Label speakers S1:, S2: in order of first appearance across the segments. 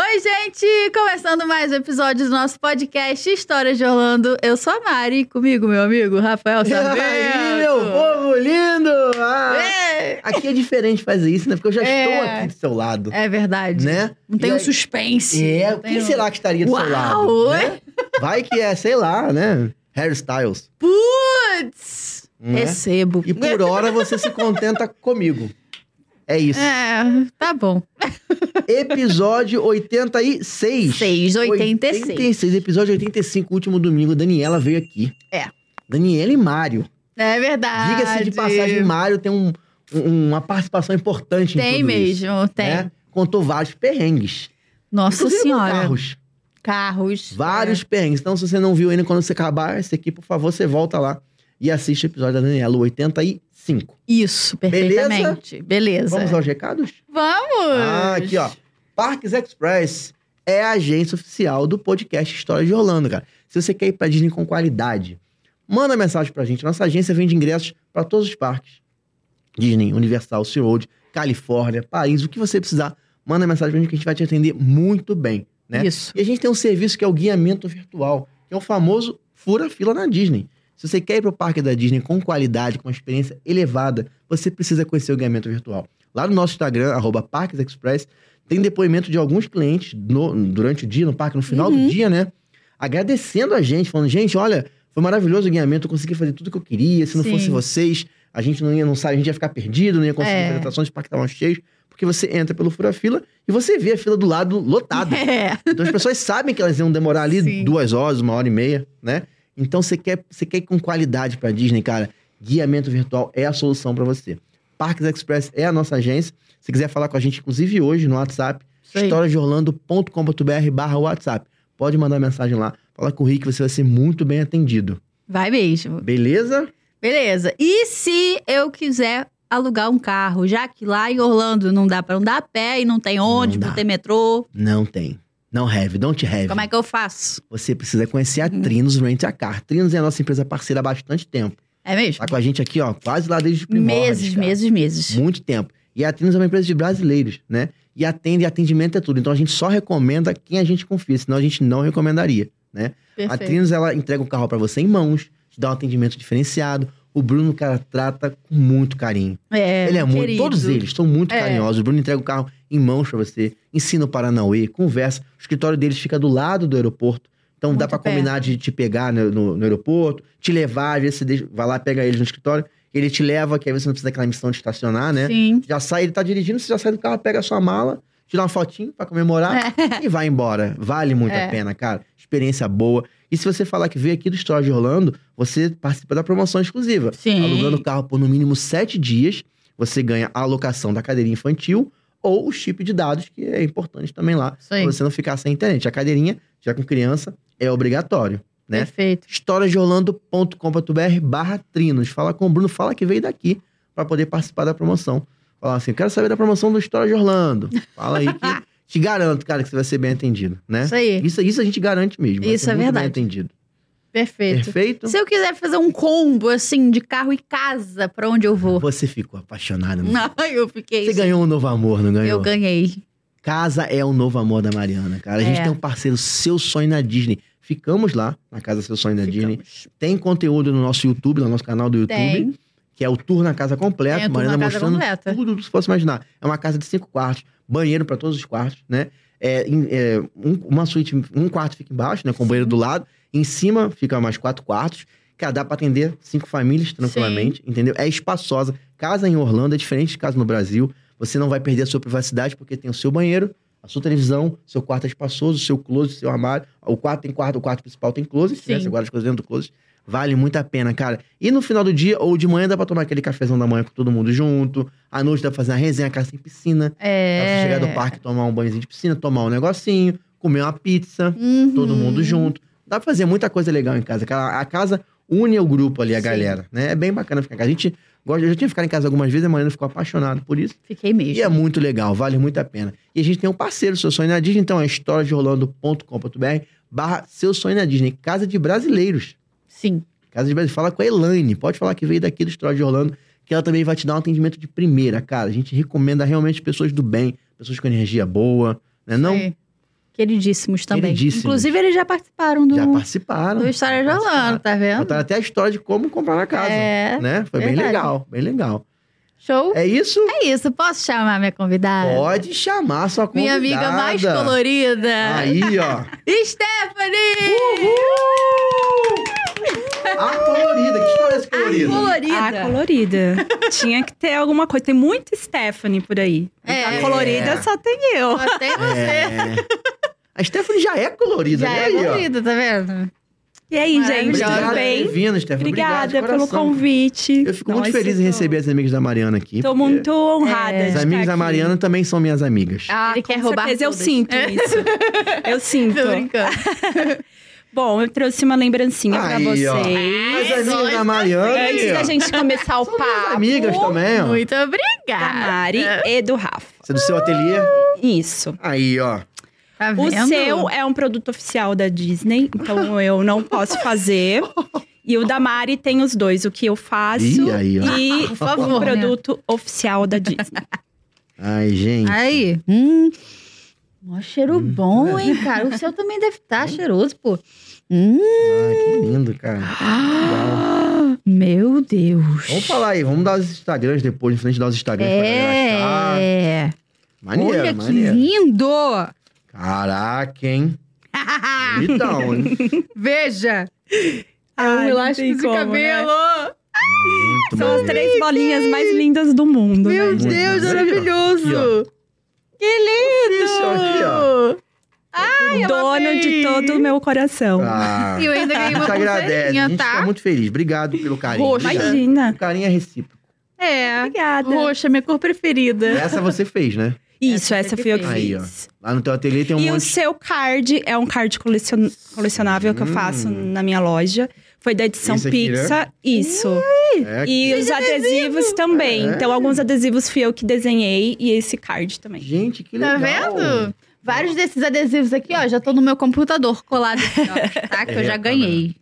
S1: Oi, gente! Começando mais um episódio do nosso podcast Histórias de Orlando. Eu sou a Mari, comigo meu amigo Rafael
S2: E
S1: Sarmento.
S2: aí, meu povo lindo! Ah,
S1: É,
S2: Aqui é diferente fazer isso, né? Porque eu já estou
S1: É.
S2: aqui do seu lado,
S1: é verdade.
S2: né?
S1: Não tem
S2: E
S1: um
S2: aí-
S1: suspense.
S2: É,
S1: não tem
S2: quem
S1: um-
S2: será que estaria do
S1: Uau,
S2: seu lado?
S1: oi?
S2: né? Vai que é, sei lá, né? Hairstyles.
S1: Putz!
S2: Né?
S1: Recebo.
S2: E por hora você se contenta comigo. É isso.
S1: É, tá bom.
S2: Episódio 86.
S1: Seis, 86.
S2: 86, episódio 85, último domingo. Daniela veio aqui.
S1: É.
S2: Daniela e Mário.
S1: É verdade.
S2: Diga-se de passagem, Mário tem um- um- uma participação importante em
S1: Tem
S2: tudo isso.
S1: mesmo, tem.
S2: né? Contou vários perrengues.
S1: Nossa
S2: Inclusive
S1: Senhora.
S2: Carros.
S1: Carros. É,
S2: Vários perrengues. Então, se você não viu ainda, quando você acabar esse aqui, por favor, você volta lá e assiste o episódio da Daniela, o 85.
S1: É. Isso,
S2: Beleza?
S1: perfeitamente. Beleza.
S2: Vamos aos recados?
S1: Vamos!
S2: Ah, aqui, ó. Parques Express é a agência oficial do podcast História de Orlando, cara. Se você quer ir pra Disney com qualidade, manda mensagem pra gente. Nossa agência vende ingressos pra todos os parques. Disney, Universal, SeaWorld, Califórnia, Paris, o que você precisar, manda mensagem pra gente que a gente vai te atender muito bem, né?
S1: Isso.
S2: E a gente tem um serviço que é o guiamento virtual, que é o famoso fura-fila na Disney. Se você quer ir para o parque da Disney com qualidade, com uma experiência elevada, você precisa conhecer o guiamento virtual. Lá no nosso Instagram, arroba Parques Express, tem depoimento de alguns clientes no- durante o dia, no parque, no final
S1: Uhum.
S2: do dia, né? Agradecendo a gente, falando, gente, olha, foi maravilhoso o guiamento, eu consegui fazer tudo que eu queria, se não
S1: Sim.
S2: fosse vocês, a gente não ia, não sabe, a gente ia ficar perdido, não ia conseguir
S1: É.
S2: fazer atrações, os parques estavam cheios, porque você entra pelo fura-fila e você vê a fila do lado lotada.
S1: É.
S2: Então as pessoas sabem que elas iam demorar ali
S1: Sim.
S2: duas horas, uma hora e meia, né? Então você quer, você quer ir com qualidade pra Disney, cara. Guiamento virtual é a solução pra você. Parques Express é a nossa agência. Se quiser falar com a gente, inclusive hoje no WhatsApp,
S1: Isso aí.
S2: historiasdeorlando.com.br barra WhatsApp. Pode mandar mensagem lá. Fala com o Rick, você vai ser muito bem atendido.
S1: Vai mesmo.
S2: Beleza?
S1: Beleza. E se eu quiser alugar um carro, já que lá em Orlando não dá pra andar a pé e não tem ônibus, não,
S2: dá.
S1: tem metrô,
S2: Não tem. Não have, don't have.
S1: como é que eu faço?
S2: Você precisa conhecer a Trinos Rent a Car. Trinos é a nossa empresa parceira há bastante tempo.
S1: É mesmo?
S2: Tá com a gente aqui, ó, quase lá desde os primórdios.
S1: Meses,
S2: cara.
S1: meses, meses.
S2: Muito tempo. E a Trinos é uma empresa de brasileiros, né? E atende, atendimento é tudo. Então a gente só recomenda quem a gente confia, senão a gente não recomendaria, né? A
S1: Perfeito.
S2: Trinos, ela entrega o carro pra você em mãos, te dá um atendimento diferenciado. O Bruno, cara, trata com muito carinho.
S1: É,
S2: Ele é muito,
S1: querido.
S2: todos eles são muito
S1: É.
S2: carinhosos. O Bruno entrega o carro em mãos pra você, ensina o Paranauê, conversa. O escritório deles fica do lado do aeroporto. Então dá
S1: Muito
S2: pra
S1: perto.
S2: combinar de te pegar no, no- no aeroporto, te levar, às vezes você deixa- vai lá, pega eles no escritório, ele te leva, que aí você não precisa daquela missão de estacionar, né?
S1: Sim.
S2: Já sai, ele tá dirigindo, você já sai do carro, pega a sua mala, tira uma fotinho pra comemorar e vai embora. Vale muito
S1: É.
S2: a pena, cara. Experiência boa. E se você falar que veio aqui do Story de Orlando, você participa da promoção exclusiva.
S1: Sim.
S2: Alugando o carro por no mínimo sete dias, você ganha a alocação da cadeirinha infantil ou o chip de dados, que é importante também lá,
S1: Isso aí.
S2: pra você não ficar sem internet. A cadeirinha, já com criança, é obrigatório, né?
S1: Perfeito.
S2: historiasdeorlando.com.br barra trinos. Fala com o Bruno, fala que veio daqui para poder participar da promoção. Fala assim, quero saber da promoção do História de Orlando. Fala aí que te garanto, cara, que você vai ser bem atendido, né?
S1: Isso aí.
S2: Isso, isso a gente garante mesmo. vai
S1: Isso
S2: ser
S1: é
S2: muito
S1: verdade.
S2: Bem atendido.
S1: Perfeito.
S2: Perfeito?
S1: Se eu quiser fazer um combo, assim, de carro e casa, pra onde eu vou?
S2: Você ficou apaixonado. né?
S1: é um Não, eu fiquei...
S2: Você ganhou um novo amor, não ganhou?
S1: Eu ganhei.
S2: Casa é o novo amor da Mariana, cara. A gente
S1: É.
S2: tem um parceiro, Seu Sonho na Disney. Ficamos lá, na Casa Seu Sonho na Disney.
S1: Ficamos.
S2: Tem conteúdo no nosso YouTube, no nosso canal do YouTube.
S1: Tem.
S2: que é o tour na casa
S1: Tem a
S2: completa,
S1: turma
S2: Mariana
S1: casa
S2: mostrando
S1: completa.
S2: tudo que você possa imaginar. É uma casa de cinco quartos, banheiro pra todos os quartos, né? é, em- é, um- uma suíte, um quarto fica embaixo, né? Com o banheiro do lado. Em cima fica mais quatro quartos. Cara, dá pra atender cinco famílias tranquilamente, entendeu? É espaçosa. Casa em Orlando é diferente de casa no Brasil. Você não vai perder a sua privacidade porque tem o seu banheiro, a sua televisão, seu quarto é espaçoso, seu closet, seu armário. O quarto tem quarto, o quarto principal tem closet, né?
S1: Sim.
S2: Você guarda as coisas dentro do closet. Vale muito a pena, cara. E no final do dia ou de manhã dá pra tomar aquele cafezão da manhã com todo mundo junto. À noite dá pra fazer uma resenha, a casa tem piscina. Dá pra você chegar
S1: É.
S2: do parque, tomar um banhozinho de piscina, tomar um negocinho, comer uma pizza,
S1: Uhum.
S2: todo mundo junto. Dá pra fazer muita coisa legal em casa. cara. A casa une o grupo ali, a
S1: Sim.
S2: galera, né? É bem bacana ficar em casa. A gente gosta, eu já tinha ficado em casa algumas vezes, a Mariana ficou apaixonado por isso.
S1: Fiquei mesmo.
S2: E é muito legal, vale muito a pena. E a gente tem um parceiro, seu sonho na Disney, então é historiasdeorlando.com.br barra seu sonho na Disney, casa de brasileiros.
S1: Sim.
S2: Casa de Brasil, fala com a Elaine. Pode falar que veio daqui do Estrada de Orlando, que ela também vai te dar um atendimento de primeira, cara. A gente recomenda realmente pessoas do bem, pessoas com energia boa, né? Não,
S1: Sim. Queridíssimos também.
S2: Queridíssimos.
S1: Inclusive, eles já participaram do,
S2: já participaram.
S1: do História de
S2: já
S1: Orlando, tá
S2: participaram.
S1: vendo?
S2: Contaram até a história de como comprar na casa,
S1: É.
S2: né? Foi bem
S1: verdade.
S2: legal, bem legal.
S1: Show? É.
S2: É isso?
S1: isso. Posso chamar minha convidada?
S2: Pode chamar sua
S1: Minha
S2: convidada.
S1: amiga mais colorida.
S2: Aí, ó.
S1: Stephanie!
S2: A colorida. Que história é essa colorida?
S1: Colorida. Ah,
S3: A Ah, colorida. Tinha que ter alguma coisa. Tem muito Stephanie por aí.
S1: É.
S3: A colorida só tem eu.
S1: Até você.
S2: É. A Stephanie já é colorida,
S1: Já
S2: né?
S1: é
S2: Aí, ó.
S1: colorida, tá vendo?
S3: E aí, gente,
S1: Maravilhosa.
S2: Obrigado
S3: tudo
S2: por ter
S3: bem?
S2: vindo, Stephanie. Obrigado de
S3: Obrigada pelo
S2: coração.
S3: convite.
S2: Eu fico
S3: Nossa,
S2: muito feliz em
S3: tô-
S2: receber as amigas da Mariana aqui.
S3: Tô
S2: porque
S3: muito honrada.
S1: É.
S3: de
S2: As
S3: estar
S2: amigas da
S3: aqui.
S2: Mariana também são minhas amigas.
S1: Ah, Ele
S3: Com
S1: quer roubar
S3: certeza, eu
S1: todas. É.
S3: sinto isso. Eu sinto.
S1: Tô brincando.
S3: Bom, eu trouxe uma lembrancinha pra
S2: Aí, ó. As
S3: vocês.
S1: é,
S2: amigas
S1: nós
S2: da Mariana.
S3: Antes
S2: aí, ó.
S3: da gente começar o
S2: São minhas
S3: papo.
S2: amigas também, É, ó.
S1: Muito
S3: Da
S1: obrigada.
S3: Mari e do Rafa.
S2: Você é do seu ateliê?
S3: Isso.
S2: Aí, ó.
S1: Tá
S3: O
S1: vendo?
S3: seu é um produto oficial da Disney, então eu não posso fazer. E o da Mari tem os dois, o que eu faço
S2: Ih, aí, ó.
S3: e
S1: Por favor, né?
S3: o produto oficial da Disney.
S2: Ai, gente.
S1: Aí. Hum. Mó cheiro
S2: Hum.
S1: bom, hein, cara? O seu também deve estar cheiroso, pô. Hum.
S2: Ai, Ah, que lindo, cara.
S1: Meu Deus.
S2: Vamos falar aí. Vamos dar os Instagrams depois. Enfim, a gente dá os Instagrams pra galera achar.
S1: É.
S2: Maneiro,
S1: Olha
S2: maneiro.
S1: que lindo!
S2: Caraca, hein? Então, hein?
S1: Veja! É um
S3: Ai, não tem
S1: elástico de
S3: como, né?
S1: cabelo!
S2: Muito
S3: São as
S2: maneiro.
S3: três bolinhas mais lindas do mundo.
S1: Meu
S3: né, gente?
S1: Deus,
S2: Muito
S1: maravilhoso! Que lindo!
S2: Isso aqui, ó.
S3: O
S1: eu
S3: dono
S1: amei.
S3: de todo o meu coração.
S2: Ah,
S1: E eu ainda
S2: a
S1: ganhei uma
S2: gente agradece. A
S1: pulseirinha,
S2: gente fica
S1: tá?
S2: muito feliz. Obrigado pelo carinho.
S1: Roxa.
S2: obrigado.
S3: Imagina.
S2: O carinho é recíproco.
S1: É.
S3: Obrigada.
S1: Roxa, minha cor preferida.
S2: Essa você fez, né?
S3: Isso,
S1: Essa
S3: essa é fui eu que
S2: Aí, ó.
S3: fiz.
S2: Lá no teu ateliê tem um
S3: E o
S2: monte
S3: seu card é um card colecion- colecionável que eu faço
S2: Hum.
S3: na minha loja. Foi da edição
S2: Esse aqui, né?
S3: Pizza. Isso.
S2: É,
S3: E os adesivos também.
S2: É.
S3: Então, alguns adesivos fui eu que desenhei e esse card também.
S2: Gente, que
S1: Tá
S2: legal.
S1: vendo? Vários desses adesivos aqui, ó, já tô no meu computador colado, aqui, ó, tá?
S2: É,
S1: Que eu já ganhei.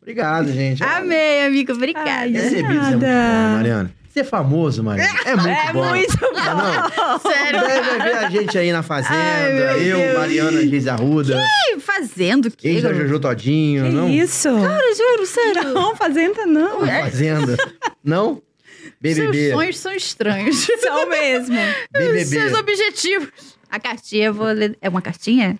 S2: Obrigado, gente.
S1: Amei, amigo, obrigada.
S3: Ai,
S2: Esse
S3: de
S2: serviço é muito bom,
S3: nada.
S2: né, Mariana. Ser famoso, Mariana, é muito bom. Ah, não,
S1: Sério,
S2: deve ver a gente aí na Fazenda.
S1: Ai, meu
S2: eu,
S1: Deus.
S2: Mariana, Giz Arruda.
S1: Ih, fazendo o quê?
S2: Ex da
S1: garoto?
S2: Jojo Todinho,
S3: Que
S2: não?
S3: isso?
S1: Cara, juro, sério.
S3: Não, fazenda não.
S2: Na Fazenda. não? BBB.
S1: É. Seus sonhos são estranhos.
S3: Só mesmo.
S1: Seus
S2: BBB.
S1: objetivos. A cartinha, eu vou ler. É uma cartinha?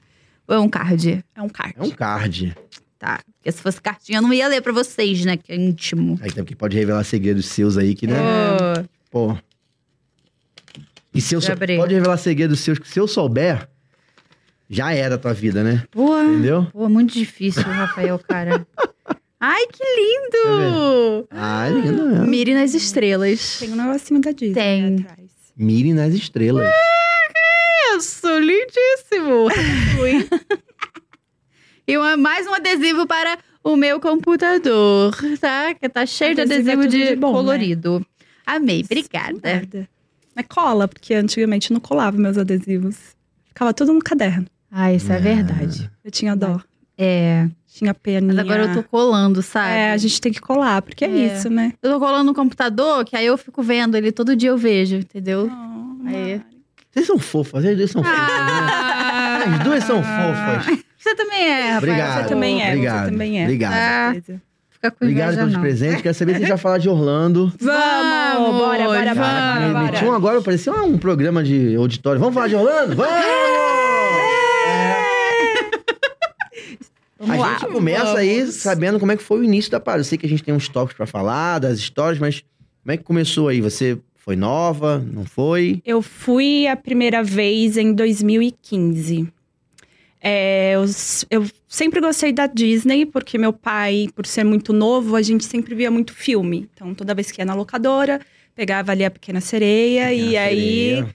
S1: Ou é um card?
S3: É um card.
S2: É um card.
S1: Tá. Porque se fosse cartinha, eu não ia ler pra vocês, né? Que é íntimo.
S2: Aí também pode revelar segredos seus aí, que, né?
S1: Ô,
S2: Pô. E se eu sou...
S1: Gabriel.
S2: Pode revelar segredos seus, que se eu souber, já era a tua vida, né?
S3: Ah.
S1: Porra.
S2: Entendeu?
S1: Pô, muito difícil, Rafael, cara. Ai, que lindo!
S2: Ah, é lindo mesmo.
S1: Mire nas estrelas.
S3: Tem um negocinho da Disney
S1: Tem.
S3: aí atrás.
S2: Mire nas estrelas.
S1: Isso, lindíssimo! Fui. e uma- mais um adesivo para o meu computador, tá? Que tá cheio de
S3: Adesivo é
S1: adesivo
S3: tudo
S1: de,
S3: de bom, né?
S1: colorido. Amei, obrigada.
S3: Nada. Mas cola, porque antigamente não colava meus adesivos. Ficava tudo no caderno.
S1: Ah, isso é verdade.
S3: Eu tinha dó.
S1: É.
S3: Tinha peninha.
S1: Mas agora eu tô colando, sabe?
S3: É, a gente tem que colar, porque é,
S1: É.
S3: isso, né?
S1: Eu tô colando no computador, que aí eu fico vendo ele todo dia, eu vejo, entendeu? Aí.
S3: Aí.
S2: Vocês são fofas, vocês duas são fofas. né?
S1: Ah,
S2: As duas são fofas.
S1: Você também é, rapaz.
S2: Obrigado.
S3: Você também é, você
S2: Obrigado.
S3: também é.
S2: Obrigado.
S1: Ah, fica com
S2: Obrigado
S1: inveja,
S2: pelos
S1: não.
S2: presentes. Quero saber se a gente vai falar de Orlando.
S3: Vamos, bora, bora,
S1: vamos.
S3: bora,
S2: Caraca, me
S3: bora. Ah!
S2: meti um agora, parecia um programa de auditório. Vamos falar de Orlando? Vamos!
S3: lá.
S2: a gente começa aí
S1: Vamos.
S2: sabendo como é que foi o início da parada. Eu sei que a gente tem uns tópicos pra falar, das histórias, mas como é que começou aí? Você foi nova? Não foi?
S3: Eu fui a primeira vez em 2015. É, eu, s- eu sempre gostei da Disney, porque meu pai, por ser muito novo, a gente sempre via muito filme. Então, toda vez que ia na locadora, pegava ali a Pequena Sereia, e
S2: Minha
S3: aí
S2: sereia.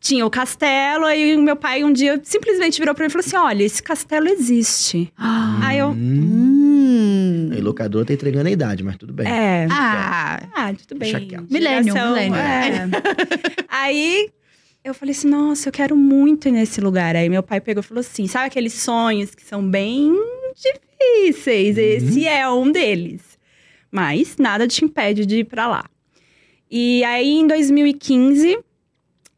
S3: tinha o castelo. Aí o meu pai um dia simplesmente virou pra mim e falou assim: Olha, esse castelo existe. Aí eu,
S2: Hum,
S1: Ah, Hum.
S2: aí, locador tá entregando a idade, mas tudo bem.
S3: é.
S1: Ah,
S3: Ah, tudo bem.
S2: Deixa quieto.
S1: Millennium,
S3: Geração,
S1: millennium.
S3: é. Aí eu falei assim, nossa, eu quero muito ir nesse lugar. Aí meu pai pegou e falou assim: sabe aqueles sonhos que são bem difíceis? Esse é um deles. Mas nada te impede de ir pra lá. E aí, em 2015,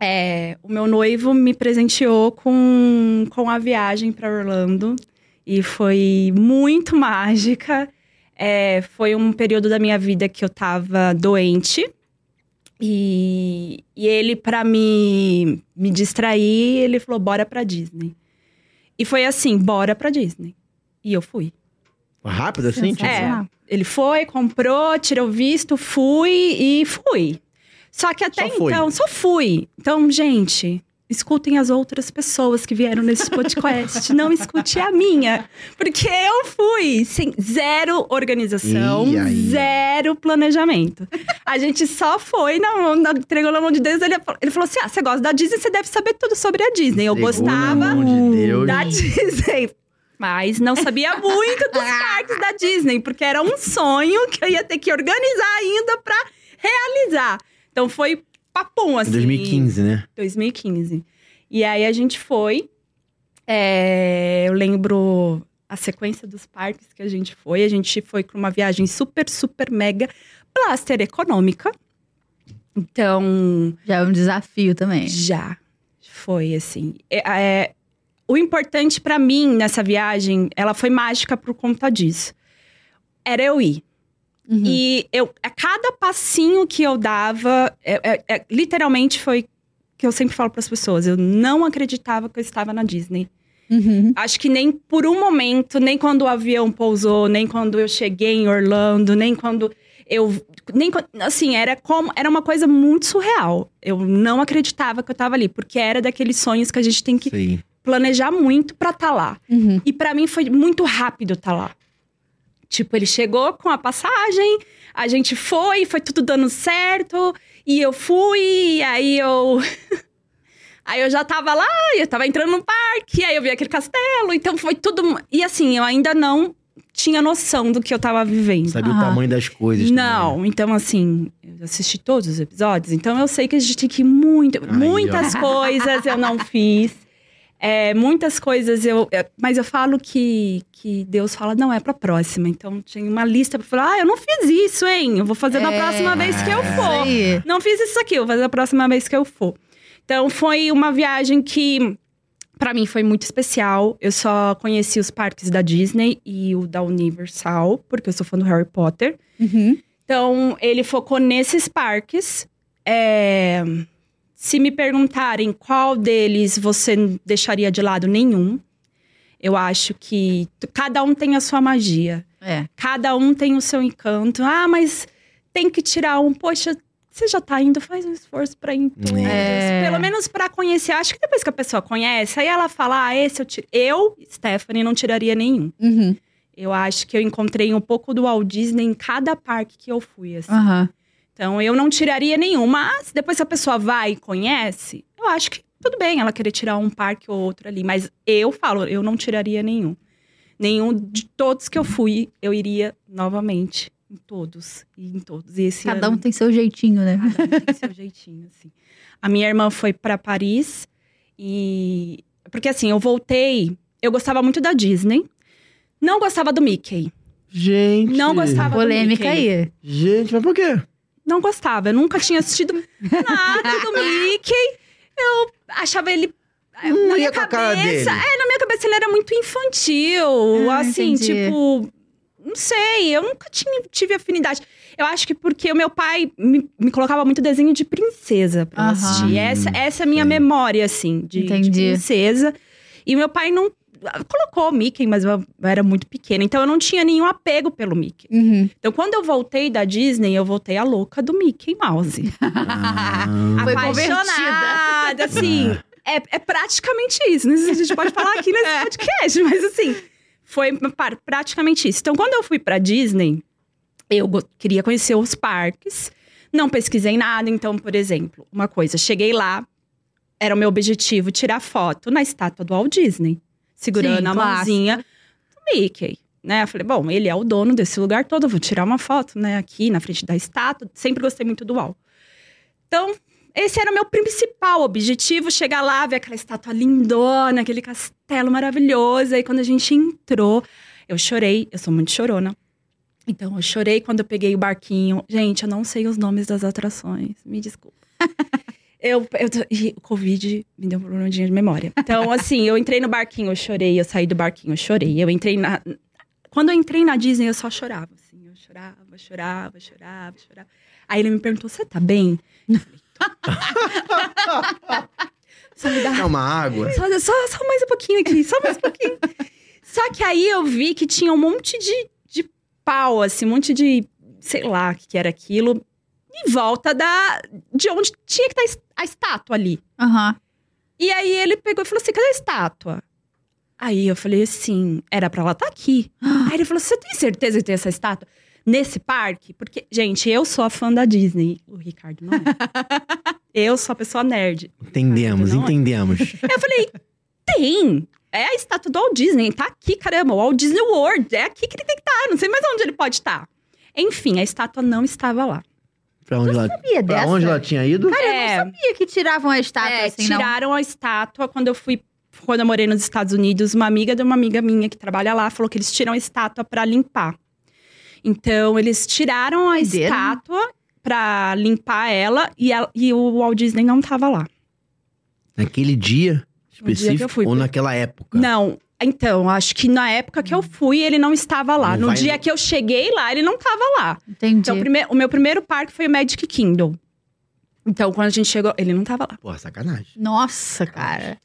S3: é, o meu noivo me presenteou com, com a viagem para Orlando. E foi muito mágica. É, foi um período da minha vida que eu tava doente. E, e ele, pra me, me distrair, ele falou: bora pra Disney. E foi assim: bora pra Disney. E eu fui.
S2: Rápido assim? Tipo?
S3: É, ele foi, comprou, tirou visto, fui e fui. Só que até
S2: Só foi.
S3: então, só fui. Então, gente, escutem as outras pessoas que vieram nesse podcast. não escute a minha. Porque eu fui sem zero organização,
S2: E aí?
S3: zero planejamento. A gente só foi, na mão, na, entregou na mão de Deus. Ele, ele falou assim: ah, você gosta da Disney, você deve saber tudo sobre a Disney. Eu
S2: Entregou
S3: gostava
S2: Na mão de Deus.
S3: da Disney. Mas não sabia muito dos parques da Disney, porque era um sonho que eu ia ter que organizar ainda pra realizar. Então foi papum,
S2: Em
S3: assim.
S2: 2015, né?
S3: 2015. E aí a gente foi. é, eu lembro a sequência dos parques que a gente foi. A gente foi para uma viagem super, super mega blaster econômica. Então,
S1: já é um desafio também.
S3: já. Foi, assim. É, é, o importante pra mim nessa viagem, ela foi mágica por conta disso. Era eu ir.
S1: Uhum.
S3: E eu, a cada passinho que eu dava, é- é- é, literalmente foi que eu sempre falo pras pessoas. Eu não acreditava que eu estava na Disney.
S1: Uhum.
S3: Acho que nem por um momento, nem quando o avião pousou, nem quando eu cheguei em Orlando, nem quando eu. Nem, quan- assim, era como era uma coisa muito surreal. Eu não acreditava que eu tava ali, porque era daqueles sonhos que a gente tem que
S2: Sim.
S3: planejar muito pra estar lá.
S1: Uhum.
S3: E pra mim foi muito rápido estar lá. Tipo, ele chegou com a passagem, a gente foi, foi tudo dando certo, e eu fui, e aí eu. aí eu já tava lá, e eu tava entrando no parque, aí eu vi aquele castelo, então foi tudo. E assim, eu ainda não tinha noção do que eu tava vivendo.
S2: Sabia o
S1: Ah.
S2: tamanho das coisas.
S3: Não, então assim, eu assisti todos os episódios, então eu sei que a gente tem que ir muito.
S2: Aí, ó.
S3: muitas coisas eu não fiz. é, muitas coisas eu. é, mas eu falo que, que Deus fala, não, é pra próxima. Então tinha uma lista pra falar, ah, eu não fiz isso, hein? Eu vou fazer na
S1: É.
S3: próxima vez que eu
S1: Isso
S3: for.
S1: aí.
S3: Não fiz isso aqui, eu vou fazer a próxima vez que eu for. Então foi uma viagem que pra mim foi muito especial. Eu só conheci os parques da Disney e o da Universal, porque eu sou fã do Harry Potter.
S1: Uhum.
S3: Então, ele focou nesses parques. É, Se me perguntarem qual deles você n- deixaria de lado, nenhum. Eu acho que t- cada um tem a sua magia.
S1: É.
S3: Cada um tem o seu encanto. Ah, mas tem que tirar um. Poxa, você já tá indo, faz um esforço pra ir em todos.
S1: É.
S3: Pelo menos pra conhecer. Acho que depois que a pessoa conhece, aí ela fala, ah, esse eu tiro. Eu, Stephanie, não tiraria nenhum.
S1: Uhum.
S3: Eu acho que eu encontrei um pouco do Walt Disney em cada parque que eu fui, assim.
S1: Aham.
S3: Então, eu não tiraria nenhum. Mas, depois que a pessoa vai e conhece, eu acho que tudo bem ela querer tirar um parque ou outro ali. Mas eu falo, eu não tiraria nenhum. Nenhum de todos que eu fui, eu iria novamente em todos. E em todos. E esse
S1: Cada um
S3: ano,
S1: tem seu jeitinho, né?
S3: cada um tem seu jeitinho, assim. A minha irmã foi pra Paris e... Porque, assim, eu voltei... Eu gostava muito da Disney. Não gostava do Mickey.
S2: Gente.
S3: Não
S1: tá
S3: gostava
S1: Polêmica
S3: do Mickey.
S1: aí.
S2: Gente, mas por quê?
S3: Não gostava. Eu nunca tinha assistido nada do Mickey. Eu achava ele. eh,
S2: Não
S3: na
S2: ia
S3: minha
S2: com Hum, a cara
S3: cabeça.
S2: dele.
S3: É, na minha cabeça ele era muito infantil.
S1: Ah,
S3: assim,
S1: entendi.
S3: tipo. Não sei, eu nunca tinha, tive afinidade. Eu acho que porque o meu pai me, me colocava muito desenho de princesa pra eu
S1: Aham.
S3: assistir. Essa, essa é a minha
S2: Sim.
S3: memória, assim, de, de
S1: Entendi.
S3: princesa. E meu pai não, ah, colocou o Mickey, mas eu era muito pequena, então eu não tinha nenhum apego pelo Mickey.
S1: Uhum.
S3: Então quando eu voltei da Disney, eu voltei a louca do Mickey Mouse.
S2: Ah,
S1: Foi
S3: apaixonada, assim. É, é praticamente isso. Não sei se a gente pode falar aqui nesse podcast, mas assim, foi par- praticamente isso. Então, quando eu fui pra Disney, eu go- queria conhecer os parques, não pesquisei nada. Então, por exemplo, uma coisa, cheguei lá, era o meu objetivo tirar foto na estátua do Walt Disney, segurando
S1: Sim,
S3: a
S1: clássico.
S3: mãozinha do Mickey. Né? Eu falei, bom, ele é o dono desse lugar todo, eu vou tirar uma foto, né, aqui na frente da estátua. Sempre gostei muito do Walt. Então, esse era o meu principal objetivo: chegar lá, ver aquela estátua lindona, aquele castelo maravilhoso. Aí quando a gente entrou, eu chorei, eu sou muito chorona. Então, eu chorei quando eu peguei o barquinho. Gente, eu não sei os nomes das atrações, me desculpa. Eu, eu tô- e o Covid me deu um problema de memória. Então, assim, eu entrei no barquinho, eu chorei. Eu saí do barquinho, eu chorei. Eu entrei na... Quando eu entrei na Disney, eu só chorava, assim. Eu chorava, chorava, chorava, chorava. Aí ele me perguntou, você tá bem? Eu falei, tô. só me dá
S2: é uma água.
S3: só, só- só mais um pouquinho aqui, só mais um pouquinho. só que aí eu vi que tinha um monte de, de pau, assim, um monte de, sei lá, o que que era aquilo, em volta da, de onde tinha que estar a estátua ali.
S1: Aham.
S3: E aí ele pegou e falou assim: cadê a estátua? Aí eu falei assim: era pra ela estar aqui. aí ele falou: você tem certeza que tem essa estátua? Nesse parque? Porque, gente, eu sou a fã da Disney. O Ricardo não é. eu sou a pessoa nerd.
S2: Entendemos,
S3: Não é.
S2: entendemos.
S3: Eu falei, tem. É a estátua do Walt Disney, tá aqui, caramba. O Walt Disney World, é aqui que ele tem que estar. Não sei mais onde ele pode estar. Enfim, a estátua não estava lá.
S2: Pra onde, ela,
S1: Sabia
S2: pra
S1: dessa?
S2: onde ela tinha ido?
S3: é,
S1: Sabia que tiravam a estátua
S3: é,
S1: assim, não?
S3: tiraram a estátua quando eu fui. Quando eu morei nos Estados Unidos, uma amiga de uma amiga minha que trabalha lá falou que eles tiram a estátua pra limpar. Então, eles tiraram a
S1: Doideira, né?
S3: estátua pra limpar ela e, ela- e o Walt Disney não tava lá.
S1: Tá.
S2: Naquele dia
S3: No dia que
S2: específico
S3: eu fui,
S2: ou naquela época?
S3: Não, então, acho que na época que eu fui, ele não estava lá.
S2: Não
S3: no
S2: vai
S3: dia
S2: no-
S3: que eu cheguei lá, ele não estava lá.
S1: Entendi.
S3: Então, o, prime- o meu primeiro parque foi o Magic Kingdom. Então, quando a gente chegou, ele não estava lá.
S2: Pô, sacanagem.
S1: Nossa, cara.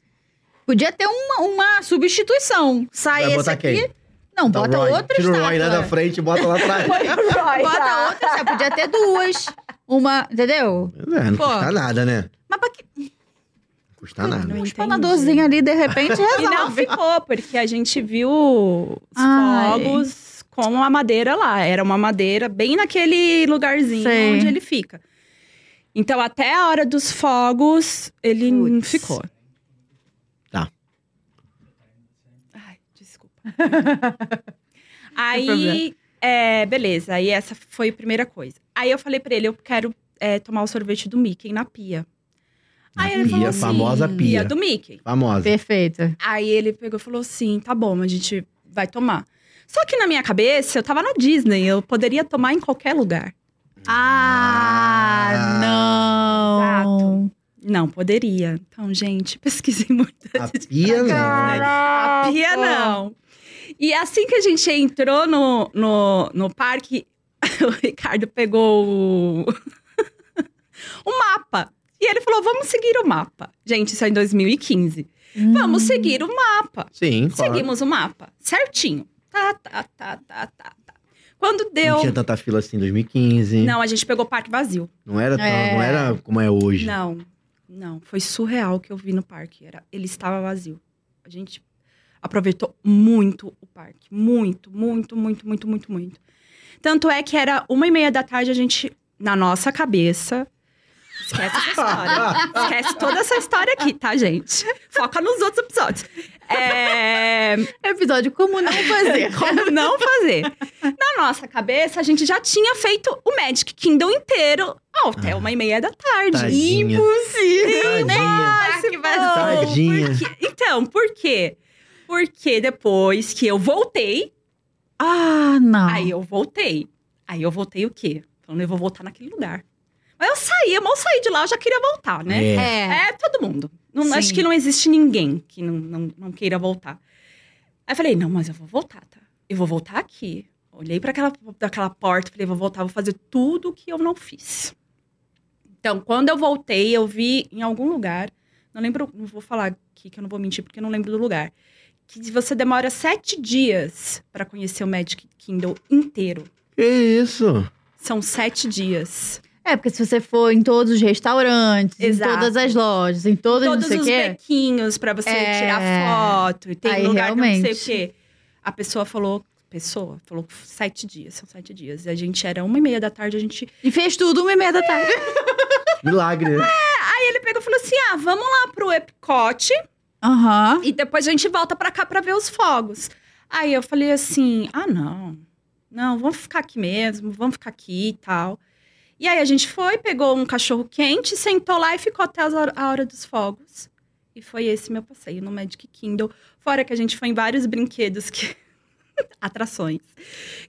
S1: Podia ter uma, uma substituição. Sai
S2: Vai
S1: Ah, esse
S2: botar
S1: aqui.
S2: quem?
S1: Não,
S2: Tá,
S1: bota
S2: Roy.
S1: outra
S2: Tira o
S1: estátua.
S2: Roy lá da frente e bota lá atrás.
S1: Bota outra estátua. Podia ter duas. Uma, entendeu?
S2: É, não
S1: Pô.
S2: custa nada, né?
S1: Mas pra que
S2: Não custa nada.
S3: Não
S1: um
S3: entendi.
S1: espanadorzinho ali, de repente,
S3: E não
S1: resolve.
S3: ficou, porque a gente viu os
S1: Ai.
S3: fogos com a madeira lá. Era uma madeira bem naquele lugarzinho
S1: Sei.
S3: onde ele fica. Então, até a hora dos fogos, ele não
S1: Puts.
S3: ficou.
S2: Tá.
S3: Ai, desculpa.
S1: Sem problema.
S3: Aí, é, beleza. Aí essa foi a primeira coisa. Aí eu falei pra ele, eu quero é, tomar o sorvete do Mickey na pia. Aí ele
S2: pia,
S3: falou assim,
S2: famosa pia.
S3: pia do Mickey.
S2: Famosa.
S1: Perfeito.
S3: Aí ele pegou e falou assim: tá bom, a gente vai tomar. Só que na minha cabeça, eu tava na Disney, eu poderia tomar em qualquer lugar.
S1: Ah,
S2: Ah.
S1: não.
S3: Não, poderia. Então, gente, pesquisei muito.
S2: A pia não, né?
S3: A pia não. E assim que a gente entrou no, no, no parque, o Ricardo pegou o... o mapa. E ele falou: vamos seguir o mapa. Gente, isso é em 2015. Vamos seguir o mapa.
S2: Sim, claro.
S3: Seguimos o mapa, certinho. Tá, tá, tá, tá, tá, tá. Quando
S2: Não tinha
S3: deu.
S2: tanta fila assim em 2015. Não,
S3: Não, a gente pegou o parque vazio.
S2: era tão,
S1: É.
S2: não era como é hoje.
S3: Não, não. Foi surreal o que eu vi no parque. Era, ele estava vazio. A gente aproveitou muito o parque. Muito, muito, muito, muito, muito, muito. Tanto é que era uma e meia da tarde, a gente, na nossa cabeça. Esquece essa história. Esquece toda essa história aqui, tá, gente? Foca nos outros episódios. É.
S1: Episódio como não fazer.
S3: Como não fazer? Na nossa cabeça, a gente já tinha feito o Magic Kingdom inteiro ó, até uma e meia da tarde.
S2: Tá Tadinha.
S1: Impossível.
S2: Tadinha.
S1: Parque
S3: Não,
S1: vazio.
S2: Tadinha.
S3: Ah, por quê? Então, por quê? Porque depois que eu voltei,
S1: Ah, não.
S3: aí eu voltei. Aí eu voltei o quê? Falando, eu vou voltar naquele lugar. Mas eu saí, eu mal saí de lá, eu já queria voltar, né?
S2: É.
S1: É.
S3: É, todo mundo. Não-
S1: Sim.
S3: acho que não existe ninguém que não, não, não queira voltar. Aí eu falei, não, mas eu vou voltar, tá? Eu vou voltar aqui. Olhei para aquela, daquela porta, falei, vou voltar, vou fazer tudo o que eu não fiz. Então, quando eu voltei, eu vi em algum lugar, não lembro, não vou falar aqui que eu não vou mentir, porque eu não lembro do lugar, que você demora sete dias pra conhecer o Magic Kingdom inteiro.
S2: Que isso?
S3: São sete dias.
S1: É, porque se você for em todos os restaurantes,
S3: Exato.
S1: em todas as lojas, em todas,
S3: Todos
S1: não sei
S3: os
S1: o quê.
S3: bequinhos pra você
S1: É.
S3: tirar foto. E tem
S1: Aí,
S3: lugar pra não sei
S1: realmente.
S3: o quê. A pessoa falou. Pessoa falou sete dias, são sete dias. E a gente era uma e meia da tarde, a gente É,
S1: E fez tudo uma tá- e meia da tarde.
S2: Milagre. né?
S3: Aí ele pegou e falou assim: ah, vamos lá pro Epcot
S1: Aham.
S3: e depois a gente volta pra cá pra ver os fogos. Aí eu falei assim: ah, não, não, vamos ficar aqui mesmo, vamos ficar aqui e tal. E aí a gente foi, pegou um cachorro quente, sentou lá e ficou até as hor- a hora dos fogos. E foi esse meu passeio no Magic Kindle. Fora que a gente foi em vários brinquedos que. atrações.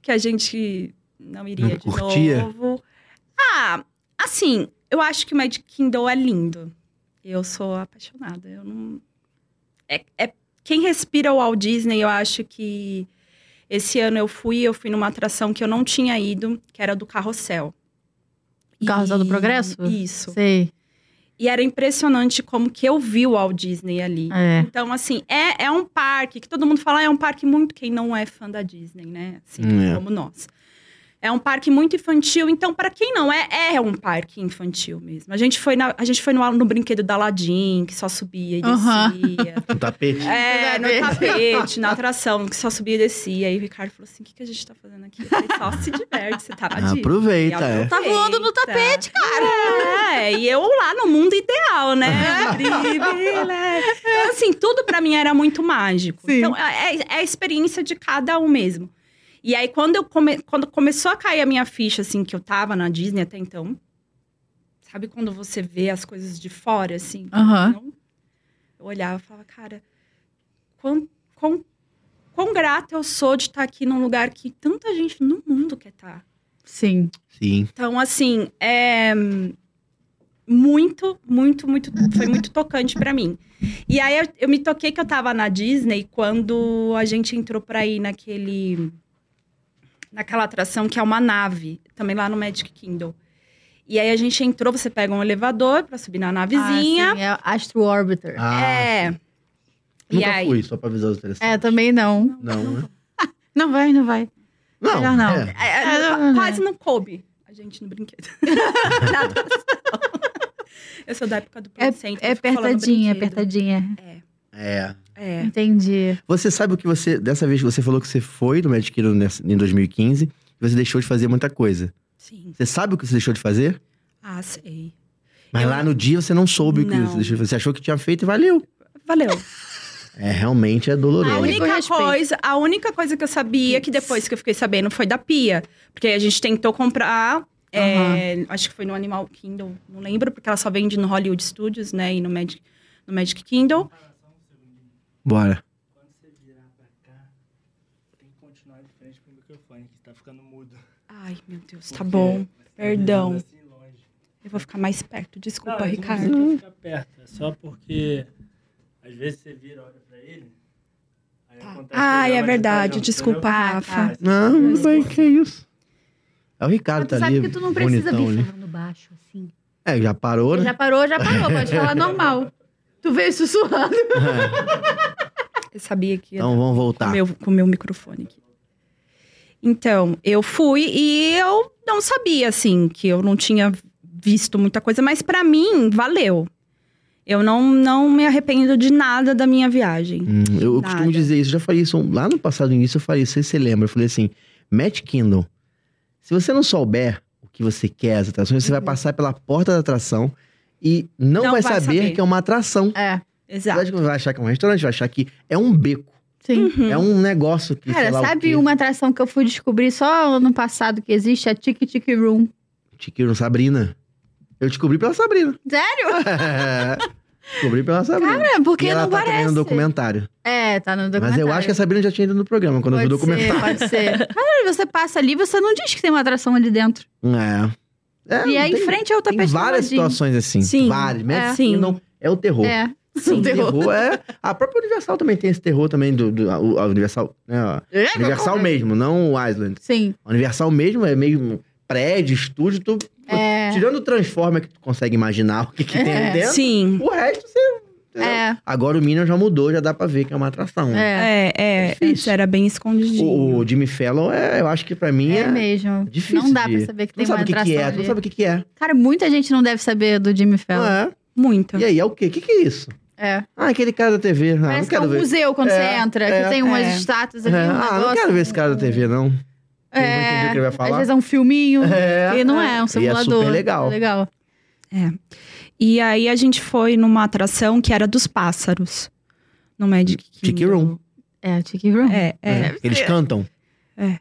S3: Que a gente não iria
S2: Não
S3: de
S2: curtia?
S3: novo. Ah, assim, eu acho que o Magic Kindle é lindo. Eu sou apaixonada. Eu não. É, é- Quem respira o Walt Disney, eu acho que. Esse ano eu fui, eu fui numa atração que eu não tinha ido, que era do Carrossel.
S1: Carrossel do Progresso?
S3: Isso.
S1: Sei.
S3: E era impressionante como que eu vi o Walt Disney ali.
S1: É.
S3: Então, assim, é, é um parque que todo mundo fala, é um parque muito quem não é fã da Disney, né? Assim,
S2: É.
S3: como nós. É um parque muito infantil, então para quem não é, é um parque infantil mesmo. A gente foi, na- a gente foi no, no brinquedo da Aladdin, que só subia e
S1: Aham.
S3: descia.
S2: Um tapete.
S1: Nada
S3: É, no
S1: a ver.
S3: tapete, na atração, que só subia e descia. E o Ricardo falou assim: o que, que a gente tá fazendo aqui? Eu falei, só se diverte, você
S2: Ah,
S3: tá na Disney. E
S2: Aproveita,
S3: ela
S2: é.
S1: Tá voando no tapete,
S3: cara. É, e eu lá no mundo ideal, né? Incrível, né? Então, assim, tudo pra mim era muito mágico.
S1: Sim.
S3: Então, é, é a experiência de cada um mesmo. E aí, quando, eu come- quando começou a cair a minha ficha, assim, que eu tava na Disney até então, sabe quando você vê as coisas de fora, assim?
S1: Aham.
S3: Então, eu olhava e falava, cara, quão, quão, quão grata eu sou de estar aqui num lugar que tanta gente no mundo quer estar.
S1: Sim.
S2: Sim.
S3: Então, assim, é muito, muito, muito, foi muito tocante pra mim. E aí eu, eu me toquei que eu tava na Disney quando a gente entrou pra ir naquele naquela atração que é uma nave, também lá no Magic Kingdom. E aí a gente entrou, você pega um elevador pra subir na navezinha.
S1: Ah, sim, é Astro Orbiter.
S2: Ah,
S3: é. E
S2: Nunca
S3: aí,
S2: fui, só pra avisar os interessantes.
S1: É, também não.
S2: Não, né?
S1: Não vai, não vai.
S2: Não,
S1: Melhor não.
S2: é.
S3: É, é,
S1: Ah,
S3: qu-
S1: não, não,
S3: quase não coube a gente no brinquedo. Na atração. Eu sou da época do Play Center,
S1: É
S3: eu fico falando
S1: apertadinha,
S3: brinquedo.
S1: apertadinha.
S2: É.
S3: É.
S1: Entendi.
S2: Você sabe o que você. Dessa vez que você falou que você foi no Magic Kingdom nessa- em 2015 e você deixou de fazer muita coisa.
S3: Sim.
S2: Você sabe o que você deixou de fazer?
S3: Ah, sei.
S2: Mas
S3: Eu-
S2: lá no dia você não soube o que
S3: Não.
S2: você deixou de fazer. Você achou que tinha feito e valeu.
S3: Valeu.
S2: É, realmente é doloroso.
S3: A
S1: Adorei. Com
S3: única,
S1: respeito.
S3: coisa, a única coisa que eu sabia, que depois que eu fiquei sabendo, foi da pia. Porque a gente tentou comprar. é, acho que foi no Animal Kingdom, não lembro, porque ela só vende no Hollywood Studios, né? E no Magic, no Magic Kingdom.
S2: Bora.
S4: Quando você virar pra cá, tem que continuar de frente pro microfone, que tá ficando mudo.
S3: Ai, meu Deus, tá
S4: Porque
S3: bom.
S4: você tá
S3: Perdão.
S4: virando assim longe.
S3: Eu vou ficar mais perto.
S4: Não,
S3: Desculpa,
S4: mas não
S3: Ricardo.
S4: precisa ficar perto, é só porque às vezes você vira, olha pra ele. Aí acontece
S3: Ai,
S4: que
S3: é
S4: ele vai
S3: verdade.
S4: junto,
S3: desculpa,
S4: entendeu?
S3: Rafa.
S4: Aí você
S2: Não,
S4: fica
S2: não vai,
S4: junto.
S2: que isso. É o Ricardo,
S1: tu
S2: tá
S1: sabe
S2: ali.
S1: que tu não precisa
S2: bonitão
S1: vir
S2: ali.
S1: falando baixo, assim.
S2: É, já parou, né?
S1: Já parou, já parou. Pode falar normal. Tu veio sussurrando.
S2: É.
S3: Eu sabia que ia
S2: Então vamos voltar.
S3: com meu, com meu microfone aqui. Então, eu fui e eu não sabia, assim, que eu não tinha visto muita coisa, mas pra mim, valeu. Eu não, não me arrependo de nada da minha viagem.
S2: Hum, eu eu costumo
S3: Nada.
S2: dizer isso, já falei isso um, lá no passado, no início eu falei isso, não sei se você lembra, eu falei assim, Matt Kindle, se você não souber o que você quer as atrações,
S1: Uhum.
S2: você vai passar pela porta da atração e não,
S3: Não
S2: vai,
S3: vai
S2: saber,
S3: saber.
S2: que é uma atração.
S1: É,
S3: Exato.
S2: Você vai achar que é um restaurante, vai achar que é um beco,
S1: sim.
S2: é um negócio que, sei
S1: Uhum. Cara,
S2: lá o
S1: sabe
S2: quê.
S1: uma atração que eu fui descobrir só ano passado que existe? A Tiki Tiki Room.
S2: Tiquiro, Sabrina. Eu descobri pela Sabrina.
S1: Sério?
S2: descobri pela Sabrina.
S1: Cara, É, porque
S2: e ela
S1: não
S2: tá também
S1: parece.
S2: no documentário.
S1: É, tá no
S2: Mas
S1: documentário.
S2: eu acho que a Sabrina já tinha ido no programa, quando eu vi o
S1: Pode
S2: documentário.
S1: Ser, pode ser. Cara, você passa ali, você não diz que tem uma atração ali dentro.
S2: É. É,
S1: e
S2: não
S1: aí,
S2: tem-
S1: em frente é o
S2: Tem
S1: tapete
S2: várias
S1: voadinho.
S2: situações assim.
S3: Sim.
S2: Várias. Mas
S3: É.
S2: sim, não. É o terror.
S1: É.
S3: Sim.
S2: O terror é. A própria Universal também tem esse terror também do, do- a, a Universal, né? a
S1: É,
S2: Universal mesmo, não o Island.
S1: Sim.
S2: A Universal mesmo é meio um prédio, estúdio, tu,
S1: É.
S2: tirando o Transformer que tu consegue imaginar o que, que tem ali dentro.
S3: Sim.
S2: O resto você entendeu?
S1: É.
S2: Agora o Minion já mudou, já dá pra ver que é uma atração. né?
S1: É,
S3: É, é,
S2: Difícil.
S3: isso era bem escondidinho.
S2: O, o Jimmy Fallon, é, eu acho que pra mim é...
S1: é mesmo.
S2: difícil
S1: não dá
S2: de-
S1: pra saber que
S2: Tu
S1: tem
S2: não sabe
S1: uma
S2: o que,
S1: atração
S2: que é, tu
S1: ali.
S2: não sabe o que, que é.
S1: Cara, muita gente não deve saber do Jimmy
S2: Não
S1: Fallon.
S2: é.
S3: Muito.
S2: E aí, é o quê? O que, que é isso?
S1: É.
S2: Ah, aquele cara da TV. Ah, não
S1: Parece que é
S2: quero
S1: um
S2: ver.
S1: museu quando
S2: É,
S1: você entra,
S2: é,
S1: que tem umas
S3: é.
S1: estátuas ali,
S2: É,
S1: um
S2: ah, não
S1: negócio.
S2: quero ver esse cara da TV, não. Não vou
S1: É,
S2: entender o que ele vai
S1: Às
S2: falar.
S1: vezes é um filminho.
S2: É.
S1: E não é, é um simulador.
S2: super legal.
S1: Legal.
S3: E aí a gente foi numa atração que era dos pássaros. No Magic Kingdom.
S2: Tiki Room.
S1: É, Tiki Room.
S3: É, é.
S2: É. Eles cantam?
S3: É.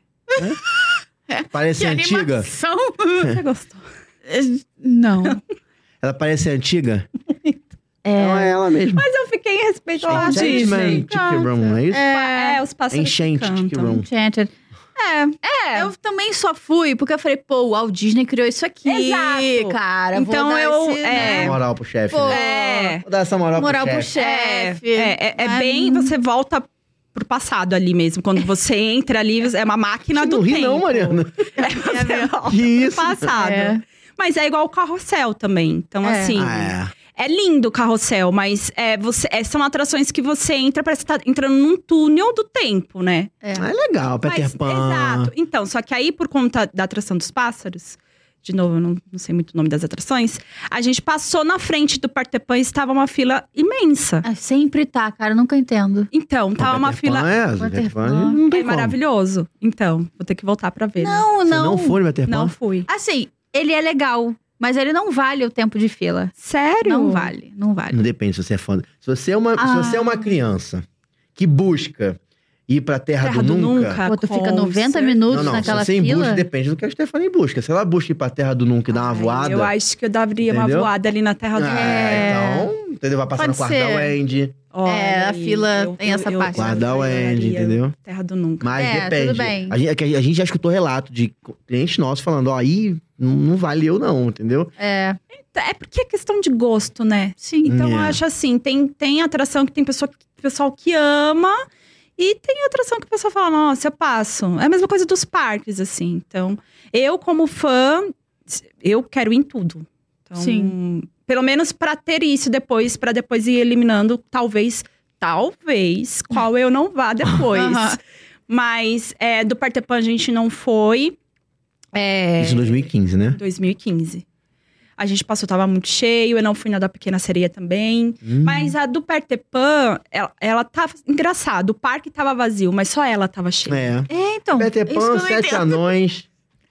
S2: É? Parece
S1: Que
S2: antiga?
S1: animação!
S3: Você gostou?
S1: Não.
S2: Ela parece antiga? Não
S1: É.
S2: é ela mesma.
S3: Mas eu fiquei
S2: Mas
S3: respeitosa.
S2: Enchantment Tiki Room, é isso?
S3: É,
S1: É.
S3: os pássaros
S2: Enchente
S3: cantam.
S2: Tiki Room.
S1: Enchanted. É, eu também só fui porque eu falei, pô, o Walt Disney criou isso aqui.
S3: Exato.
S1: Cara, vou
S3: Então
S1: dar
S3: eu-
S1: esse,
S3: é.
S2: Dá
S1: né,
S2: moral pro chefe.
S1: Pô,
S2: né?
S3: É.
S2: Vou dar essa moral,
S1: moral
S2: pro
S1: pro
S2: chefe.
S1: chefe.
S3: É, é, é
S1: Ai,
S3: bem. Você volta pro passado ali mesmo. Quando você entra ali, é uma máquina
S2: Você
S3: do
S2: não ri
S3: tempo.
S2: não, Mariana.
S3: É, você volta
S2: Que
S3: pro
S2: isso?
S3: passado.
S1: É.
S3: Mas é igual o carrossel também. Então,
S1: É.
S3: assim.
S2: Ah,
S3: É lindo o carrossel, mas é, você, é, são atrações que você entra, parece que tá entrando num túnel do tempo, né?
S2: é. Ah, é legal, Peter
S3: Mas-
S2: Pan.
S3: Exato. Então, só que aí, por conta da atração dos pássaros, de novo, eu não, não sei muito o nome das atrações, a gente passou na frente do Peter Pan e estava uma fila imensa.
S1: Ah, sempre tá, cara, eu nunca entendo.
S3: Então,
S2: Não,
S3: tava uma
S2: Peter Pan
S3: fila.
S2: É,
S1: Peter
S2: Peter Pan
S1: Pan.
S2: não tem
S3: É
S2: como.
S3: maravilhoso. Então, vou ter que voltar pra ver. né?
S1: Não,
S2: Você
S1: não.
S2: não foi no Peter Pan?
S3: Não fui.
S1: Assim, ele é legal, mas ele não vale o tempo de fila.
S3: Sério?
S1: Não vale, não vale.
S2: Não depende se você é fã. Se você é uma,
S1: Ah.
S2: se você é uma criança que busca ir pra terra,
S3: Terra do Nunca.
S1: Pô, tu fica
S3: com
S1: 90
S3: certeza.
S1: minutos
S2: Não, não. Se
S1: naquela
S2: você em busca,
S1: fila.
S2: depende do que a Stephanie busca. Se ela busca ir pra terra do nunca e dar uma
S3: Ai,
S2: voada.
S3: Eu acho que eu daria uma
S2: Entendeu?
S3: voada ali na Terra do
S2: É, então, entendeu? Vai passar
S1: Pode
S2: no quarto da
S1: ser.
S2: Wendy,
S3: Olha
S1: É, a
S3: aí,
S1: fila tem essa parte.
S2: quarto da
S3: adoraria
S2: Wendy, entendeu?
S3: Terra do Nunca.
S2: Mas
S1: É,
S2: depende.
S1: tudo bem.
S2: A gente, é que a gente já escutou relato de cliente nosso falando, ó, aí não, não valeu não, entendeu?
S1: É,
S3: É porque é questão de gosto, né? Sim. Então eu
S2: É.
S3: acho assim, tem, tem atração que tem pessoa, pessoal que ama e tem atração que o pessoal fala, nossa, eu passo. É a mesma coisa dos parques, assim. Então, eu como fã, eu quero ir em tudo. Então,
S1: Sim.
S3: Pelo menos pra ter isso depois, pra depois ir eliminando, talvez, talvez, qual eu não vá depois.
S1: Aham.
S3: Mas é, do Peter Pan a gente não foi. É,
S2: Isso em 2015, né?
S3: 2015. A gente passou, tava muito cheio, eu não fui na da Pequena Sereia também.
S2: Hum.
S3: Mas a do Peter Pan, ela, ela tava. Engraçado, o parque tava vazio, mas só ela tava cheia.
S2: É.
S1: É, então.
S2: Peter
S1: isso que eu
S2: Pan,
S1: não
S2: Sete
S1: entendo.
S2: Anões.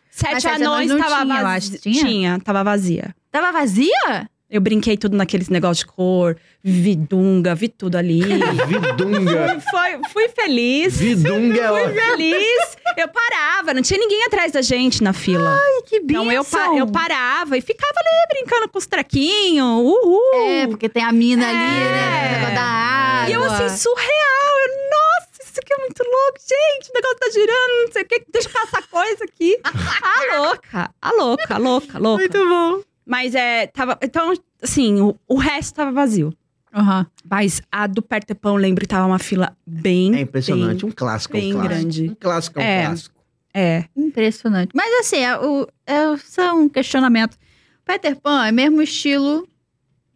S3: Sete
S1: Mas Sete
S3: Anões
S1: Anões não tinha,
S3: tava
S1: eu
S3: vazia.
S1: acho. Tinha?
S3: tava vazia.
S1: Tava vazia?
S3: Eu brinquei tudo naqueles negócios de cor, vi dunga, vi tudo ali.
S2: Vidunga.
S3: Foi, fui feliz.
S2: Vidunga é
S3: Fui
S2: ótimo.
S3: feliz. Eu parava, não tinha ninguém atrás da gente na fila.
S1: Ai, que bênção.
S3: então eu, pa- eu parava e ficava ali brincando com os traquinhos. Uhul!
S1: É, porque tem a mina ali, né?
S3: É.
S1: O negócio da água.
S3: E eu assim, surreal. Eu, nossa, isso aqui é muito louco, gente. O negócio tá girando, não sei o quê. Deixa eu passar coisa aqui. a louca, a louca, a louca, a louca.
S1: bom.
S3: Mas é, tava. Então, assim, o, o resto tava vazio.
S1: Aham.
S3: Mas a do Peter Pan, eu lembro, que tava uma fila bem.
S2: É impressionante. Um clássico é um
S3: Hum, bem
S2: clássico.
S3: grande.
S2: Um clássico é um
S3: É.
S2: clássico.
S3: bem- é.
S1: Impressionante. Mas assim, é, o, é só um questionamento. Peter Pan é mesmo estilo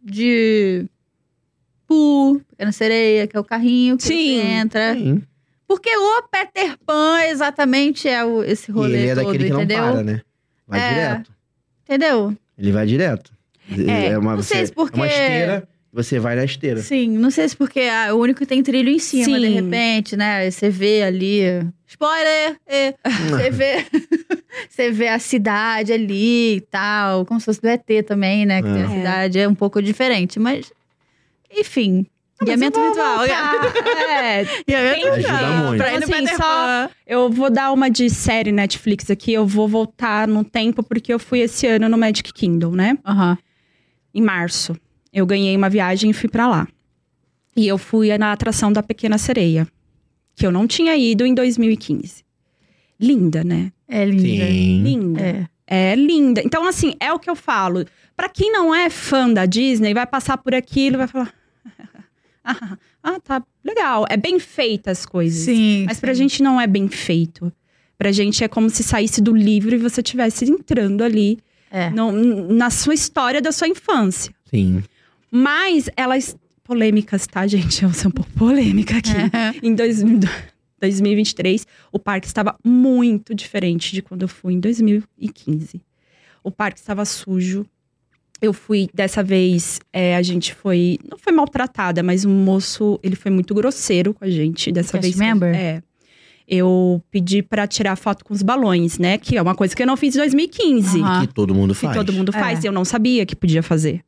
S1: de Pooh, Pequena Sereia, que é o carrinho que
S3: Sim.
S1: você entra.
S2: Sim.
S1: Porque o Peter Pan exatamente é o, esse
S2: E
S1: rolê
S2: ele é
S1: todo,
S2: daquele que não
S1: entendeu?
S2: para, né? Vai
S1: É.
S2: direto.
S1: Entendeu?
S2: Ele vai direto.
S3: É,
S2: uma,
S1: não sei
S2: você-
S1: se porque-
S2: é uma esteira, você vai na esteira.
S1: Sim, não sei se porque ah, é o único que tem trilho em cima, de
S3: Sim.
S1: repente, né? Você vê ali. Spoiler! é, Você vê. Você vê a cidade ali e tal. Como se fosse do ET também, né? Que tem
S2: É.
S1: a cidade, é um pouco diferente, mas. Enfim.
S3: Ah,
S1: Guiamento virtual.
S3: É,
S1: Guiamento
S3: Tem
S2: Ajuda
S3: jeito.
S2: muito.
S3: Pra
S1: Pra
S3: ir
S1: ir
S3: no
S1: no
S3: assim,
S1: Peter
S3: só eu vou dar uma de série Netflix aqui, eu vou voltar no tempo porque eu fui esse ano no Magic Kingdom, né?
S1: Aham.
S3: Em março. Eu ganhei uma viagem e fui pra lá. E eu fui na atração da Pequena Sereia, que eu não tinha ido em 2015. Linda, né?
S1: É linda.
S2: Sim.
S3: Linda.
S1: É.
S3: É linda. Então, assim, é o que eu falo. Pra quem não é fã da Disney, vai passar por aquilo e vai falar. ah, ah, tá legal. É bem feita as coisas.
S1: Sim.
S3: Mas pra gente não é bem feito. Pra gente é como se saísse do livro e você estivesse entrando ali
S1: É.
S3: no- na sua história da sua infância.
S2: Sim.
S3: Mas ela. es- pô, polêmicas, tá, gente? Eu sou um pouco polêmica aqui.
S1: É.
S3: Em dois- 2023, o parque estava muito diferente de quando eu fui em 2015. O parque estava sujo. Eu fui, dessa vez, é, a gente foi. Não foi maltratada, mas o moço, ele foi muito grosseiro com a gente. Dessa
S1: Cast
S3: vez.
S1: member?
S3: É. Eu pedi pra tirar foto com os balões, né? Que é uma coisa que eu não fiz em 2015
S1: Aham.
S2: Que todo mundo
S3: que
S2: faz.
S3: todo mundo
S1: É.
S3: faz. e Eu não sabia que podia fazer.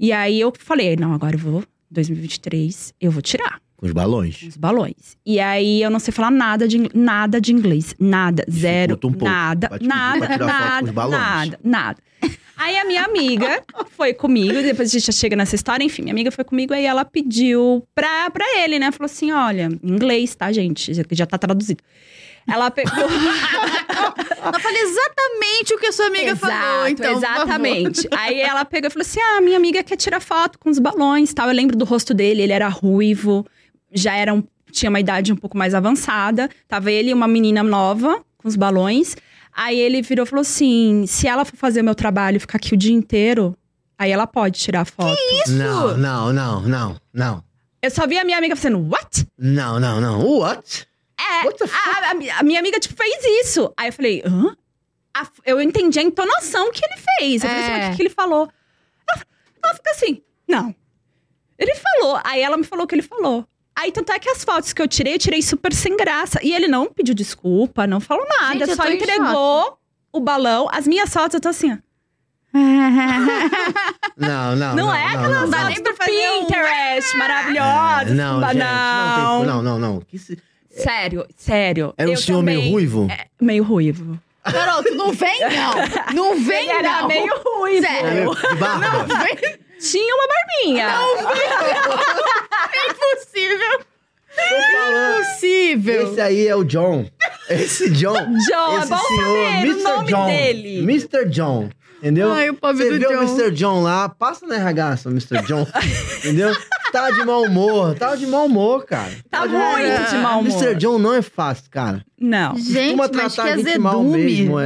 S3: E aí eu falei, não, agora eu vou, 2023, eu vou tirar
S2: Com os balões.
S3: os balões. E aí eu não sei falar nada de, in- nada de inglês, nada, zero,
S2: um pouco.
S3: nada,
S2: Vai te pedir pra
S3: nada,
S2: tirar foto com
S3: nada,
S2: os balões.
S3: nada, nada. Aí a minha amiga foi comigo, depois a gente já chega nessa história, enfim, minha amiga foi comigo, aí ela pediu pra, pra ele, né? Falou assim: olha, em inglês, tá, gente? Já, já tá traduzido. Ela pegou.
S1: Ela fala exatamente o que a sua amiga
S3: Exato,
S1: falou, então. por favor.
S3: Exatamente. Aí ela pegou e falou assim: Ah, minha amiga quer tirar foto com os balões e tal. Eu lembro do rosto dele, ele era ruivo, já era um, tinha uma idade um pouco mais avançada. Tava ele e uma menina nova com os balões. Aí ele virou e falou assim: se ela for fazer meu trabalho e ficar aqui o dia inteiro, aí ela pode tirar foto.
S2: Isso! Não, não, não, não, não.
S3: Eu só vi a minha amiga fazendo, what?
S2: Não, não, não. What?
S3: É,
S2: What the fuck?
S3: a, a- a minha amiga, tipo, fez isso. Aí eu falei, hã? A- eu entendi a entonação que ele fez. Eu falei assim,
S1: É.
S3: mas o que, que ele falou? Ela, ela fica assim, não. Ele falou. Aí ela me falou o que ele falou. Aí tanto é que as fotos que eu tirei, eu tirei super sem graça. E ele não pediu desculpa, não falou nada.
S1: Gente, eu
S3: só
S1: tô em
S3: entregou o balão. As minhas fotos, eu tô assim, ó.
S2: Não, não.
S3: Não, é
S2: não,
S3: aquelas
S2: não.
S3: fotos
S1: nem
S3: do
S1: pra fazer um-
S3: Pinterest tipo,
S2: É, Não,
S3: maravilhosas. com
S2: gente, não,
S3: balão.
S2: tem, não, não, não. Que se-
S3: Sério, sério.
S2: Era um
S3: Eu
S2: senhor meio
S3: também- É,
S2: ruivo?
S3: Meio ruivo.
S1: Carol, tu não vem, não. Não vem,
S3: Ele era
S1: não.
S3: meio ruim.
S1: Sério.
S2: Era meio- de barba?
S3: Tinha uma barbinha.
S1: Impossível.
S2: Tô falando.
S1: Impossível.
S2: Esse aí é o John. Esse John.
S3: John, é
S2: esse
S3: bom saber o nome dele.
S2: Mr. John. Entendeu?
S1: Ai, o pobre
S2: Você
S1: do
S2: vê o
S1: John.
S2: Mr. John lá, passa na RH, seu Mr. John. entendeu? Tá de mau humor. Tá de mau humor, cara.
S3: Tá
S2: de
S3: muito de mau humor.
S2: Mr. John não é fácil, cara.
S3: Não.
S1: Gente,
S2: Costuma
S1: mas que
S2: tratar a gente mal mesmo,
S1: azedume.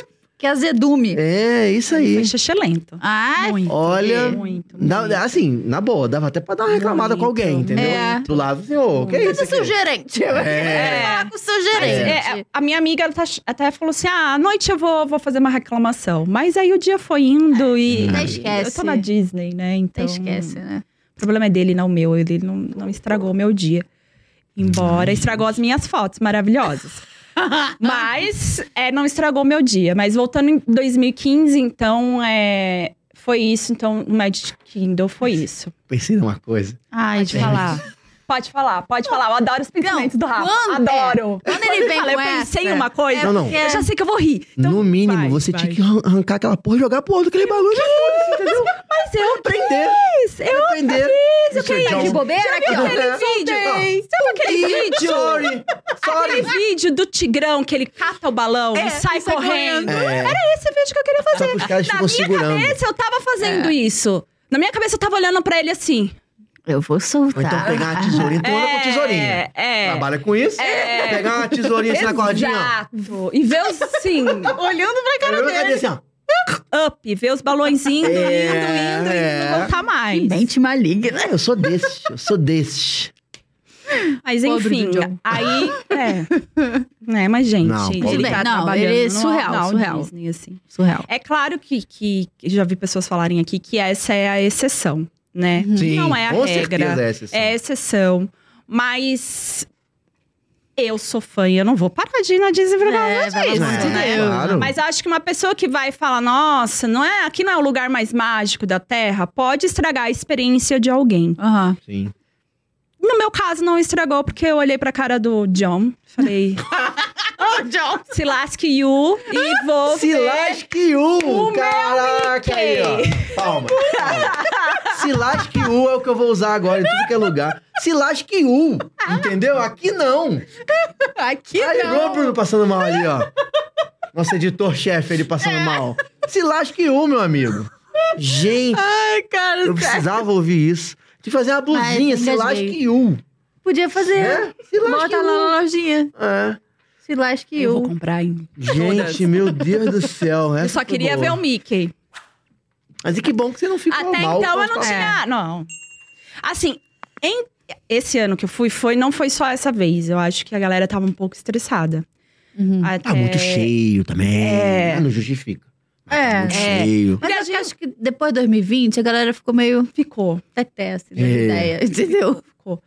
S2: é.
S1: Que azedume.
S2: É, isso aí.
S3: Foi xixelento.
S1: Ai,
S3: Muito.
S2: Olha,
S3: Muito.
S2: Dá-
S3: muito.
S2: assim, na boa, dava até pra dar uma reclamada com alguém, entendeu?
S1: É.
S2: Do lado, assim, ô, que é
S1: cadê
S2: isso?
S1: o seu
S2: aqui? É.
S1: gerente? Eu quero falar com o seu gerente.
S3: É, a minha amiga ela tá- até falou assim: ah, à noite eu vou, vou fazer uma reclamação. Mas aí o dia foi indo e.
S1: Até esquece.
S3: Eu tô na Disney, né? Então.
S1: Até esquece, né?
S3: O problema é dele, não o meu. Ele não, não estragou o meu dia. Embora estragou as minhas fotos maravilhosas. Mas é, não estragou o meu dia. Mas voltando em 2015, então é, foi isso. Então, o Magic Kindle foi isso.
S2: Pensei numa coisa.
S1: Ai,
S3: Pode falar. Pode falar, pode falar. Eu adoro os pensamentos do Rafa.
S1: quando-
S3: adoro.
S1: é, quando ele vem
S3: fala,
S1: com
S3: eu pensei em
S1: essa,
S3: uma coisa,
S2: é Não, não.
S3: eu já sei que eu vou rir. Então,
S2: no mínimo,
S3: vai,
S2: você
S3: vai. é
S2: tinha que arran- arrancar aquela porra e jogar a porra daquele balão e já foda-se, entendeu?
S3: Mas eu
S2: Aprender.
S3: fiz, eu
S2: Aprender.
S3: fiz, eu queria.
S1: Tá
S2: um
S1: de bobeira aqui, ó.
S3: aquele vídeo? Sabe aquele É vídeo?
S2: Sorry.
S3: Aquele
S2: Sorry.
S3: vídeo do Tigrão que ele cata o balão
S1: É,
S3: e sai correndo.
S2: É.
S3: Era esse vídeo que eu queria
S2: Só que os caras ficam
S3: fazer. Na minha
S2: segurando.
S3: cabeça, eu tava fazendo
S1: É.
S3: isso. Na minha cabeça, eu tava olhando pra ele assim.
S1: Eu vou
S2: Ou então
S1: soltar.
S2: pegar uma tesourinha. Tu anda com tesourinha.
S3: É, é.
S2: Trabalha com isso.
S3: É.
S2: Pegar uma tesourinha assim na cordinha. ó.
S3: Exato. E ver os, sim,
S1: Olhando pra
S2: Aí eu cadê assim, ó?
S3: up, ver os balões indo,
S2: É,
S3: indo, indo, e
S2: é.
S3: não voltar mais.
S1: Mente maligna.
S2: Eu sou desse. Eu sou desse.
S3: Mas
S1: Pobre do
S3: enfim,
S1: John.
S3: aí. É. é, mas gente,
S2: Não,
S3: ele
S2: pobre
S3: tá
S1: do John. Não,
S3: trabalhando
S1: ele é
S3: no
S1: surreal,
S3: Walt
S1: surreal.
S3: Disney, assim.
S1: Surreal.
S3: É claro que, que que já vi pessoas falarem aqui que essa é a exceção, né?
S1: Uhum.
S2: Sim,
S3: não é a
S2: com
S3: regra.
S2: certeza é exceção.
S3: É exceção. Mas eu sou fã e eu não vou parar de ir na Disney por causa
S1: É, pelo
S3: disso,
S1: amor de
S3: né?
S1: Deus.
S2: Claro.
S3: Mas eu acho que uma pessoa que vai falar, nossa, não é, aqui não é o lugar mais mágico da Terra, pode estragar a experiência de alguém.
S1: Aham.
S2: Sim.
S3: No meu caso, não estragou, porque eu olhei pra cara do John, falei,
S1: John.
S3: se lasque you e vou
S2: Se
S3: ver."
S2: lasque U!
S3: O
S2: Caraca, aí, ó. Palma. palma. Se lasque U é o que eu vou usar agora em tudo que é lugar. Se lasque U, entendeu? Aqui não.
S1: Aqui
S2: Aí igual o
S1: não.
S2: Bruno passando mal ali, ó. Nosso editor-chefe, ele passando
S3: É.
S2: mal. Se lasque U, meu amigo. Gente,
S3: Ah,
S1: Ai, cara,
S2: eu precisava ouvir isso. De fazer uma blusinha,
S1: Mas
S2: se
S1: engasguei.
S2: lasque U.
S1: Podia fazer.
S2: Né? Se lasque
S1: Bota lá na lojinha.
S2: U. É.
S1: Se lasque um. eu.
S3: comprar ainda.
S2: Gente, meu Deus do céu.
S3: Eu
S2: essa
S3: só
S2: foi
S3: queria
S2: boa.
S3: ver o Mickey.
S2: Mas e que bom que você não ficou
S3: Até
S2: mal.
S3: então
S2: com
S3: eu não
S2: a-
S3: tinha. Não. Assim, em- esse ano que eu fui, foi, não foi só essa vez. Eu acho que a galera tava um pouco estressada.
S1: Uhum.
S3: Até...
S2: Tá muito cheio também.
S3: É.
S2: Ah, Não justifica. Mas
S1: É,
S2: Tá muito
S3: é.
S2: cheio.
S1: Mas eu acho que depois de 2020, a galera ficou meio
S3: Ficou.
S1: teté, assim, da
S2: É.
S1: ideia, entendeu?
S3: Ficou.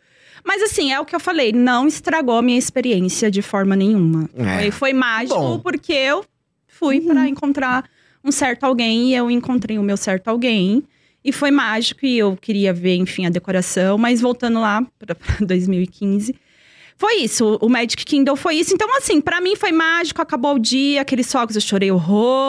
S3: Mas assim, é o que eu falei, não estragou a minha experiência de forma nenhuma.
S2: É.
S3: Foi, foi mágico
S2: Bom. Uhum.
S3: porque eu fui pra encontrar um certo alguém e eu encontrei o meu certo alguém. E foi mágico e eu queria ver, enfim, a decoração. Mas voltando lá pra, pra 2015, foi isso. O Magic Kingdom foi isso. Então, assim, pra mim foi mágico. Acabou o dia, aqueles fogos, eu chorei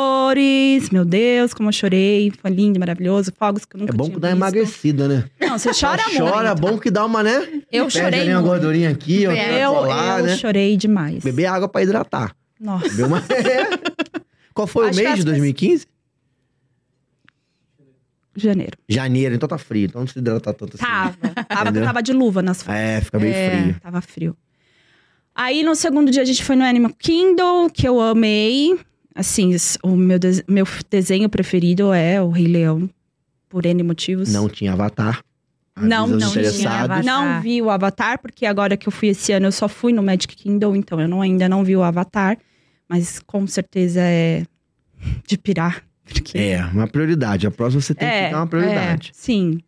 S3: horrores. Meu Deus, como eu chorei. Foi lindo, maravilhoso. Fogos que eu
S2: É
S3: nunca
S2: bom
S3: tinha
S2: que dá uma
S3: visto.
S2: emagrecida, né?
S3: Não, você chora muito.
S2: Chora, é bom que dá uma, né?
S3: Eu
S2: Perde
S3: chorei
S2: ali uma
S3: muito.
S2: gordurinha aqui, ó.
S1: É,
S3: Eu,
S2: colar,
S3: eu
S2: né?
S3: chorei demais.
S2: Beber água pra hidratar.
S3: Nossa.
S2: Beber uma... Qual foi
S3: Acho
S2: o
S3: que
S2: mês
S3: as
S2: de 2015?
S3: Janeiro.
S2: Janeiro, então tá frio. Então não precisa hidratar tanto assim.
S3: Tava. Tava,
S2: Entendeu?
S3: tava de luva nas fotos.
S2: É, fica meio frio.
S3: Tava frio. Aí no segundo dia a gente foi no Animal Kindle, que eu amei. Assim, s- o meu, des- meu f- desenho preferido é o Rei Leão, por N motivos.
S2: Não tinha avatar. Avisa
S3: não,
S2: os
S3: não tinha
S2: interessados.
S1: Avatar.
S3: Não vi o Avatar, porque agora que eu fui esse ano, eu só fui no Magic Kingdom, então eu não, ainda não vi o Avatar. Mas com certeza é de pirar. Porque
S2: É, uma prioridade. A próxima você tem
S3: É,
S2: que dar uma prioridade.
S3: Sim.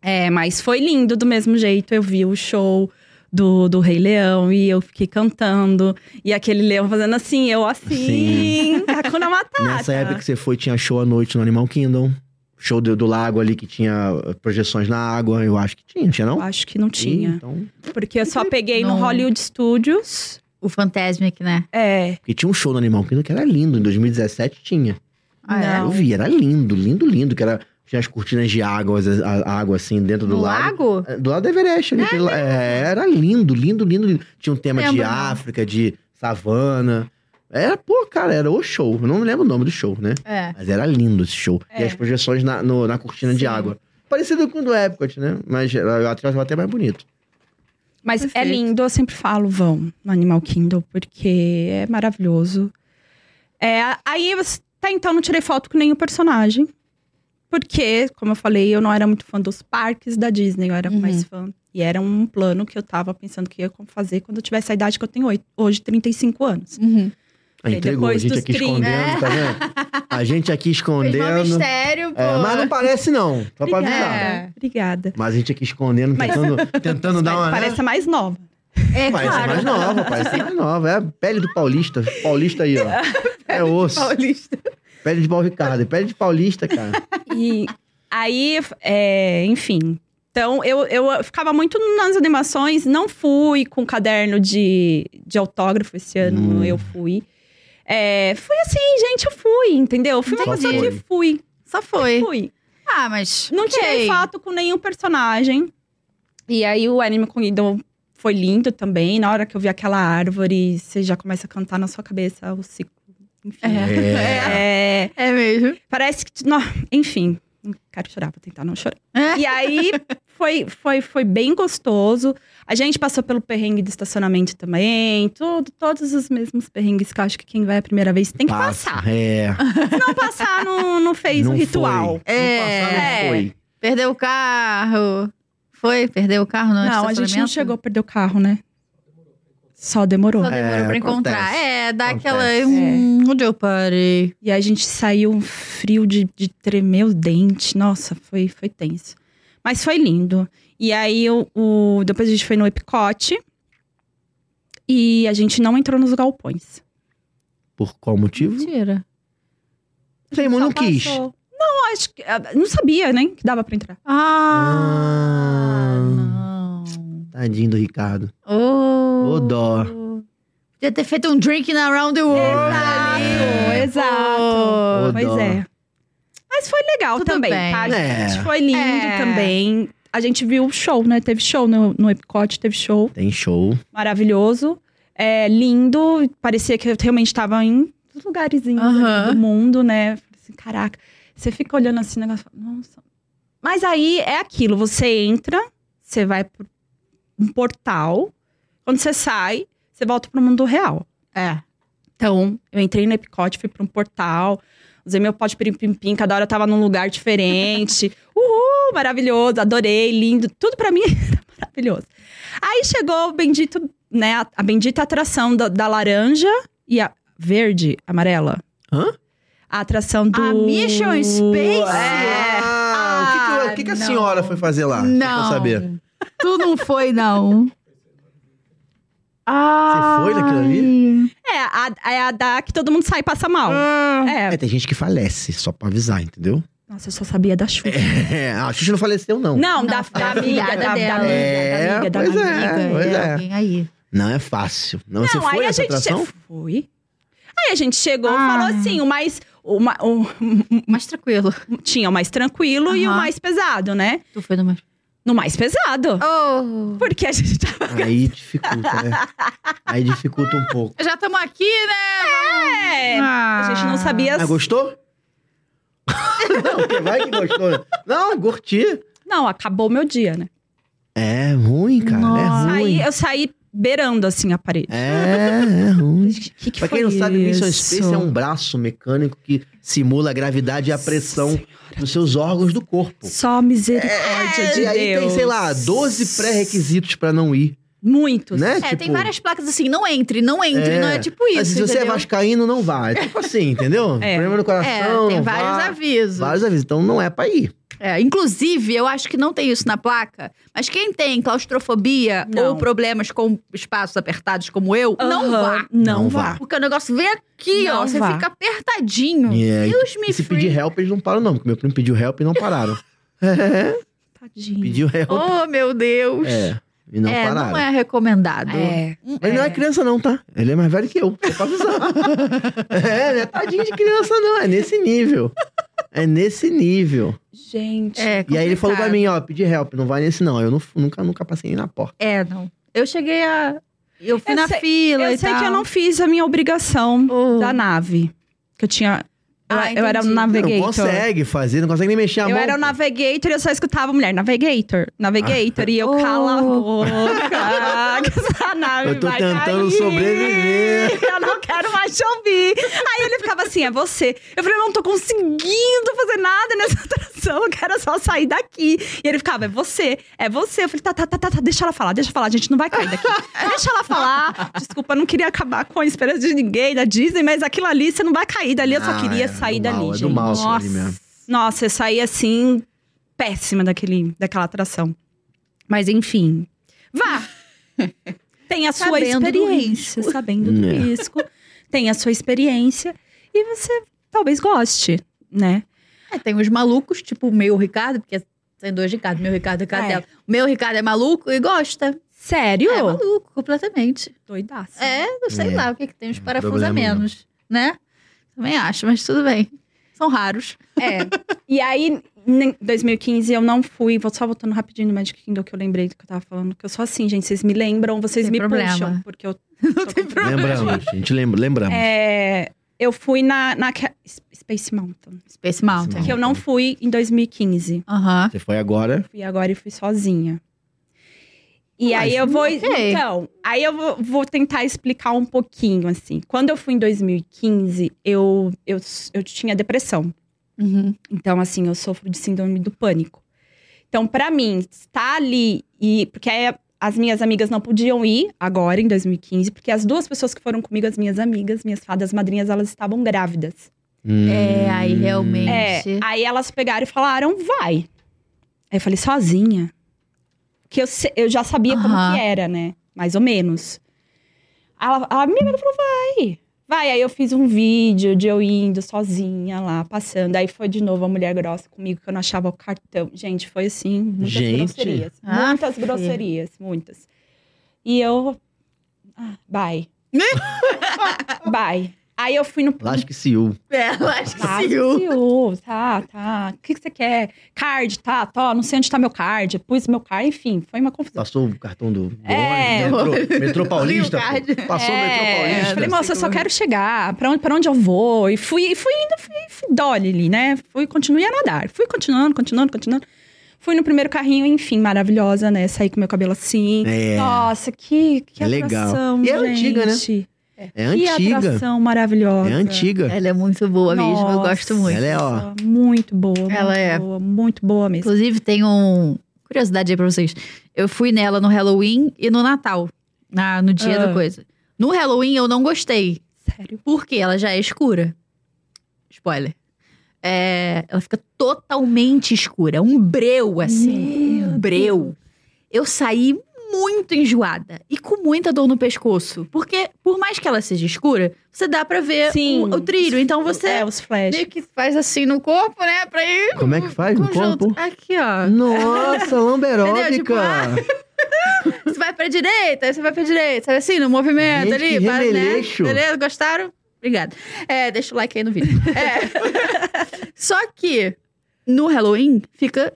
S3: É, mas foi lindo do mesmo jeito. Eu vi o show do, do Rei Leão e eu fiquei cantando. E aquele leão fazendo assim, eu assim, Hakuna Matata.
S2: Nessa época que você foi, tinha show à noite no Animal Kingdom. Show do, do lago ali que tinha eh, projeções na água, eu acho que tinha, tinha
S3: Eu
S2: não?
S3: Acho que não
S2: Ih,
S3: tinha.
S2: Então,
S3: Porque eu só peguei no
S1: Não.
S3: Hollywood Studios.
S1: O Fantasmic, né?
S3: É.
S2: porque tinha um show no Animal Kingdom que era lindo, em 2017 tinha.
S1: Ah, é?
S2: Eu
S3: Não.
S2: vi, era lindo, lindo, lindo, que era tinha as cortinas de água, as- a, a água assim dentro do
S1: No
S2: lago.
S1: lago?
S2: É, Do lado do Everest, ali, aquele lá. É, era lindo, lindo, lindo, lindo. Tinha um tema de
S1: Lembro, não.
S2: África, de savana. Era, pô, cara, era o show. Eu não lembro o nome do show, né?
S1: É.
S2: Mas era lindo esse show. E
S3: É.
S2: as projeções na, no- na cortina de
S3: Sim.
S2: água. Parecido com o do Epcot, né? Mas era- eu acho que era até mais bonito.
S3: Mas é
S1: Perfeito.
S3: lindo, eu sempre falo, vão no Animal Kingdom, porque é maravilhoso. É, aí, eu até então, não tirei foto com nenhum personagem. Porque, como eu falei, eu não era muito fã dos parques da Disney, eu era
S1: Uhum.
S3: mais fã. E era um plano que eu tava pensando que ia fazer quando eu tivesse a idade que eu tenho hoje, hoje 35 anos.
S1: Uhum.
S2: Aí
S3: E
S2: entregou, a
S3: depois
S2: gente
S3: dos
S2: aqui
S3: 30.
S2: escondendo, tá vendo? A gente aqui
S1: Fez mó
S2: escondendo.
S1: mistério, pô.
S2: É, mas não parece, não. Só pra
S3: Obrigada.
S2: avisar.
S1: É.
S3: Obrigada.
S2: Mas a gente aqui escondendo,
S3: Mas-
S2: tentando, tentando dar uma. né?
S3: Parece a mais nova.
S1: É,
S2: Parece
S1: claro.
S2: mais nova, parece mais nova. É a pele do paulista. Paulista aí, ó. É osso.
S3: Paulista.
S2: Pele de Paulo Ricardo. Pele de paulista, cara.
S3: E aí, é, enfim. Então, eu, eu ficava muito nas animações, não fui com caderno de, de autógrafo esse ano,
S2: Hum.
S3: eu fui. É, fui assim, gente, eu fui, entendeu? Eu Fui uma
S2: Entendi.
S3: pessoa que fui,
S1: Só foi.
S3: fui.
S1: Ah, mas.
S3: Não
S1: ok.
S3: tirei foto com nenhum personagem. E aí, o Anime Kingdom foi lindo também. Na hora que eu vi aquela árvore, você já começa a cantar na sua cabeça o ciclo. Enfim.
S2: É.
S3: É.
S1: É mesmo.
S3: Parece que. nó, enfim, não quero chorar, vou tentar não chorar.
S1: É.
S3: E aí foi, foi, foi bem gostoso. A gente passou pelo perrengue do estacionamento também. Tudo, todos os mesmos perrengues que eu acho que quem vai a primeira vez tem que passar.
S2: É.
S3: Não passar, não, não fez
S2: não
S3: o
S2: foi.
S3: ritual.
S1: É.
S2: Não passar, não
S3: É.
S2: foi.
S1: Perdeu o carro. Foi? Perdeu o carro no
S3: Não, a gente não
S1: estacionamento?
S3: chegou a perder o carro, né? Só demorou.
S1: Só demorou
S2: É,
S1: pra encontrar.
S2: acontece.
S1: É, dá
S2: Acontece.
S1: aquela. Hum, onde eu parei?
S3: E a gente saiu um frio de, de tremer o dente. Nossa, foi, foi tenso. Mas foi lindo. E aí, o, o- depois a gente foi no Epicote. E a gente não entrou nos galpões.
S2: Por qual motivo?
S1: Mentira.
S2: Seymour
S3: Só
S2: não quis.
S3: passou. Não, acho que. ah, Não sabia, né? Que dava pra entrar.
S1: Ah!
S2: Ah.
S1: Não.
S2: Tadinho do Ricardo.
S1: Ô.
S2: Ô, dó.
S1: Oh. Podia ter feito um drink na Round the World. ali.
S3: exato.
S2: Ô,
S3: pois
S2: dó.
S3: é. Mas foi legal
S1: Tudo
S3: também,
S1: bem.
S3: tá, gente?
S2: É.
S3: Foi lindo
S1: É.
S3: também. A gente viu o show, né? Teve show no, no Epicote, teve show.
S2: Tem show.
S3: maravilhoso, é, lindo. Parecia que eu realmente estava em uns lugarzinhos ali
S1: Aham.
S3: do mundo, né? Falei assim, caraca, você fica olhando assim, o negócio, fala, nossa. Mas aí é aquilo, você entra, você vai por um portal, quando você sai, você volta pro mundo real.
S1: É.
S3: Então, eu entrei no Epicote, fui pra um portal, usei meu pote pirim-pim-pim, cada hora eu tava num lugar diferente. Uhul! uh, maravilhoso, adorei, lindo. Tudo pra mim era maravilhoso. Aí chegou o bendito, né? A, a bendita atração da, da laranja e a verde, amarela.
S2: Hã?
S3: A atração do.
S1: A Mission Space?
S3: É.
S2: Ah, o que, que, o que que a
S1: Ah, não.
S2: senhora foi fazer lá? Só
S1: Não.
S2: Pra saber.
S1: Tu não foi, não. Ah.
S2: foi naquilo ali?
S3: É, a, é a da que todo mundo sai e passa mal.
S2: É.
S1: Ah.
S3: É.
S2: tem gente que falece, só pra avisar, entendeu?
S3: Nossa, eu só sabia da chuva.
S2: É, a Xuxa não faleceu, não.
S3: Não, da,
S1: Nossa,
S3: da
S1: da
S3: amiga, da,
S1: filhada
S3: da
S1: dela.
S3: amiga,
S2: É,
S3: da amiga, da
S2: pois é.
S3: amiga.
S2: Pois é.
S1: alguém aí.
S2: Não é fácil. Não, você foi nessa atração?
S3: che- foi. Aí a gente chegou e
S1: Ah.
S3: falou assim, o mais... O, ma- o-
S1: Mais tranquilo.
S3: tinha o mais tranquilo e o
S1: Aham.
S3: mais pesado, né?
S1: Tu foi no mais.
S3: No mais pesado.
S1: Oh!
S3: Porque a gente tava...
S2: Aí dificulta, né? Aí dificulta um pouco.
S1: Já estamos aqui, né?
S3: É, a gente não sabia...
S2: Ah, gostou? não, porque vai que gostou. né? Não, curti.
S3: Não, acabou meu dia, né?
S2: É ruim, cara.
S1: Nossa,
S2: É ruim.
S3: Aí eu saí beirando, assim, a parede.
S2: É, é ruim.
S3: O que, que
S2: pra
S3: foi
S2: quem não sabe, Mission
S3: isso?
S2: Space é um braço mecânico que simula a gravidade e a pressão dos seus órgãos do corpo.
S3: Só misericórdia de
S2: e é, aí
S3: Deus.
S2: tem, sei lá, 12 pré-requisitos pra não ir,
S3: Muitos.
S2: né?
S1: É, tem várias placas assim, não entre, não entre,
S2: É.
S1: não é tipo
S2: Mas
S1: isso.
S2: se você é
S1: entendeu?
S2: vascaíno, não vai. É tipo assim, entendeu?
S3: É.
S2: Problema no coração,
S1: É, tem
S2: não
S1: vários
S2: vá.
S1: avisos.
S2: Vários avisos. Então não é pra ir.
S1: É, inclusive, eu acho que não tem isso na placa, mas quem tem claustrofobia
S3: Não.
S1: ou problemas com espaços apertados como eu, não
S3: Aham,
S1: vá.
S3: Não,
S2: Não
S3: vá.
S2: vá.
S1: Porque o negócio vem aqui,
S3: Não
S1: ó. Você
S3: vá.
S1: fica apertadinho.
S2: E aí,
S1: Deus me
S2: E se pedir help, eles não param, não. Porque meu primo pediu help e não pararam. É,
S3: Tadinho.
S2: pediu help.
S1: Oh, meu Deus.
S2: É. E não
S1: É,
S2: pararam.
S1: não é recomendado. Hum,
S3: É.
S2: Mas não é criança, não, tá? Ele é mais velho que eu. Só pra avisar. é, não é tadinho de criança, não. É nesse nível. É nesse nível.
S3: Gente.
S1: É
S2: E aí ele falou pra
S1: complicado.
S2: mim, ó, pedir help, não vai nesse não. Eu não- nunca, nunca passei nem na porta.
S1: É, não. Eu cheguei a. Eu fui
S3: Eu
S1: na
S3: sei-
S1: fila
S3: Eu
S1: e
S3: sei
S1: tal.
S3: que eu não fiz a minha obrigação
S1: Oh.
S3: da nave. Que eu tinha. Eu,
S1: Ah,
S3: eu era um
S1: entendi.
S2: Você
S3: navigator.
S2: Não é consegue fazer, não consegue nem mexer a
S3: Eu
S2: mão.
S3: era o navigator e eu só escutava a mulher, navigator, navigator. E eu
S1: Oh.
S3: cala a boca, que essa nave
S2: Ah. Eu tô
S3: vai
S2: tentando
S3: cair.
S2: sobreviver.
S3: Eu não quero mais te ouvir. Aí ele ficava assim, é você. Eu falei, eu não tô conseguindo fazer nada nessa atração, eu quero só sair daqui. E ele ficava, é você, é você. Eu falei, tá, tá, tá, tá, tá, deixa ela falar, deixa eu falar, a gente não vai cair daqui. deixa ela falar. Desculpa, eu não queria acabar com a esperança de ninguém, da Disney, mas aquilo ali, você não vai cair dali, eu só
S2: Ah,
S3: queria
S2: é,
S3: sair
S2: do
S3: dali,
S2: mal, é do
S3: gente.
S2: mal isso
S3: Nossa.
S2: ali mesmo.
S3: Nossa, eu saí assim, péssima daquele, daquela atração. Mas enfim, vá! Tem a sua
S1: Sabendo do
S3: experiência,
S1: risco.
S3: sabendo do
S2: É.
S3: risco. Tem a sua experiência e você talvez goste, né?
S1: É, tem uns malucos, tipo o meu Ricardo, porque tem dois Ricardo, meu Ricardo e o Ricardo
S3: É.
S1: dela. O meu Ricardo é maluco e gosta.
S3: Sério?
S1: É maluco, completamente.
S3: Doidaça.
S1: É, não sei
S2: É.
S1: lá o que, que tem uns parafusos
S2: problema
S1: a menos, né? Também acho, mas tudo bem. São raros.
S3: É. E aí, em 2015, eu não fui. Vou só voltando rapidinho no Magic Kingdom, que eu lembrei do que eu tava falando. Que eu sou assim, gente. Vocês me lembram, vocês
S1: Tem
S3: me
S1: problema.
S3: puxam. Porque eu. tô com-
S1: tem problema.
S2: Lembramos, a gente lembra, lembramos.
S3: É, eu fui na, na ca- Space Mountain.
S1: Space Mountain.
S3: Que eu não fui em 2015.
S1: Aham.
S2: Você foi agora.
S3: Fui agora e fui sozinha. E
S1: Mas,
S3: aí eu vou.
S1: ok.
S3: Então, aí eu vou, vou tentar explicar um pouquinho, assim. Quando eu fui em 2015, eu, eu, s- eu tinha depressão.
S1: Uhum.
S3: Então, assim, eu sofro de síndrome do pânico. Então, pra mim, estar ali e. Porque aí as minhas amigas não podiam ir agora, em 2015, porque as duas pessoas que foram comigo, as minhas amigas, minhas fadas madrinhas, elas estavam grávidas.
S1: É, aí
S2: Hum.
S1: realmente.
S3: É,
S1: Gente.
S3: aí elas pegaram e falaram, vai. Aí eu falei, sozinha. Que eu, se- eu já sabia como
S1: Aham.
S3: que era, né? Mais ou menos. Ela, a minha amiga falou, vai. Vai, aí eu fiz um vídeo de eu indo sozinha lá, passando. Aí foi de novo a mulher grossa comigo, que eu não achava o cartão. Gente, foi assim, muitas
S2: Gente.
S3: grosserias.
S1: Ah,
S3: Muitas
S1: filha.
S3: grosserias, muitas. E eu... Ah, bye. bye. Aí eu fui no
S2: Lasque Siu.
S1: É, eu acho que
S3: Tá,
S1: sim.
S3: CEO, tá, tá. O que, que você quer? Card, tá, tá. Não sei onde tá meu card. Pus meu card, enfim, foi uma confusão.
S2: Passou o cartão do do
S3: É.
S2: ônibus, Tá né? metrô, metrô paulista.
S1: Rio
S2: pô. Passou o metrô
S3: É,
S2: paulista.
S3: eu falei, moça, eu só
S1: Seguro.
S3: quero chegar. Pra onde, pra onde eu vou? E fui, e fui indo, fui, fui dole ali, né? Fui, continuei a nadar. Fui continuando, continuando, continuando. Fui no primeiro carrinho, enfim, maravilhosa, né? Saí com meu cabelo assim.
S2: É.
S3: Nossa, que, que
S2: É legal.
S3: atração,
S2: E é antiga, né?
S3: gente.
S2: É
S3: Que
S2: antiga.
S3: atração maravilhosa.
S2: É antiga.
S1: Ela é muito boa mesmo, eu
S3: Nossa,
S1: gosto muito.
S2: Ela é, ó.
S3: Muito boa.
S1: Ela
S3: muito
S1: é.
S3: Boa, muito boa mesmo.
S1: Inclusive, tem um. Curiosidade aí pra vocês. Eu fui nela no Halloween e no Natal, na, no dia
S3: Ah.
S1: da coisa. No Halloween eu não gostei,
S3: Sério.
S1: porque ela já é escura. Spoiler. É, ela fica totalmente escura, um breu assim, um breu. Eu saí muito enjoada e com muita dor no pescoço, porque por mais que ela seja escura, você dá pra ver
S3: Sim.
S1: É, o, o trilho, então você
S3: É, os flashes.
S1: meio que faz assim no corpo, né, pra ir
S2: Como é que faz no
S1: conjunto.
S2: corpo?
S1: Aqui, ó.
S2: Nossa, lamberóbica.
S1: Entendeu? Tipo, ah, Você vai pra direita, aí você vai pra direita. Sabe assim, no movimento
S2: Gente,
S1: ali.
S2: que
S1: para, né?
S2: remeleixo.
S1: Beleza? Gostaram? Obrigada. É, deixa o like aí no vídeo. É. Só que no Halloween fica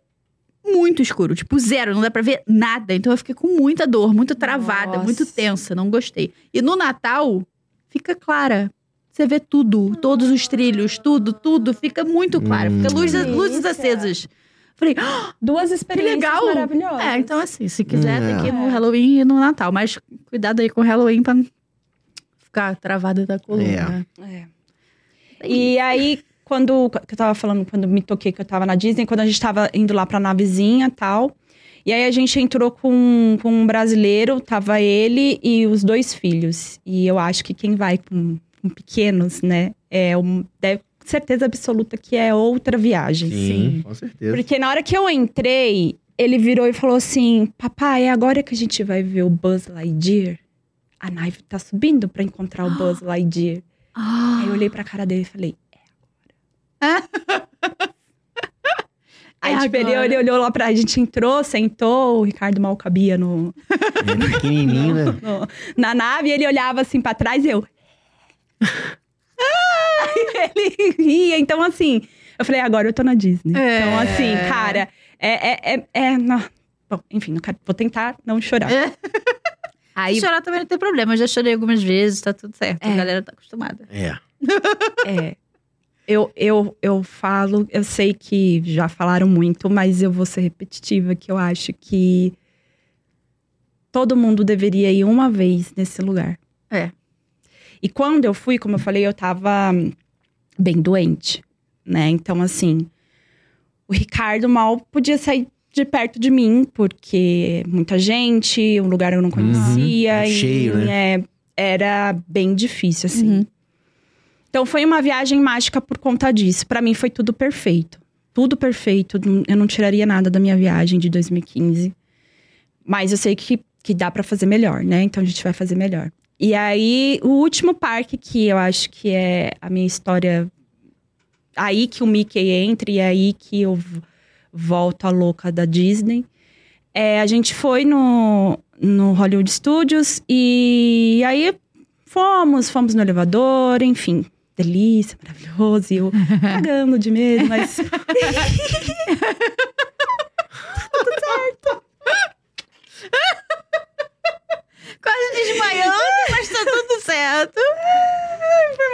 S1: muito escuro. Tipo, zero. Não dá pra ver nada. Então eu fiquei com muita dor, muito travada,
S3: Nossa.
S1: muito tensa. Não gostei. E no Natal, fica clara. Você vê tudo, todos os trilhos, tudo, tudo. Fica muito claro. Fica luz,
S3: Hum.
S1: luzes
S3: Delícia.
S1: acesas. Falei, "Ah,
S3: Duas experiências
S1: legal!
S3: maravilhosas.
S1: é, então assim, se quiser,
S2: É.
S1: tem que ir no Halloween e no Natal. Mas cuidado aí com o Halloween pra não ficar travada da coluna.
S3: É. E aí, quando que eu tava falando, quando me toquei que eu tava na Disney, quando a gente tava indo lá pra navezinha e tal. E aí a gente entrou com, com um brasileiro, tava ele e os dois filhos. E eu acho que quem vai com, com pequenos, né, é um, deve, certeza absoluta que é outra viagem.
S2: Sim, com certeza.
S3: Porque na hora que eu entrei, ele virou e falou assim: Papai, é agora que a gente vai ver o Buzz Lightyear? A nave tá subindo pra encontrar o Buzz Lightyear.
S1: Ah,
S3: Aí eu olhei pra cara dele e falei, é agora. Aí,
S1: É
S3: tipo, ele,
S1: agora.
S3: ele olhou lá pra. A gente entrou, sentou, o Ricardo mal cabia no,
S2: É pequenininho, né?
S3: no- na nave, e ele olhava assim pra trás e eu. Aí ele ria. Então, assim, eu falei, agora eu tô na Disney.
S1: É.
S3: Então, assim, cara, é. é, é, é- não. Bom, enfim, não quero- vou tentar não chorar.
S1: É.
S3: Aí.
S1: Chorar também não tem problema. Eu já chorei algumas vezes, tá tudo certo. A galera tá acostumada.
S2: É.
S3: É. Eu, eu, eu falo, eu sei que já falaram muito, mas eu vou ser repetitiva, que eu acho que todo mundo deveria ir uma vez nesse lugar.
S1: É.
S3: E quando eu fui, como eu falei, eu tava hum, bem doente, né? Então, assim, o Ricardo mal podia sair de perto de mim, porque muita gente, um lugar eu não conhecia.
S2: Uhum.
S3: e,
S2: Cheio,
S3: é, era bem difícil, assim.
S1: Uhum.
S3: Então foi uma viagem mágica por conta disso. Pra mim foi tudo perfeito. Tudo perfeito. Eu não tiraria nada da minha viagem de 2015. Mas eu sei que, que dá pra fazer melhor, né? Então a gente vai fazer melhor. E aí, o último parque que eu acho que é a minha história. Aí que o Mickey entra e é aí que eu v- volto a louca da Disney. É, a gente foi no, no Hollywood Studios e aí fomos, fomos no elevador, enfim. Delícia, maravilhoso. E eu cagando de medo, mas
S1: Quase desmaiando, mas tá tudo certo.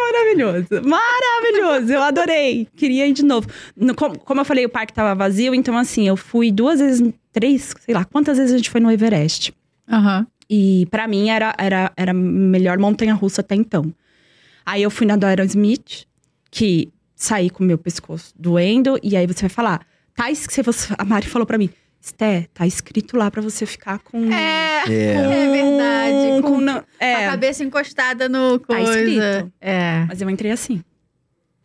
S3: Maravilhoso, maravilhoso, eu adorei. Queria ir de novo. No- com- como eu falei, o parque tava vazio, então assim, eu fui duas vezes, três, sei lá, quantas vezes a gente foi no Everest.
S1: Aham.
S3: E pra mim era, era, era a melhor montanha russa até então. Aí eu fui na do Aerosmith, que saí com o meu pescoço doendo, e aí você vai falar, tá, es- se você, a Mari falou pra mim, Sté, tá escrito lá pra você ficar com.
S1: É,
S2: É.
S1: é verdade. Com,
S3: não-
S1: a
S3: é,
S1: cabeça encostada no
S3: Tá
S1: coisa.
S3: escrito.
S1: É.
S3: mas eu entrei assim,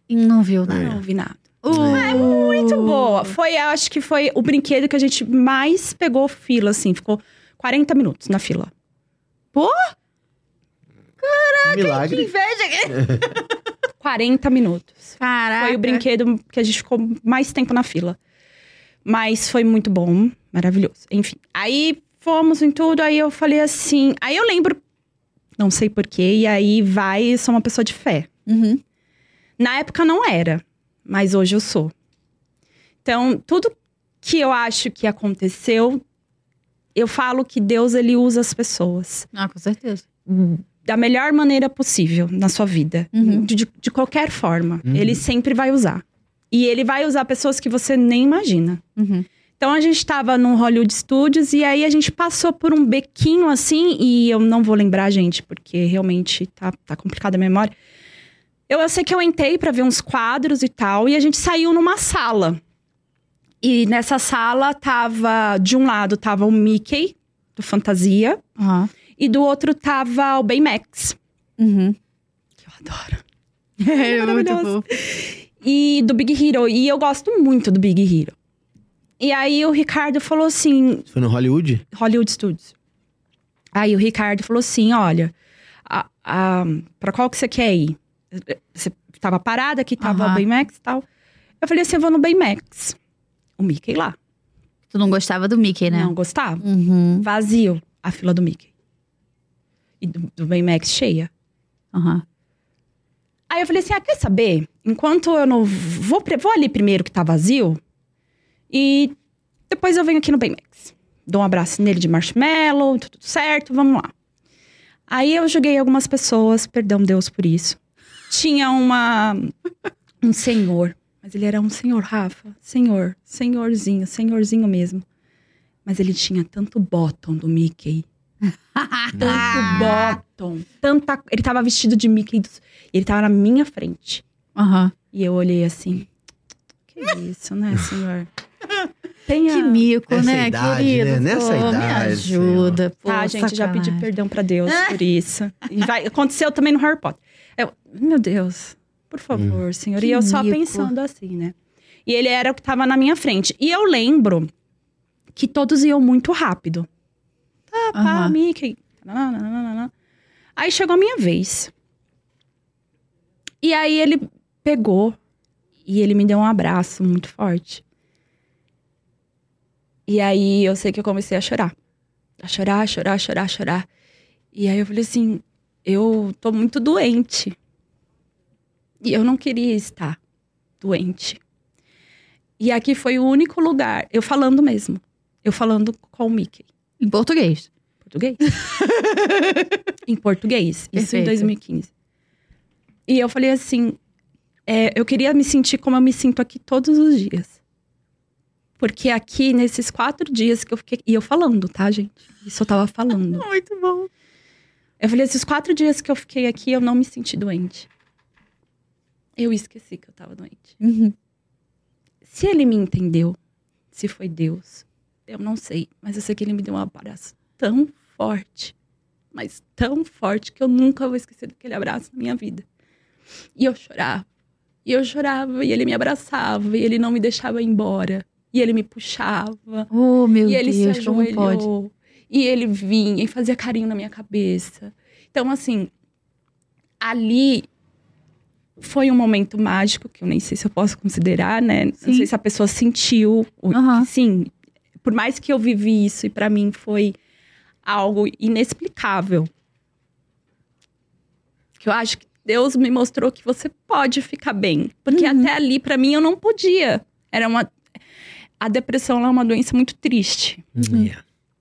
S1: E não viu né?
S2: É.
S3: não vi nada.
S1: É muito
S3: Muito boa. Foi, eu acho que foi o brinquedo que a gente mais pegou fila, assim. Ficou 40 minutos na fila.
S1: Que
S2: um Milagre.
S1: inveja.
S3: 40 minutos.
S1: Caraca.
S3: Foi o brinquedo que a gente ficou mais tempo na fila. Mas foi muito bom, maravilhoso. Enfim, aí fomos em tudo, aí eu falei assim. Aí eu lembro, não sei porquê, e aí vai, eu sou uma pessoa de fé.
S1: Uhum.
S3: Na época não era, mas hoje eu sou. Então, tudo que eu acho que aconteceu, eu falo que Deus ele usa as pessoas
S1: Ah, com certeza.
S3: da melhor maneira possível na sua vida,
S1: Uhum.
S3: de, de- de qualquer forma.
S2: Uhum.
S3: Ele sempre vai usar. E ele vai usar pessoas que você nem imagina.
S1: Uhum.
S3: Então a gente tava num Hollywood Studios e aí a gente passou por um bequinho assim, e eu não vou lembrar, gente, porque realmente tá, tá complicada a memória. Eu, eu sei que eu entrei pra ver uns quadros e tal, e a gente saiu numa sala. E nessa sala tava, de um lado tava o Mickey, do Fantasia,
S1: Aham.
S3: e do outro tava o Baymax,
S1: Uhum.
S3: que eu adoro.
S1: É, muito
S3: Maravilhoso.
S1: bom.
S3: e do Big Hero. E eu gosto muito do Big Hero. E aí o Ricardo falou assim,
S2: Foi no Hollywood?
S3: Hollywood Studios. Aí o Ricardo falou assim, olha, a, a- pra qual que você quer ir? Você tava parada, que tava
S1: Aham.
S3: o Baymax e tal. Eu falei assim, eu vou no Baymax. O Mickey lá.
S1: Tu não gostava do Mickey, né?
S3: Não gostava.
S1: Uhum.
S3: Vazio a fila do Mickey. E do, do Baymax cheia.
S1: Aham.
S3: Aí eu falei assim: ah, quer saber? Enquanto eu não. Vou, pre- vou ali primeiro que tá vazio. E depois eu venho aqui no Baymax. Dou um abraço nele de marshmallow, tá tudo certo, vamos lá. Aí eu joguei algumas pessoas, perdão Deus por isso. Tinha uma. Um senhor. Mas ele era um senhor, Rafa. Senhor. Senhorzinho, senhorzinho mesmo. Mas ele tinha tanto bottom do Mickey. Tanto
S1: Ah.
S3: bottom. Tanta. Ele tava vestido de Mickey. dos- Ele tava na minha frente.
S1: Aham.
S3: E eu olhei assim. Que isso, né, senhor? Tenha...
S1: Que mico,
S2: Essa
S1: né,
S2: idade,
S1: querido?
S2: né? Nessa
S1: Pô,
S2: idade,
S1: Me ajuda, pô.
S3: Tá, gente, já pedi
S1: sacanagem.
S3: perdão pra Deus por isso. E vai- aconteceu também no Harry Potter. Eu, meu Deus, por favor, senhor.
S1: Que
S3: e eu só
S1: mico.
S3: pensando assim, né? E ele era o que tava na minha frente. E eu lembro que todos iam muito rápido. Tá, pá,
S1: Aham.
S3: Mickey. nananana. Aí chegou a minha vez. E aí ele pegou e ele me deu um abraço muito forte. E aí eu sei que eu comecei a chorar. A chorar, a chorar, a chorar, a chorar. E aí eu falei assim, eu tô muito doente. E eu não queria estar doente. E aqui foi o único lugar, eu falando mesmo. Eu falando com o Mickey,
S1: Em português.
S3: em português. em português, isso em
S1: Perfeito.
S3: 2015. E eu falei assim, é, eu queria me sentir como eu me sinto aqui todos os dias. Porque aqui, nesses quatro dias que eu fiquei... E eu falando, tá, gente? Isso eu tava falando.
S1: Muito bom.
S3: Eu falei, esses quatro dias que eu fiquei aqui, eu não me senti doente. Eu esqueci que eu tava doente.
S1: Uhum.
S3: Se ele me entendeu, se foi Deus, eu não sei. Mas eu sei que ele me deu um abraço tão forte, mas tão forte, que eu nunca vou esquecer daquele abraço na minha vida. E eu chorava. E eu chorava, e ele me abraçava, e ele não me deixava ir embora. E ele me puxava
S1: Oh, meu
S3: e ele
S1: Deus,
S3: se
S1: como pode?
S3: ajoelhou. E ele vinha e fazia carinho na minha cabeça. Então, assim, ali foi um momento mágico, que eu nem sei se eu posso considerar, né? Não
S1: Sim.
S3: sei se a pessoa sentiu. o-
S1: Aham.
S3: Sim, por mais que eu vivi isso, e pra mim foi algo inexplicável. Que eu acho que Deus me mostrou que você pode ficar bem. Porque
S1: Uhum.
S3: até ali, pra mim, eu não podia. Era uma... A depressão ela é uma doença muito triste.
S2: Uhum.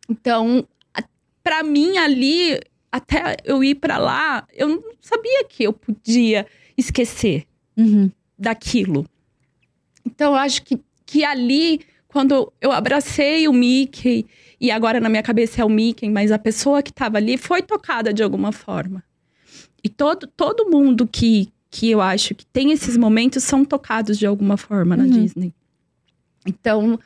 S3: Então, a- pra mim ali, até eu ir pra lá, eu não sabia que eu podia esquecer
S1: Uhum.
S3: daquilo. Então, eu acho que, que ali, quando eu abracei o Mickey, e agora na minha cabeça é o Mickey, mas a pessoa que tava ali foi tocada de alguma forma. E todo, todo mundo que, que eu acho que tem esses momentos são tocados de alguma forma na
S1: Uhum.
S3: Disney. Então,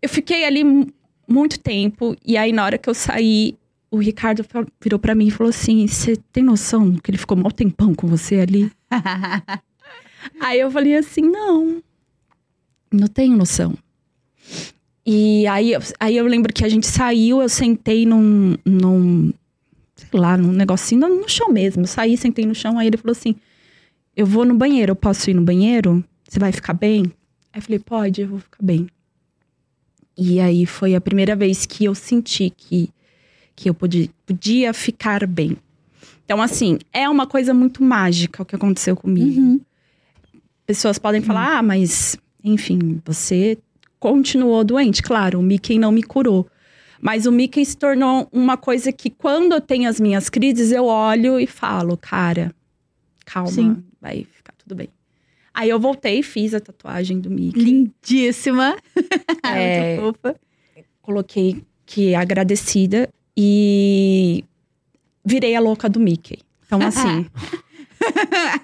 S3: eu fiquei ali mu- muito tempo, e aí na hora que eu saí, o Ricardo fa- virou pra mim e falou assim: Você tem noção que ele ficou mal tempão com você ali? Aí eu falei assim, não. Não tenho noção. E aí, eu- aí eu lembro que a gente saiu, eu sentei num, num sei lá, num negocinho, no, no chão mesmo. Eu saí, sentei no chão, aí ele falou assim, eu vou no banheiro, eu posso ir no banheiro? Você vai ficar bem? Aí eu falei, pode, eu vou ficar bem. E aí foi a primeira vez que eu senti que, que eu podia, podia ficar bem. Então, assim, é uma coisa muito mágica o que aconteceu comigo
S1: Uhum.
S3: pessoas podem falar, ah, mas, enfim, você continuou doente. Claro, o Mickey não me curou. Mas o Mickey se tornou uma coisa que, quando eu tenho as minhas crises, eu olho e falo, cara, calma,
S1: Sim.
S3: vai ficar tudo bem. Aí eu voltei e fiz a tatuagem do Mickey.
S1: Lindíssima.
S3: É.
S1: Muito fofa.
S3: Coloquei que agradecida e virei a louca do Mickey. Então, assim.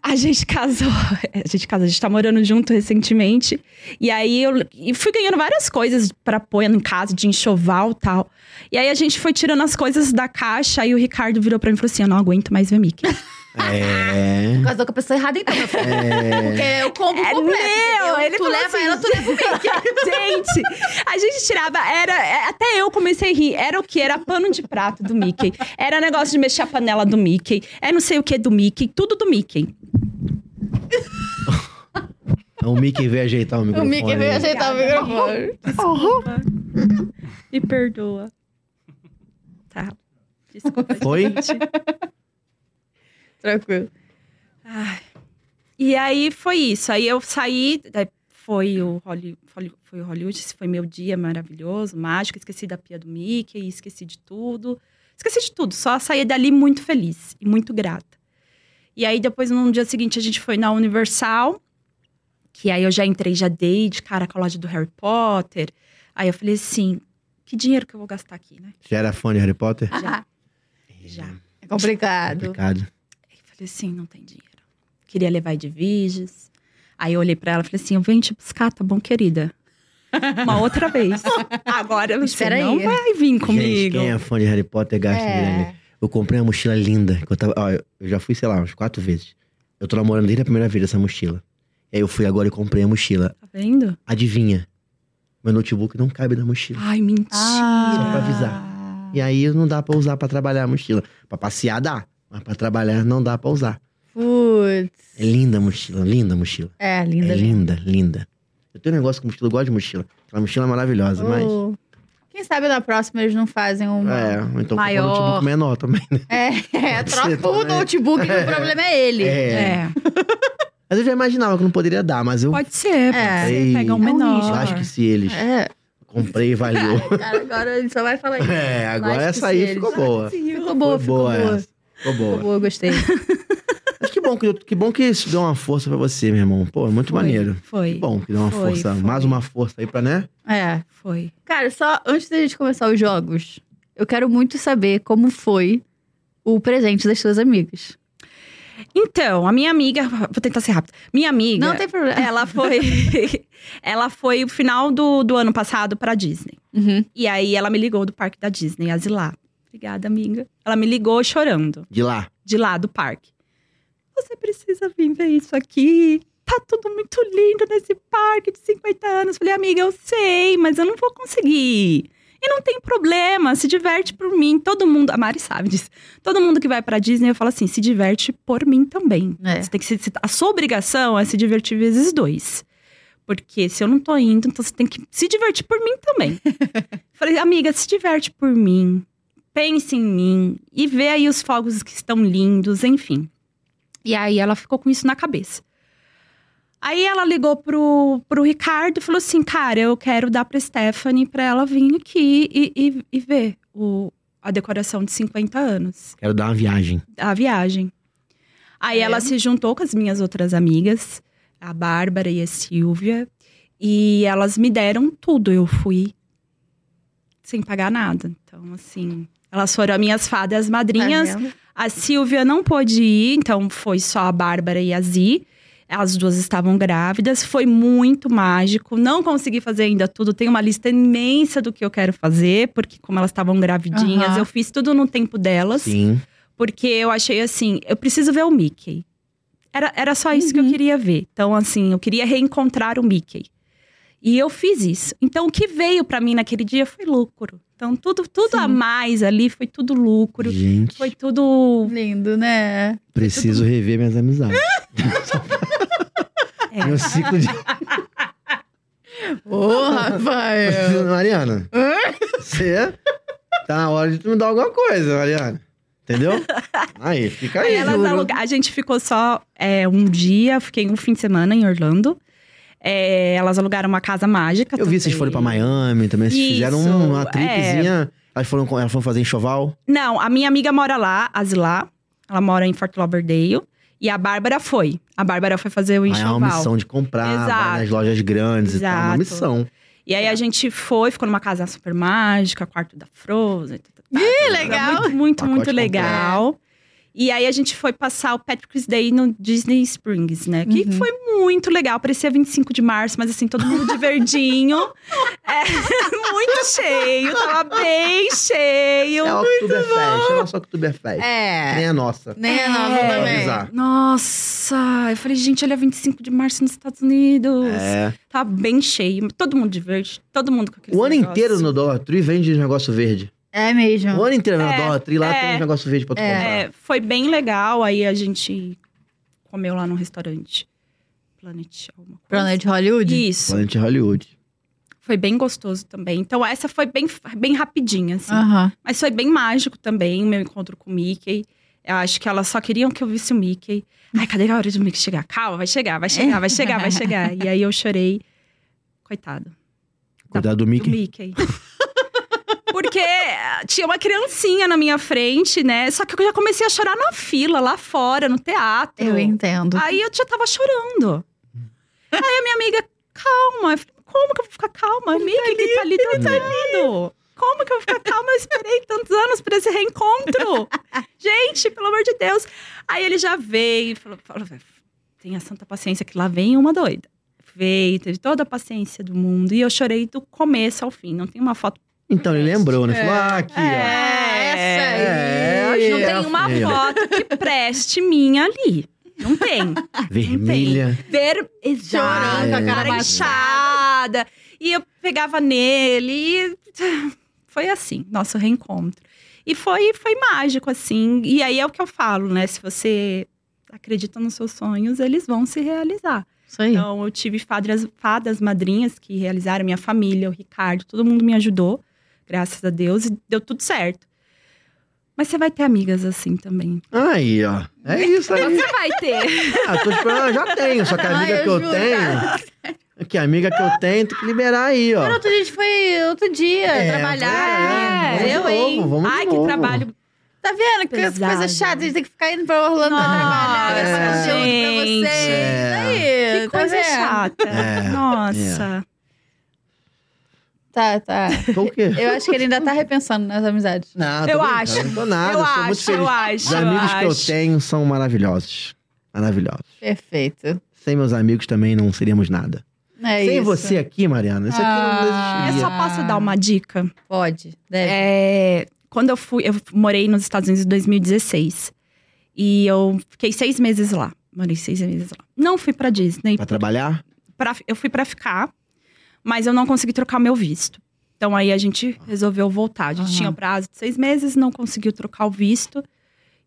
S3: a gente casou. A gente casou, a gente tá morando junto recentemente. E aí eu e fui ganhando várias coisas pra pôr em casa, de enxoval e tal. E aí a gente foi tirando as coisas da caixa. Aí o Ricardo virou pra mim e falou assim: Eu não aguento mais ver Mickey.
S2: É.
S1: Casou com a pessoa errada então, meu filho. Porque é o combo
S3: É
S1: completo.
S3: meu!
S1: entendeu?
S3: Ele
S1: tu
S3: falou
S1: leva
S3: assim,
S1: ela, tu leva o meu.
S3: gente, a gente tirava, era, é, até eu comecei a rir, era o que? Era pano de prato do Mickey, era negócio de mexer a panela do Mickey, é não sei o que do Mickey, tudo do Mickey.
S2: O Mickey veio ajeitar o microfone.
S1: é
S2: aí.
S1: ajeitar o microfone.
S3: Me perdoa. Tá. Desculpa.
S2: Foi?
S1: Tranquilo.
S3: E aí foi isso, aí eu saí, daí foi o Hollywood, foi o Hollywood, esse foi meu dia maravilhoso, mágico, esqueci da pia do Mickey, esqueci de tudo. Esqueci de tudo, só saí dali muito feliz e muito grata. E aí depois, no dia seguinte, a gente foi na Universal, que aí eu já entrei, já dei de cara com a loja do Harry Potter. Aí eu falei assim, que dinheiro que eu vou gastar aqui, né?
S2: Já era fã de Harry Potter?
S3: Já. Já.
S1: É complicado.
S2: Complicado.
S3: Eu falei assim, não tem dinheiro. Queria levar de virgens. Aí eu olhei pra ela e falei assim, eu venho te buscar, tá bom, querida? Uma outra vez. Agora eu
S1: Espera
S3: falei, não
S1: aí.
S3: vai vir
S2: Gente,
S3: comigo.
S2: quem é fã de Harry Potter gasta
S1: É.
S2: dinheiro. Eu comprei uma mochila linda. Que eu, tava, ó, eu já fui, sei lá, umas quatro vezes. Eu tô namorando desde a primeira vez essa mochila. E aí eu fui agora e comprei a mochila.
S3: Tá vendo?
S2: Adivinha? Meu notebook não cabe na mochila.
S3: Ai, mentira.
S1: Ah.
S2: Só pra avisar. E aí não dá pra usar pra trabalhar a mochila. Pra passear dá, mas pra trabalhar não dá pra usar.
S1: Putz.
S2: É linda a mochila, linda a mochila.
S1: É, linda.
S2: é
S1: né?
S2: linda, linda. Eu tenho um negócio com mochila, eu gosto de mochila. Aquela mochila é maravilhosa, mas...
S1: Oh. Quem sabe na próxima eles não fazem um.
S2: É, ou então comprar um
S1: Maior.
S2: notebook menor também. né?
S1: É,
S2: Pode
S1: troca
S2: ser
S1: o
S2: também.
S1: notebook, que o problema é ele.
S2: É.
S3: É,
S2: Mas eu já imaginava que não poderia dar, mas eu
S3: pode
S1: É.
S3: ser. Pode ser. Pegar um
S2: É um
S3: menor.
S1: risco.
S2: acho que se eles...
S1: É.
S2: Comprei e valeu.
S1: Cara, agora ele só vai falar isso.
S2: É, agora
S1: Acho que
S2: essa aí
S1: se
S2: ficou
S1: eles-
S2: boa.
S1: Ficou boa,
S2: Foi
S1: ficou boa.
S2: essa. Ficou
S1: Ficou
S2: boa.
S1: boa, gostei.
S2: Mas que bom que, que bom que isso deu uma força pra você, meu irmão. Pô, é muito
S3: Foi,
S2: maneiro.
S3: Foi.
S2: Que bom que deu uma
S3: Foi,
S2: força.
S3: foi.
S2: Mais um- uma força aí pra, né?
S1: É.
S3: Foi.
S1: Cara, só antes da gente começar os jogos, eu quero muito saber como foi o presente das suas amigas.
S3: Então, a minha amiga. Vou tentar ser rápida. Minha amiga.
S1: Não tem problema.
S3: Ela foi. ela foi o final do, do ano passado pra Disney.
S1: Uhum.
S3: E aí ela me ligou do parque da Disney, asilar. Obrigada, amiga. Ela me ligou chorando,
S2: De lá.
S3: de lá do parque. Você precisa vir ver isso aqui. Tá tudo muito lindo nesse parque de 50 anos. Falei, amiga, eu sei, mas eu não vou conseguir. E não tem problema, se diverte por mim. Todo mundo, a Mari sabe disso. Todo mundo que vai pra Disney, eu falo assim, se diverte por mim também.
S1: É.
S3: Você tem que se- se- a sua obrigação é se divertir vezes dois. Porque se eu não tô indo, então você tem que se divertir por mim também. Falei, amiga, se diverte por mim. Pense em mim. E vê aí os fogos que estão lindos, enfim. E aí ela ficou com isso na cabeça. Aí ela ligou pro, pro Ricardo e falou assim: Cara, eu quero dar pra Stephanie pra ela vir aqui e, e, e ver o, a decoração de 50 anos
S2: Quero dar uma viagem.
S3: a viagem. Aí
S1: É.
S3: ela se juntou com as minhas outras amigas, a Bárbara e a Silvia, e elas me deram tudo. Eu fui sem pagar nada. Então, assim, elas foram as minhas fadas madrinhas.
S1: Tá vendo?
S3: A Silvia não pôde ir, então foi só a Bárbara e a Zi. As duas estavam grávidas, foi muito mágico. Não consegui fazer ainda tudo, tem uma lista imensa do que eu quero fazer, porque como elas estavam gravidinhas,
S1: Aham.
S3: eu fiz tudo no tempo delas.
S2: Sim.
S3: Porque eu achei assim, eu preciso ver o Mickey. Era, era só isso que eu
S1: Uhum.
S3: queria ver. Então, assim, eu queria reencontrar o Mickey. E eu fiz isso. Então, o que veio pra mim naquele dia foi lucro. Então, tudo, tudo a
S1: Sim.
S3: mais ali foi tudo lucro.
S2: Gente,
S3: Foi tudo.
S1: Lindo, né?
S2: preciso rever minhas amizades.
S3: É.
S2: Meu ciclo de.
S1: Ô, Rafael.
S2: Mariana. Você tá na hora de tu me dar alguma coisa, Mariana. Entendeu? Aí, fica
S3: Aí
S2: aí.
S3: elas
S1: juro.
S3: aluga- A gente ficou só é, um dia, fiquei um fim de semana em Orlando. É, elas alugaram uma casa mágica.
S2: Eu vi vocês
S3: também.
S2: foram pra Miami também. Vocês
S3: Isso,
S2: fizeram um, uma
S3: é.
S2: tripezinha. Elas, foram, com- elas foram fazer enxoval.
S3: Não, a minha amiga mora lá, a Zilá. Ela mora em Fort Lauderdale. E a Bárbara foi. A Bárbara foi fazer o
S2: Ah, é
S3: Um enxoval.
S2: uma missão de comprar, vai
S3: Exato.
S2: nas lojas grandes e tal. É uma
S3: Exato.
S2: missão.
S3: E aí a gente foi, ficou numa casa super mágica, quarto da Frozen. tá, tá, tá, tá, tá,
S1: legal.
S3: Muito, muito,
S2: Pacote
S3: muito
S2: completo.
S3: legal. E aí a gente foi passar o Patrick's Day no Disney Springs, né? Que foi muito legal. Parecia 25 de março, mas assim, todo mundo de verdinho. É, muito cheio, tava bem cheio.
S2: É a Oktoberfest, é a nossa Oktoberfest.
S1: É.
S2: Nem a nossa.
S1: Né, não,
S3: É.
S1: também.
S2: Avisar.
S3: Nossa, eu falei, gente, olha 25 de março nos Estados Unidos.
S2: É.
S3: Tá bem cheio, todo mundo de verde, todo mundo com aquele
S2: O ano inteiro no Dollar Tree vende negócio verde.
S1: É mesmo.
S2: O ano inteiro na
S3: É,
S2: Dollar Tree lá
S3: é.
S2: tem negócio verde pra tu comprar.
S3: É, foi bem legal. Aí a gente comeu lá num restaurante. Planet alguma coisa.
S1: Planet Hollywood?
S3: Isso.
S2: Planet é Hollywood.
S3: Foi bem gostoso também. Então essa foi bem, bem rapidinha, assim.
S1: Aham.
S3: Mas foi bem mágico também, meu encontro com o Mickey. Eu acho que elas só queriam que eu visse o Mickey. Ai, cadê a hora do Mickey chegar? Calma, vai chegar, vai chegar, vai chegar, vai chegar. E aí eu chorei. Coitado.
S2: Cuidado do
S3: do
S2: Mickey.
S3: Mickey. Porque eh, tinha uma criancinha na minha frente, né? Só que eu já comecei a chorar na fila, lá fora, no teatro.
S1: Eu Ah, entendo.
S3: Aí eu já tava chorando. Aí a minha amiga, calma. Eu falei, como que eu vou ficar calma? O Mickey que tá ali, tá andando. Como que eu vou ficar calma? Eu esperei tantos anos por esse reencontro. Gente, pelo amor de Deus. Aí ele já veio e falou, falou tenha santa paciência que lá vem uma doida. Veio, teve toda a paciência do mundo. E eu chorei do começo ao fim. Não tem uma foto.
S2: Então
S3: É.
S2: ele lembrou, né? Falou, ah, aqui, ó.
S1: essa
S2: É,
S1: aí.
S2: acho
S3: Não
S2: que é
S3: tem
S2: a
S3: uma
S2: filha.
S3: foto que preste minha ali. Não tem.
S2: Vermelha.
S3: ver
S1: Chorando,
S3: exato,
S2: com a
S3: a
S2: cara
S3: cara inchada. E eu pegava nele e foi assim, nosso reencontro. E foi, foi mágico, assim. E aí é o que eu falo, né? Se você acredita nos seus sonhos, eles vão se realizar.
S1: Isso aí.
S3: Então, eu tive fadas, fadas madrinhas que realizaram minha família, o Ricardo, todo mundo me ajudou, graças a Deus, e deu tudo certo. Mas você vai ter amigas assim também. É,
S2: Aí, ó. É isso aí.
S3: Você vai ter.
S2: Ah, tô esperando, eu já tenho. Só que a amiga
S1: Ai, eu
S2: que eu
S1: juro.
S2: tenho. Que a amiga que eu tenho, tem que liberar aí,
S1: Mas
S2: ó.
S1: outro dia a gente foi outro dia
S2: É,
S1: trabalhar.
S2: vamos, é,
S1: eu,
S2: vamos de
S1: hein?
S2: novo, vamos de
S3: Ai, que
S2: novo.
S3: trabalho
S1: Tá vendo? Que
S3: Pesado.
S1: coisa chata. A gente tem que ficar indo pra Orlando pra
S3: Nossa,
S1: trabalhar. gravar conteúdo pra
S3: gente.
S1: vocês.
S2: É.
S1: Aí,
S3: Que
S1: tá
S3: coisa
S1: vendo?
S3: chata.
S2: É,
S3: Nossa.
S1: Tá, tá.
S2: Tô o quê?
S1: Eu acho que ele ainda tá repensando nas amizades.
S2: Não, tô
S3: Eu
S2: brincando,
S3: acho.
S2: Não tô nada.
S3: Eu
S2: É. sou muito
S3: acho,
S2: feliz.
S3: eu acho.
S2: Os amigos
S3: eu
S2: que eu
S3: acho.
S2: tenho são maravilhosos. Maravilhosos.
S1: Perfeito.
S2: Sem meus amigos também não seríamos nada.
S1: É
S2: Sem
S1: isso.
S2: você aqui, Mariana, isso aqui
S1: Ah,
S2: não
S3: Eu
S2: existiria.
S3: só posso dar uma dica.
S1: Pode. Deve.
S3: É, quando eu fui, eu morei nos Estados Unidos em 2016. E eu fiquei seis meses lá. Morei seis meses lá. Não fui pra Disney.
S2: Pra trabalhar?
S3: pra- eu fui pra ficar, mas eu não consegui trocar meu visto. Então aí a gente resolveu voltar. A gente
S1: Aham.
S3: tinha um prazo de seis meses, não conseguiu trocar o visto.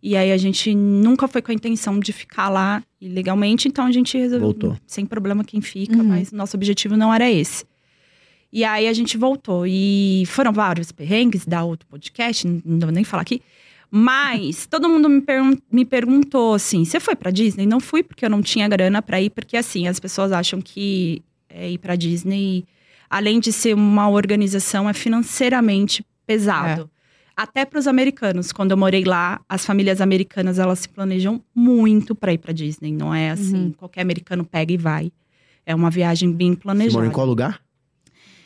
S3: E aí a gente nunca foi com a intenção de ficar lá ilegalmente, então a gente resolveu.
S2: Voltou.
S3: Sem problema quem fica,
S1: Uhum.
S3: mas nosso objetivo não era esse. E aí a gente voltou. E foram vários perrengues, dá outro podcast, não não vou nem falar aqui. Mas todo mundo me, pergun- me perguntou assim: você foi pra Disney? Não fui porque eu não tinha grana pra ir, porque assim, as pessoas acham que é, ir pra Disney, além de ser uma organização, é financeiramente pesado.
S2: É.
S3: Até pros americanos, quando eu morei lá, as famílias americanas elas se planejam muito pra ir pra Disney. Não é assim,
S2: Uhum.
S3: qualquer americano pega e vai. É uma viagem bem
S2: Você morou
S3: planejada.
S2: em qual lugar?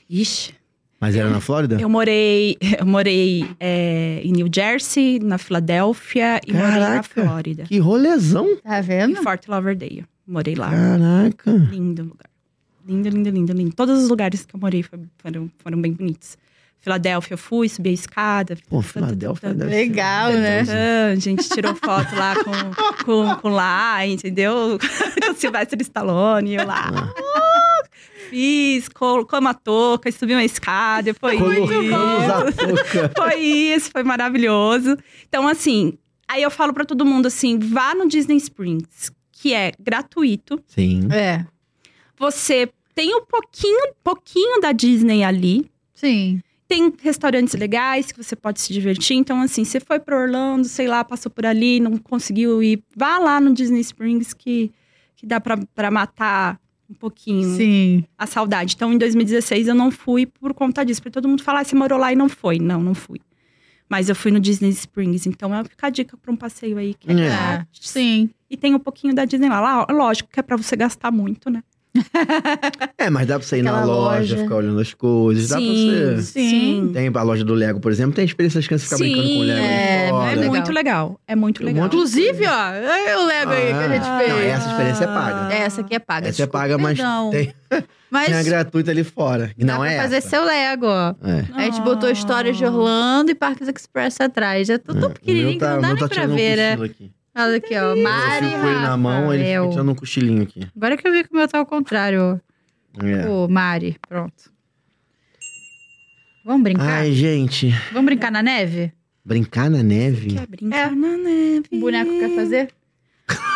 S3: Ixi,
S2: Mas era na Flórida?
S3: eu morei, eu morei é, em New Jersey, na Filadélfia e morei na
S2: Caraca.
S3: Flórida.
S2: Que rolezão!
S1: Tá
S3: Em
S1: vendo?
S3: Fort Lauderdale. Morei lá.
S2: Caraca!
S3: Lindo lugar. Lindo, lindo, lindo, lindo. Todos os lugares que eu morei fo- foram, foram bem bonitos. Filadélfia, eu fui, subi a escada.
S2: Pô, Filadélfia deve ser
S1: Legal, né?
S2: legalzinho.
S3: Ah, a gente tirou foto lá com, com, com lá, entendeu? o Sylvester Stallone, eu lá.
S2: Ah.
S3: Fiz, col, como a touca, subi uma escada, foi muito
S2: Colocamos
S3: bom.
S2: a touca.
S3: Foi isso, foi maravilhoso. Então, assim, aí eu falo pra todo mundo assim: vá no Disney Springs, que é gratuito.
S2: Sim.
S1: É.
S3: Você tem um pouquinho, pouquinho da Disney ali.
S1: Sim.
S3: Tem restaurantes legais que você pode se divertir. Então, assim, você foi pra Orlando, sei lá, passou por ali, não conseguiu ir. Vá lá no Disney Springs que, que dá pra, pra matar um pouquinho
S1: Sim.
S3: a saudade. Então, em 2016, eu não fui por conta disso. Porque todo mundo fala, ah, você morou lá e não foi. Não, não fui. Mas eu fui no Disney Springs, então é uma fica a dica pra um passeio aí. Que é
S2: É.
S1: Ah,
S3: grátis.
S1: Sim.
S3: E tem um pouquinho da Disney lá. lá. Lógico que é pra você gastar muito, né?
S2: É, mas dá pra você ir na
S1: Aquela
S2: loja,
S1: loja.
S2: ficar olhando as coisas, dá pra você.
S1: Sim.
S2: Tem a loja do Lego, por exemplo, tem a experiência das crianças ficar brincando com o Lego
S1: é,
S2: ali fora.
S3: É
S1: Legal.
S3: muito legal. É muito
S2: Tem um
S3: legal.
S2: monte
S1: Inclusive, ó, é o Lego aí que a
S2: Ah,
S1: gente fez.
S2: não, essa experiência é
S1: Ah,
S2: paga.
S1: Essa aqui é paga.
S2: Essa é
S1: desculpa,
S2: paga, mas
S1: perdão.
S2: tem,
S1: Mas
S2: tem a gratuita ali fora. Que
S1: dá
S2: não
S1: pra
S2: é
S1: fazer
S2: essa.
S1: seu Lego.
S2: É.
S1: A gente botou histórias de Orlando e Parques Express atrás. É tudo tão
S2: O
S1: pequenininho
S2: meu
S1: que não dá
S2: meu tá um
S1: nem pra ver, né?
S2: cochilo aqui.
S1: Olha aqui, ó. Mari,
S2: eu fico com ele na mão, ele
S1: Rafael.
S2: fica tirando um cochilinho aqui.
S1: Agora que eu vi que o meu tá ao contrário.
S2: É.
S1: Ô, Mari, pronto. Vamos brincar?
S2: Ai, gente.
S1: Vamos brincar na neve?
S2: Brincar na neve?
S3: Quer é brincar na neve?
S1: O boneco quer fazer?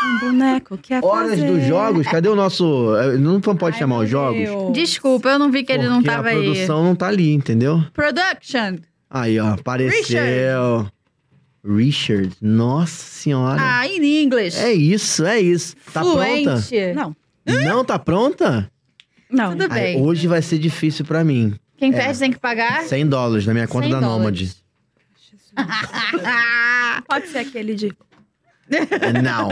S3: Um boneco quer
S2: Horas
S3: fazer.
S2: dos jogos? Cadê o nosso. eh, Não pode chamar os jogos?
S1: Desculpa, eu não vi que ele não
S2: porque
S1: tava
S2: a
S1: aí.
S2: produção não tá ali, entendeu?
S1: Production!
S2: Aí, ó, apareceu. Richard. Nossa senhora.
S1: Ah, in English.
S2: É isso, é isso. Tá pronta?
S1: Fluente.
S3: Não,
S2: Não tá pronta?
S3: não.
S1: Tudo
S2: Ai,
S1: bem.
S2: hoje vai ser difícil pra mim.
S1: Quem perde tem que pagar?
S2: 100 dólares na minha conta
S1: 100
S2: da Nômade.
S1: dólares.
S3: Pode ser aquele de.
S2: É, Não.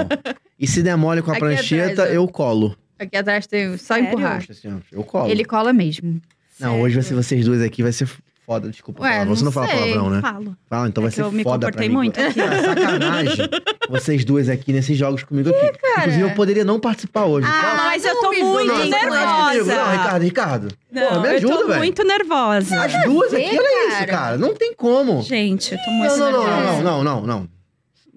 S2: E se der mole com a
S1: Aqui
S2: prancheta,
S1: atrás, ó.
S2: eu colo.
S1: Aqui atrás tem só
S3: Sério?
S1: empurrar.
S2: Eu colo.
S1: Ele cola mesmo.
S2: Não, hoje vai ser vocês duas aqui, vai ser foda. Desculpa,
S1: Ué,
S2: falar. você
S1: não
S2: não fala
S1: sei.
S2: palavrão, né?
S3: Falo.
S2: Fala, então
S3: É
S2: vai
S3: que
S2: ser
S3: eu me
S2: foda pra
S3: comportei
S2: mim.
S3: muito aqui.
S2: É sacanagem vocês duas aqui nesses jogos comigo aqui. Inclusive, eu poderia não participar hoje.
S1: Ah,
S2: Fala.
S3: É, mas eu
S1: não,
S3: tô muito
S1: não,
S2: não, é
S1: não,
S3: nervosa.
S2: Não, Ricardo, Ricardo.
S3: Não,
S2: Pô, me
S3: eu
S2: ajuda,
S3: tô
S2: velho.
S3: muito nervosa.
S2: As duas
S1: ver,
S2: aqui, olha isso,
S1: cara.
S2: cara. Não tem como.
S3: Gente, eu tô muito
S2: Não, não, não,
S3: nervosa.
S2: não, não, não, não.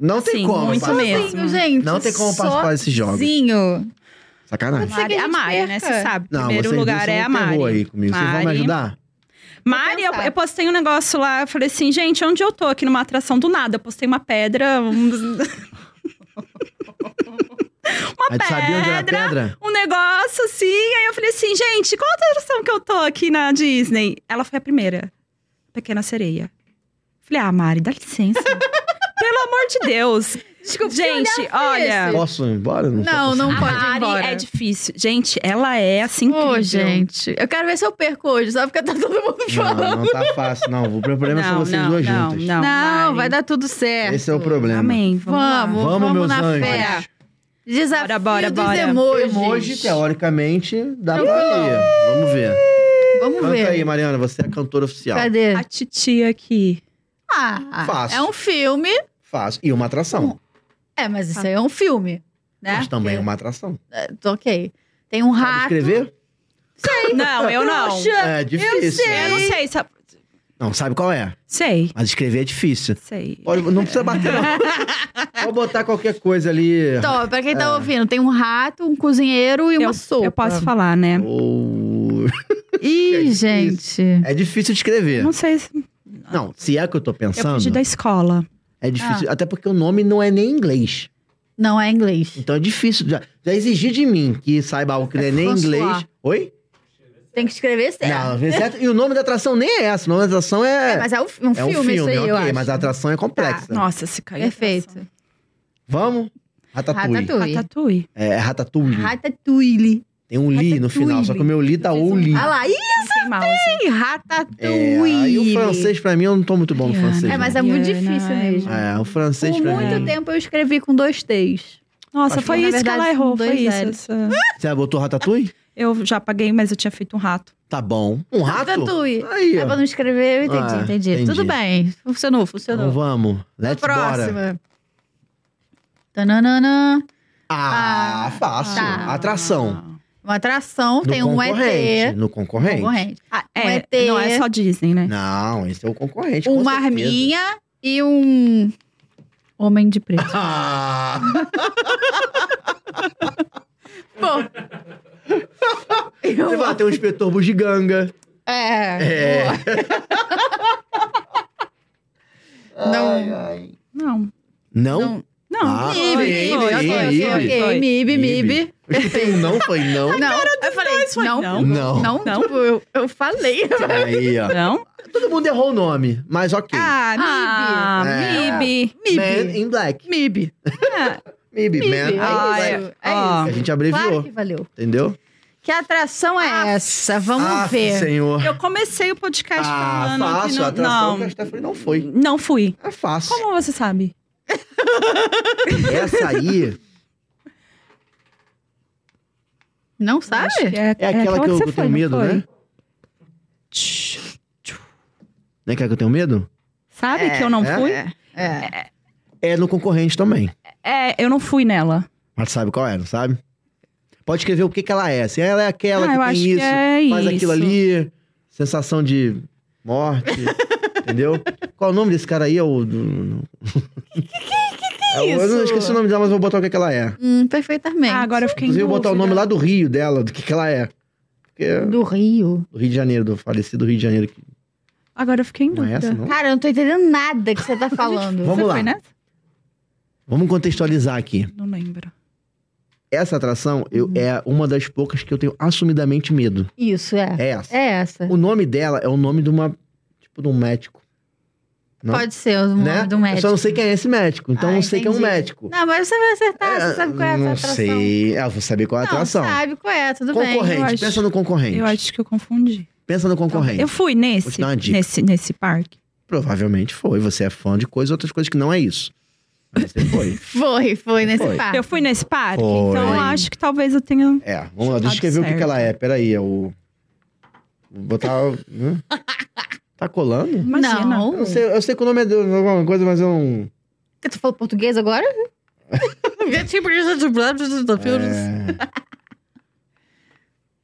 S2: Não tem
S3: Assim,
S2: como.
S3: muito
S2: participar.
S3: mesmo.
S1: Sozinho, gente.
S2: Não tem como participar desses jogos.
S1: Sozinho.
S2: Sacanagem.
S1: Pode ser que
S3: Mari,
S1: a
S3: a
S1: gente
S3: Mari, né?
S1: perca.
S3: Você sabe.
S2: Não,
S3: Primeiro
S2: vocês
S3: lugar
S2: duas são
S3: é a
S2: um terror
S3: Mari.
S2: aí comigo. Vocês vão me
S3: Mari.
S2: ajudar?
S3: Mari, eu,
S1: pensar.
S3: eu postei um negócio lá, eu falei assim, gente, onde eu tô? Aqui numa atração do nada. Eu postei uma pedra, um,
S2: Aí tu sabia onde era a
S3: pedra.
S2: pedra?
S3: um negócio assim. Aí eu falei assim, gente, qual atração que eu tô aqui na Disney? Ela foi a primeira. Pequena Sereia. Falei, ah, Mari, dá licença. Pelo amor de Deus.
S1: Desculpa, que
S3: Gente,
S1: olhar foi
S3: olha.
S1: esse?
S2: Posso ir embora? Não,
S1: Não,
S2: sou
S1: não
S2: possível.
S1: pode. ir
S3: Mari
S1: embora.
S3: é difícil. Gente, ela é assim
S1: Ô,
S3: incrível.
S1: gente. Eu quero ver se eu perco hoje, só porque tá todo mundo
S2: Não,
S1: falando.
S2: não tá fácil, não. O problema são
S3: Não,
S2: vocês
S3: não,
S2: duas
S3: não,
S2: juntas.
S3: não, Mari.
S1: vai dar tudo certo.
S2: Esse é o problema.
S3: Amém, vamos, lá.
S1: Vamos, vamos,
S2: Vamos, meus
S1: na
S2: anjos.
S1: fé. Desafio
S3: Bora, bora,
S1: dos
S3: bora.
S1: emojis.
S2: Emoji, teoricamente, dá pra ir. Vamos ver.
S1: Vamos
S2: Canta
S1: ver.
S2: aí, Mariana, você é a cantora oficial.
S1: Cadê?
S3: A titia aqui.
S1: Ah,
S2: Fácil.
S1: é um filme.
S2: Fácil. E uma atração.
S1: É, mas isso aí é um filme, né?
S2: Mas também é uma atração.
S1: É, tô Ok. Tem um
S2: Sabe
S1: rato.
S2: escrever?
S3: Não, eu não.
S1: Poxa,
S2: É difícil.
S1: sei.
S3: Eu não sei, sabe?
S2: Não, sabe qual é?
S3: Sei,
S2: Mas escrever é difícil.
S3: sei.
S2: Pode- não precisa bater, não. Pode botar qualquer coisa ali.
S1: Então, pra quem tá
S2: É.
S1: ouvindo, tem um rato, um cozinheiro e uma
S3: eu,
S1: sopa.
S3: eu posso falar, né?
S2: Ou-
S1: Ih,
S2: difícil.
S1: gente.
S2: É difícil de escrever.
S3: Não sei. se-
S2: Não, se é o que eu tô
S3: Eu
S2: pensando,
S3: fugi da escola.
S2: é difícil.
S1: Ah.
S2: Até porque o nome não é nem em inglês.
S1: Não é inglês.
S2: Então é difícil. Já, já exigir de mim que saiba algo que não é nem em
S1: François.
S2: inglês. Oi?
S1: Tem que escrever certo.
S2: Não, vem certo. E o nome da atração nem é essa. O nome da atração é.
S1: É, mas é um, fi- um
S2: é
S1: filme, isso aí, eu acho. Tá,
S2: mas a atração é complexa.
S3: Nossa, se caiu.
S1: Perfeito.
S2: Vamos? Ratatouille.
S1: Ratatouille.
S3: Ratatouille.
S2: É, é Ratatouille.
S1: Ratatouille.
S2: Tem um li no final, só que o meu li tá ou li.
S1: Olha lá, ih,
S3: Sem mouse.
S2: É,
S1: Ratatouille.
S2: aí o francês, pra mim, eu não tô muito bom no
S3: Mariana.
S2: francês.
S1: É, mas
S2: não.
S1: é muito
S3: Mariana,
S1: difícil
S3: é
S1: mesmo.
S2: É, o francês
S1: Por
S2: pra
S1: muito
S2: mim.
S1: tempo eu escrevi com dois T's.
S3: Nossa,
S2: Acho
S3: foi
S1: que, na
S3: isso que
S1: verdade,
S3: ela errou.
S1: são
S3: Foi
S1: dois
S3: isso.
S1: zeros.
S3: essa-
S2: Você botou Ratatouille?
S3: Eu já paguei, mas eu tinha feito um rato.
S2: Tá bom. Um rato?
S1: Ratatouille.
S2: Aí,
S1: É pra não
S2: ó.
S1: escrever, eu entendi,
S2: Ah,
S1: entendi.
S2: entendi.
S1: Tudo bem. Funcionou, funcionou.
S2: Então vamos. Let's bora.
S1: Próxima. Tananana.
S2: Ah,
S1: Ah,
S2: fácil.
S1: tá.
S2: Atração.
S1: Uma atração,
S2: No
S1: tem um ET.
S2: concorrente. No concorrente.
S1: Concorrente.
S3: Ah,
S1: Um
S3: é,
S1: ET.
S3: não é só Disney, né?
S2: Não, esse é o concorrente. com
S1: Uma
S2: certeza.
S1: arminha e um homem de preto.
S2: Ah!
S1: Bom.
S2: Você vai ter um inspetor bugiganga.
S1: É. boa. Não.
S2: Ai.
S3: Não.
S2: Não?
S1: Não.
S3: Não.
S2: Ah,
S1: Mib,
S2: foi,
S1: mib,
S2: foi,
S1: ok,
S2: foi,
S1: ok,
S3: foi.
S1: ok. Mib, mib.
S2: Um não foi não?
S1: Não, eu falei,
S3: foi
S1: não,
S3: não.
S2: Não.
S1: não,
S3: Não.
S1: tipo, eu, eu falei.
S2: Aí, ó.
S3: Não?
S2: Todo mundo errou o nome, mas ok.
S3: Ah,
S2: É.
S3: Mib.
S2: Man in Black.
S1: Mib.
S2: Mib, Man in
S1: É
S3: Ah,
S2: Black.
S1: isso, é
S2: A
S3: ó.
S1: isso.
S2: Né? gente
S3: Ah.
S1: Claro
S2: abreviou,
S1: que valeu.
S2: entendeu?
S1: Que atração é
S3: Ah,
S1: essa? Vamos
S2: Ah,
S1: ver.
S2: senhor.
S3: Eu comecei o podcast
S2: Ah,
S3: falando
S2: fácil. a
S3: que
S2: atração
S3: não...
S2: que a
S3: Não,
S2: Stephanie não foi.
S3: não fui.
S2: É fácil.
S3: Como você sabe?
S2: Essa aí
S1: Não
S3: Acho
S1: sabe?
S3: que É,
S2: é aquela que eu,
S3: você
S2: que eu
S3: foi,
S2: tenho
S3: não
S2: medo,
S3: foi?
S2: né? Não é aquela que eu tenho medo?
S3: Sabe
S1: É,
S3: que eu não
S2: é,
S3: fui?
S1: É, é.
S2: É no concorrente também.
S3: É, eu não fui nela.
S2: Mas sabe qual é, não sabe? Pode escrever o que, que ela é. Se ela é aquela
S3: Ah,
S2: que
S3: eu
S2: tem
S3: acho
S2: isso,
S3: que é
S2: faz aquilo
S3: isso.
S2: ali, sensação de morte, entendeu? Qual o nome desse cara aí? É o. Do... que, Eu não
S3: isso?
S2: esqueci o nome dela, mas vou botar o que, que ela é.
S1: Hum, perfeitamente.
S3: Ah, agora eu fiquei em
S2: Inclusive, vou botar o
S3: dúvida.
S2: nome lá do Rio dela, do que, que ela é. Porque é
S1: Do Rio.
S2: do Rio de Janeiro, do falecido Rio de Janeiro. que
S3: Agora eu fiquei em
S2: Não é
S3: dúvida.
S2: essa, não?
S1: Cara, eu não tô entendendo nada que você tá falando.
S2: Vamos
S3: você
S2: lá.
S3: foi nessa?
S2: Vamos contextualizar aqui.
S3: Não lembro.
S2: Essa atração eu- é uma das poucas que eu tenho assumidamente medo.
S1: Isso, é.
S2: É essa.
S1: É essa.
S2: O nome dela é o nome de uma. Tipo, de um médico. Não?
S1: Pode ser o Um nome
S2: né?
S1: do
S2: Eu
S1: médico.
S2: só não sei quem é esse médico. Então
S1: Ah,
S2: eu não sei que é um
S1: entendi.
S2: médico.
S1: Não, mas você vai acertar, você sabe qual é essa
S2: Não
S1: atração.
S2: sei. Ah, eu vou saber qual é a
S1: Não,
S2: atração.
S1: sabe qual é, tudo bem.
S2: concorrente.
S3: eu acho.
S2: Pensa no concorrente.
S3: Eu acho que eu confundi.
S2: Pensa no concorrente.
S3: Eu
S1: Então,
S3: fui
S2: Então, Vou te
S3: nesse,
S2: dar uma dica.
S3: nesse, nesse parque.
S2: Provavelmente foi. Você é fã de coisas, outras coisas que não é isso. Mas você foi.
S1: Foi, foi nesse
S2: Foi.
S1: papo.
S3: Eu fui nesse parque,
S2: Foi.
S3: então eu acho que talvez eu tenha...
S2: É, vamos lá, deixa eu
S3: Chutado
S2: escrever o que, que
S3: certo.
S2: ela
S1: Tá
S2: é. Peraí, é o. Vou botar. o- Hã? tá colando?
S3: Imagina.
S1: Não.
S2: Eu sei, eu sei que o nome é de alguma coisa, mas eu não.
S1: Tu falou português agora? tipo
S2: É...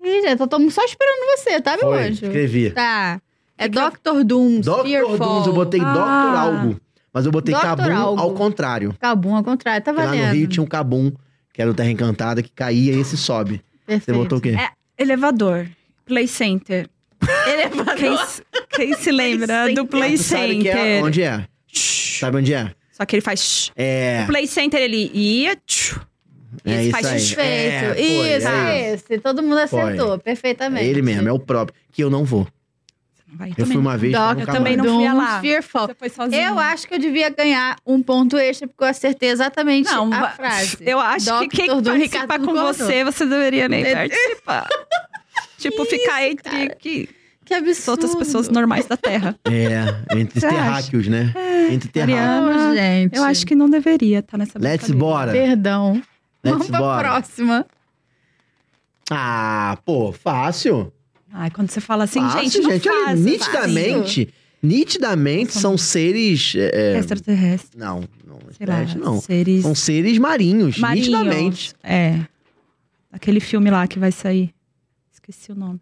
S1: Ih, gente, eu tô só esperando você, tá, meu
S2: Foi,
S1: anjo?
S2: escrevi.
S1: Tá. É Dr. Doom,
S2: Doctor
S1: Fearful.
S2: Dooms, eu botei
S3: Ah.
S2: Doctor Algo. Mas eu botei
S1: Dr.
S2: Cabum
S1: Algo.
S2: ao contrário.
S1: Cabum, ao contrário, tá
S2: Porque Lá
S1: valendo.
S2: no Rio tinha um Cabum, que era o Terra Encantada, que caía e esse sobe. Você
S1: Perfeito.
S2: botou o quê?
S3: É, Elevador. Play Center.
S1: é
S3: Elevador. Quem, se- quem se lembra
S1: Play
S3: do
S1: Center.
S3: Play
S2: Tu sabe que é,
S3: Center?
S2: onde é? Sabe onde é?
S3: Só que ele faz... shh.
S2: É.
S3: O Play Center, ele ia... tchu.
S2: É
S3: Isso,
S2: isso
S3: faz
S2: aí.
S1: Perfeito.
S2: É, foi,
S1: isso,
S2: é.
S1: esse. Todo mundo
S2: Foi.
S1: acertou,
S2: É
S1: perfeitamente.
S2: ele mesmo, é o próprio. Que eu não vou.
S3: Não vai
S2: Eu
S3: também.
S2: fui uma vez, mas
S1: Doc,
S2: nunca
S3: eu também
S2: mais.
S3: não fui
S1: Doom,
S3: lá.
S1: Fearful.
S3: Você foi sozinha.
S1: Eu acho que eu devia ganhar um ponto extra, porque eu acertei exatamente
S3: Não,
S1: a
S3: va-
S1: frase.
S3: Eu acho que
S1: Dr.
S3: quem
S1: Doom,
S3: participar
S1: Ricardo
S3: com
S1: Gordon.
S3: você, você deveria nem
S1: Entendeu?
S3: participar. tipo, ficar entre que,
S1: Que
S3: as
S1: absurdo.
S3: outras pessoas normais da Terra.
S2: É, entre
S3: Você acha? É,
S2: terráqueos, né? Entre terráqueos.
S3: Ariana.
S1: Não, gente.
S3: Eu acho que não deveria estar nessa
S2: Let's
S3: brincadeira.
S2: bora.
S1: Perdão.
S2: Let's
S1: Vamos pra
S2: bora.
S1: próxima.
S2: Ah, pô, fácil.
S3: Ai, quando você fala assim,
S2: fácil, é
S3: gente, não
S2: olha,
S3: faz,
S2: nitidamente, nitidamente
S3: Nossa,
S2: são seres... é, é,
S3: Extraterrestre,
S2: não, não,
S3: sei lá,
S2: extraterrestre não.
S3: seres
S2: São seres marinhos,
S3: marinhos.
S2: nitidamente.
S3: É. Aquele filme lá que vai sair. Esqueci o nome.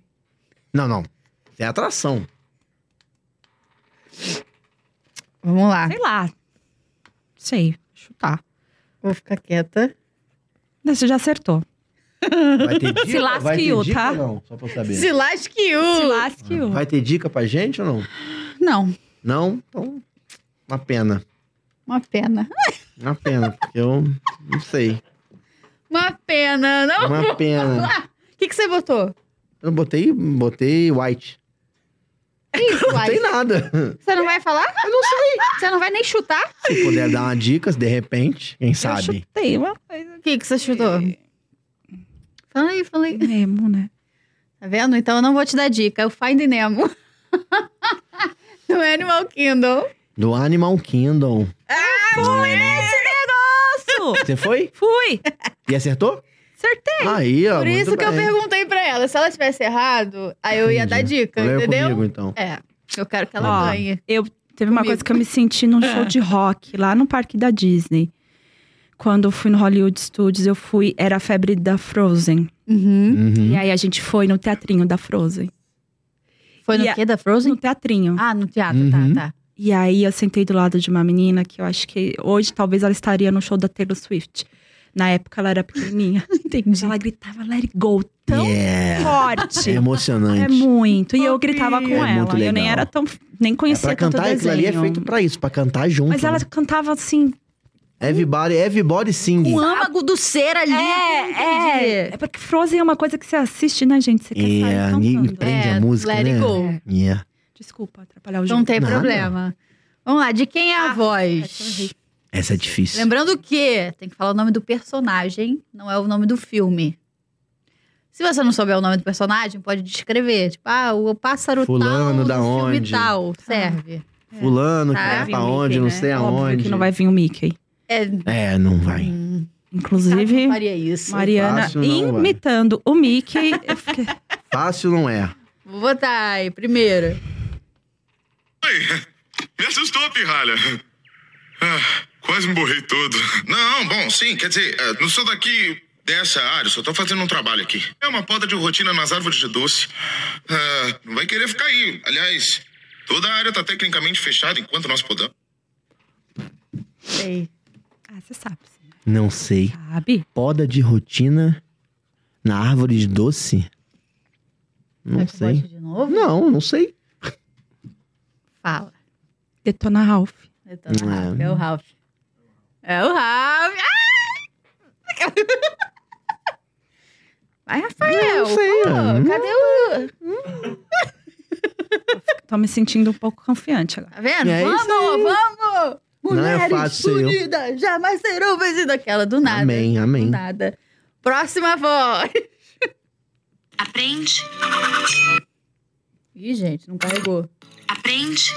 S2: Não, não. É atração.
S1: Vamos lá.
S3: Sei lá. Sei, chutar.
S1: Vou ficar quieta.
S3: Você já acertou.
S2: Vai ter dica,
S3: Se lasque,
S2: vai ter
S3: Yu,
S2: dica
S3: tá?
S2: ou não? Só pra eu saber.
S1: Se lasque o.
S3: Se lasque o...
S2: Hum. Vai ter dica pra gente ou não?
S1: Não,
S2: Não? Então, uma pena.
S1: uma pena.
S2: Uma pena, porque eu não sei.
S1: Uma pena, não?
S2: Uma pena.
S1: O que, que você botou?
S2: Eu botei, botei white.
S1: Isso,
S2: Não
S1: Laís.
S2: tem nada.
S1: Você não vai falar? Eu não sei. Você não vai nem chutar?
S2: Se puder dar uma dica, de repente, quem
S3: Eu
S2: sabe?
S3: chutei uma coisa.
S1: O que, que você chutou?
S3: É.
S1: Fala aí, fala aí.
S3: Nemo, né?
S1: Tá vendo? Então eu não vou te dar dica. É o Find Nemo. Do Animal Kingdom.
S2: Do Animal Kingdom.
S3: Nossa!
S2: Você foi?
S3: Fui!
S2: E acertou?
S3: Acertei!
S2: Aí, ó.
S1: Por
S2: muito
S1: isso que eu
S2: bem.
S1: perguntei pra ela. Se ela tivesse errado, aí eu ia dar
S2: Entendi.
S1: dica,
S2: Leia
S1: entendeu?
S2: comigo, então.
S1: É. Eu quero que ela
S3: Ó.
S1: ganhe.
S3: Eu teve uma
S1: Comigo.
S3: coisa que eu me senti num show de rock lá no parque da Disney. Quando eu fui no Hollywood Studios, eu fui, era a febre da Frozen. É
S1: Uhum.
S2: Uhum.
S3: E aí a gente foi no teatrinho da Frozen.
S1: Foi no
S3: E a-
S1: quê? Da Frozen?
S3: No teatrinho.
S1: Ah, no teatro,
S2: Uhum.
S1: tá, tá.
S3: E aí eu sentei do lado de uma menina que eu acho que hoje talvez ela estaria no show da Taylor Swift. Na época ela era pequenininha. Mas
S1: Entendi.
S3: ela gritava Let It Go tão
S2: Yeah.
S3: forte.
S2: É emocionante.
S3: É muito. E eu gritava com
S2: É muito
S3: ela. Eu nem
S2: legal.
S3: era tão. Nem
S2: É
S3: conhecia
S2: pra
S3: tanto
S2: cantar, aquilo
S3: desenho.
S2: ali é feito pra isso, pra cantar junto.
S3: Mas ela
S2: né?
S3: cantava assim,
S2: Everybody, everybody sing.
S1: O âmago do ser
S2: É,
S1: ali. eu não entendi.
S3: É, é porque Frozen é uma coisa que você assiste, né, gente? Você quer
S2: É,
S3: sair
S2: e
S3: cantando.
S2: prende
S1: É,
S2: a música,
S1: let
S2: né?
S1: it go.
S2: Yeah.
S3: Desculpa atrapalhar o jogo.
S1: Não tem
S2: Nada.
S1: problema. Vamos lá, de quem é a
S3: um
S1: voz?
S2: Essa é difícil.
S1: Lembrando que tem que falar o nome do personagem, não é o nome do filme. Se você não souber o nome do personagem, pode descrever. Tipo, ah, o pássaro tal,
S2: Fulano da
S1: do filme
S2: onde?
S1: tal. Serve.
S2: Fulano, que
S1: Tá.
S2: vai
S3: Vai vir
S2: pra
S3: o Mickey,
S2: onde, não
S3: né?
S2: sei
S3: Óbvio
S2: aonde.
S3: que não vai vir o Mickey.
S1: É,
S2: É, não vai.
S1: hum, sabe, eu
S3: Inclusive,
S1: faria isso.
S3: Mariana
S2: Fácil não vai.
S3: imitando o Mickey. Eu fiquei-
S2: Fácil não é.
S1: Vou botar aí, primeiro.
S5: Me assustou, pirralha. Ah, quase me borrei todo.
S6: Não, bom, sim, quer dizer, eh, não sou daqui dessa área, só tô fazendo um trabalho aqui. É uma poda de rotina nas árvores de doce. Ah, não vai querer ficar aí. Aliás, toda a área tá tecnicamente fechada enquanto nós podamos.
S1: Sei.
S3: Ah, você sabe. você
S2: Não sei.
S3: Sabe?
S2: Poda de rotina na árvore de doce? Não
S1: Quer que eu
S2: sei.
S1: bote de novo?
S2: Não, não sei.
S1: Fala.
S3: Detona Ralph.
S1: Detona Ralph.
S2: É.
S1: É o Ralph. É o Ralph. Ai! Vai, Rafael.
S2: Não sei,
S1: pô,
S2: mano.
S1: cadê o...
S3: Tô me sentindo um pouco confiante agora.
S1: Tá vendo?
S2: É
S1: vamos,
S2: isso aí.
S1: vamos!
S2: Não é
S1: Mulheres
S2: fácil ser eu.
S1: unidas jamais serão vencidas. Aquela do nada.
S2: Amém, amém.
S1: Do nada. Próxima voz.
S7: Aprende,
S1: Ih, gente, não carregou.
S7: aprende.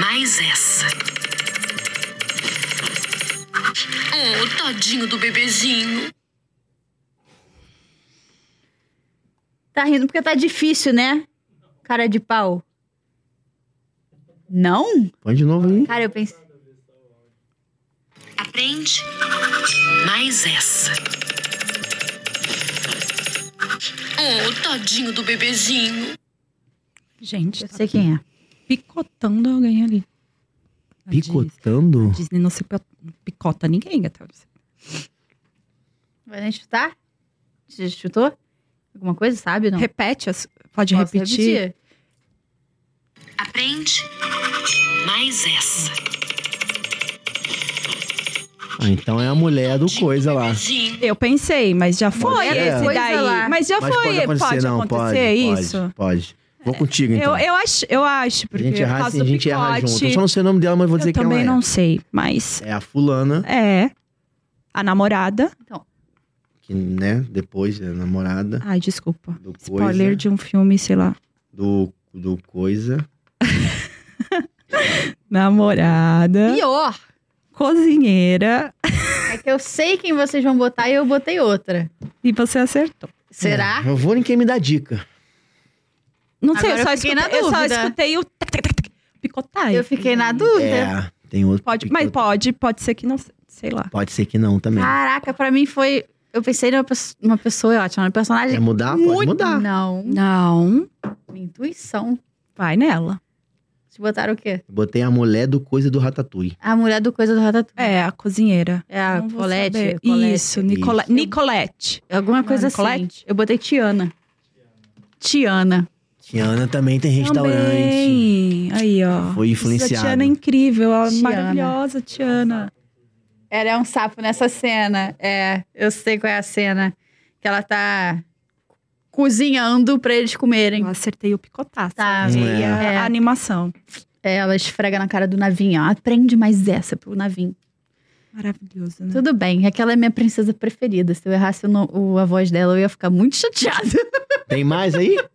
S7: Mais essa. Oh, tadinho do bebezinho.
S1: Tá rindo porque tá difícil, né? Cara de pau. Não?
S2: Põe de novo aí.
S1: Cara, eu pensei.
S7: Aprende, mais essa. Oh, tadinho do bebezinho.
S3: Gente,
S1: Eu
S3: tá
S1: sei quem é.
S3: picotando alguém ali. A Disney-
S2: Picotando?
S3: a Disney não se pi- não picota ninguém, até você.
S1: Vai nem chutar? Ch- Chutou? Alguma coisa, sabe? Não. é
S3: Repete, as- pode
S1: Posso
S3: repetir.
S7: Aprende, mais essa.
S2: Ah, então é a mulher do coisa lá.
S7: Bebezinho.
S3: Eu pensei, mas já foi
S2: ser.
S3: esse
S1: Coisa
S3: daí.
S1: lá.
S3: Mas já
S2: Mas
S3: foi,
S2: pode acontecer, não, pode,
S3: isso?
S2: Pode, pode. Vou contigo, então.
S3: Eu, eu, acho, eu acho,
S2: a
S3: porque
S2: gente
S3: por
S2: errar
S3: causa
S2: assim, a
S3: do
S2: gente erra
S3: picote,
S2: junto. Eu só não sei o nome dela, mas vou dizer
S3: eu
S2: que ela
S3: também
S2: é.
S3: não sei, mas
S2: É a fulana,
S3: é a namorada.
S2: que, né, depois é namorada
S3: Ai, desculpa.
S2: do
S3: Spoiler
S2: coisa.
S3: de um filme, sei lá.
S2: Do, do coisa.
S3: Namorada,
S1: Pior.
S3: cozinheira,
S1: É que eu sei quem vocês vão botar e eu botei outra.
S3: e você acertou.
S1: Será?
S2: É, Eu vou em quem me dá dica.
S3: Não sei, eu
S1: Agora
S3: só,
S1: eu fiquei na
S3: escutei, eu só
S1: dúvida.
S3: escutei o tac, tac, tac, tac, picotar.
S1: Eu fiquei na dúvida.
S2: É, tem outro.
S3: Pode,
S2: que-
S3: mas pode, pode ser que não, sei lá.
S2: Pode ser que não também.
S1: Caraca, pra mim foi. Eu pensei numa, pesso- uma pessoa é ótima, um personagem.
S2: Quer mudar? Pode
S1: muito...
S2: mudar.
S1: Não,
S3: Não,
S1: minha intuição.
S3: vai nela.
S1: Te botaram o quê?
S2: Botei a mulher do coisa do Ratatouille.
S1: A mulher do Coisa do Ratatouille.
S3: É, a cozinheira.
S1: É, a
S3: Não vou
S1: Colette,
S3: saber.
S1: a Colette.
S3: Ah, Isso, Nicola-
S2: Isso.
S3: Nicolette.
S1: Alguma coisa assim.
S3: Colette?
S1: Eu botei Tiana. Tiana.
S2: Tiana também tem restaurante.
S3: Também. Aí, ó.
S2: Foi
S3: Essa
S2: influenciada.
S3: Tiana é incrível, ó,
S1: Tiana.
S3: maravilhosa, Tiana.
S1: Ela é um sapo nessa cena. É, eu sei qual é a cena. Que ela tá cozinhando pra eles comerem.
S3: Eu acertei o picotaço.
S1: Tá,
S3: eu
S2: é.
S3: vi a,
S1: É.
S3: a animação.
S1: É, ela esfrega na cara do navinho. ó. Aprende mais essa pro navinho.
S3: Maravilhoso,
S2: Hum.
S3: né?
S1: Tudo bem, é que ela é minha princesa preferida. Se eu errasse o, no- o- a voz dela, eu ia ficar muito chateada.
S2: Tem mais aí?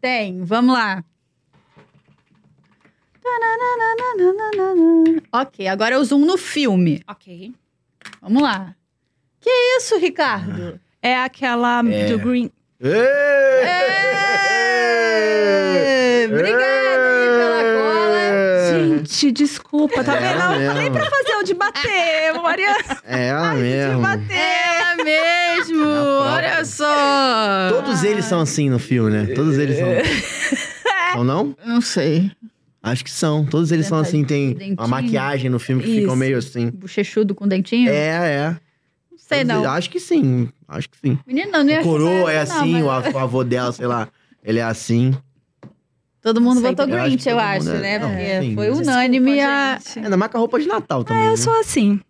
S1: Tem, vamos lá. Ok, agora eu zoom no filme.
S3: Ok.
S1: Vamos lá. Que isso, Ricardo?
S3: É aquela
S2: É.
S3: do Green.
S1: É, Obrigada aí pela cola.
S3: Gente, desculpa, tá
S2: É
S3: vendo?
S2: ela
S3: Eu falei
S2: mesmo.
S3: pra fazer o de bater, Mariana.
S2: É ela
S3: De
S2: mesmo.
S3: bater.
S1: É mesmo,
S2: É a própria.
S1: olha só.
S2: Todos eles são assim no filme, né? Todos eles
S3: É.
S2: são. Ou não?
S1: Não sei.
S2: Acho que são. Todos eles são assim. Tem uma
S1: Dentinho.
S2: maquiagem no filme que ficam
S3: Isso.
S2: meio assim.
S1: Bochechudo com dentinho?
S2: É, é.
S1: Não sei não.
S2: Acho que sim. Acho que sim.
S1: Menino, não, não ia
S2: O coroa
S1: chutar
S2: é
S1: essa, não,
S2: assim,
S1: mas-
S2: o av- o avô dela, sei lá. Ele é assim.
S1: Todo mundo
S3: Sei
S1: votou
S2: bem. Eu acho
S1: Grinch,
S2: que
S1: eu
S2: todo
S1: acho,
S2: mundo é-
S1: né?
S2: Não,
S1: Porque
S2: sim.
S1: foi
S2: Desculpa,
S1: unânime a...
S3: gente.
S2: Ainda mais com a roupa de
S1: Ah,
S2: Natal também.
S3: Eu
S2: né?
S3: sou assim.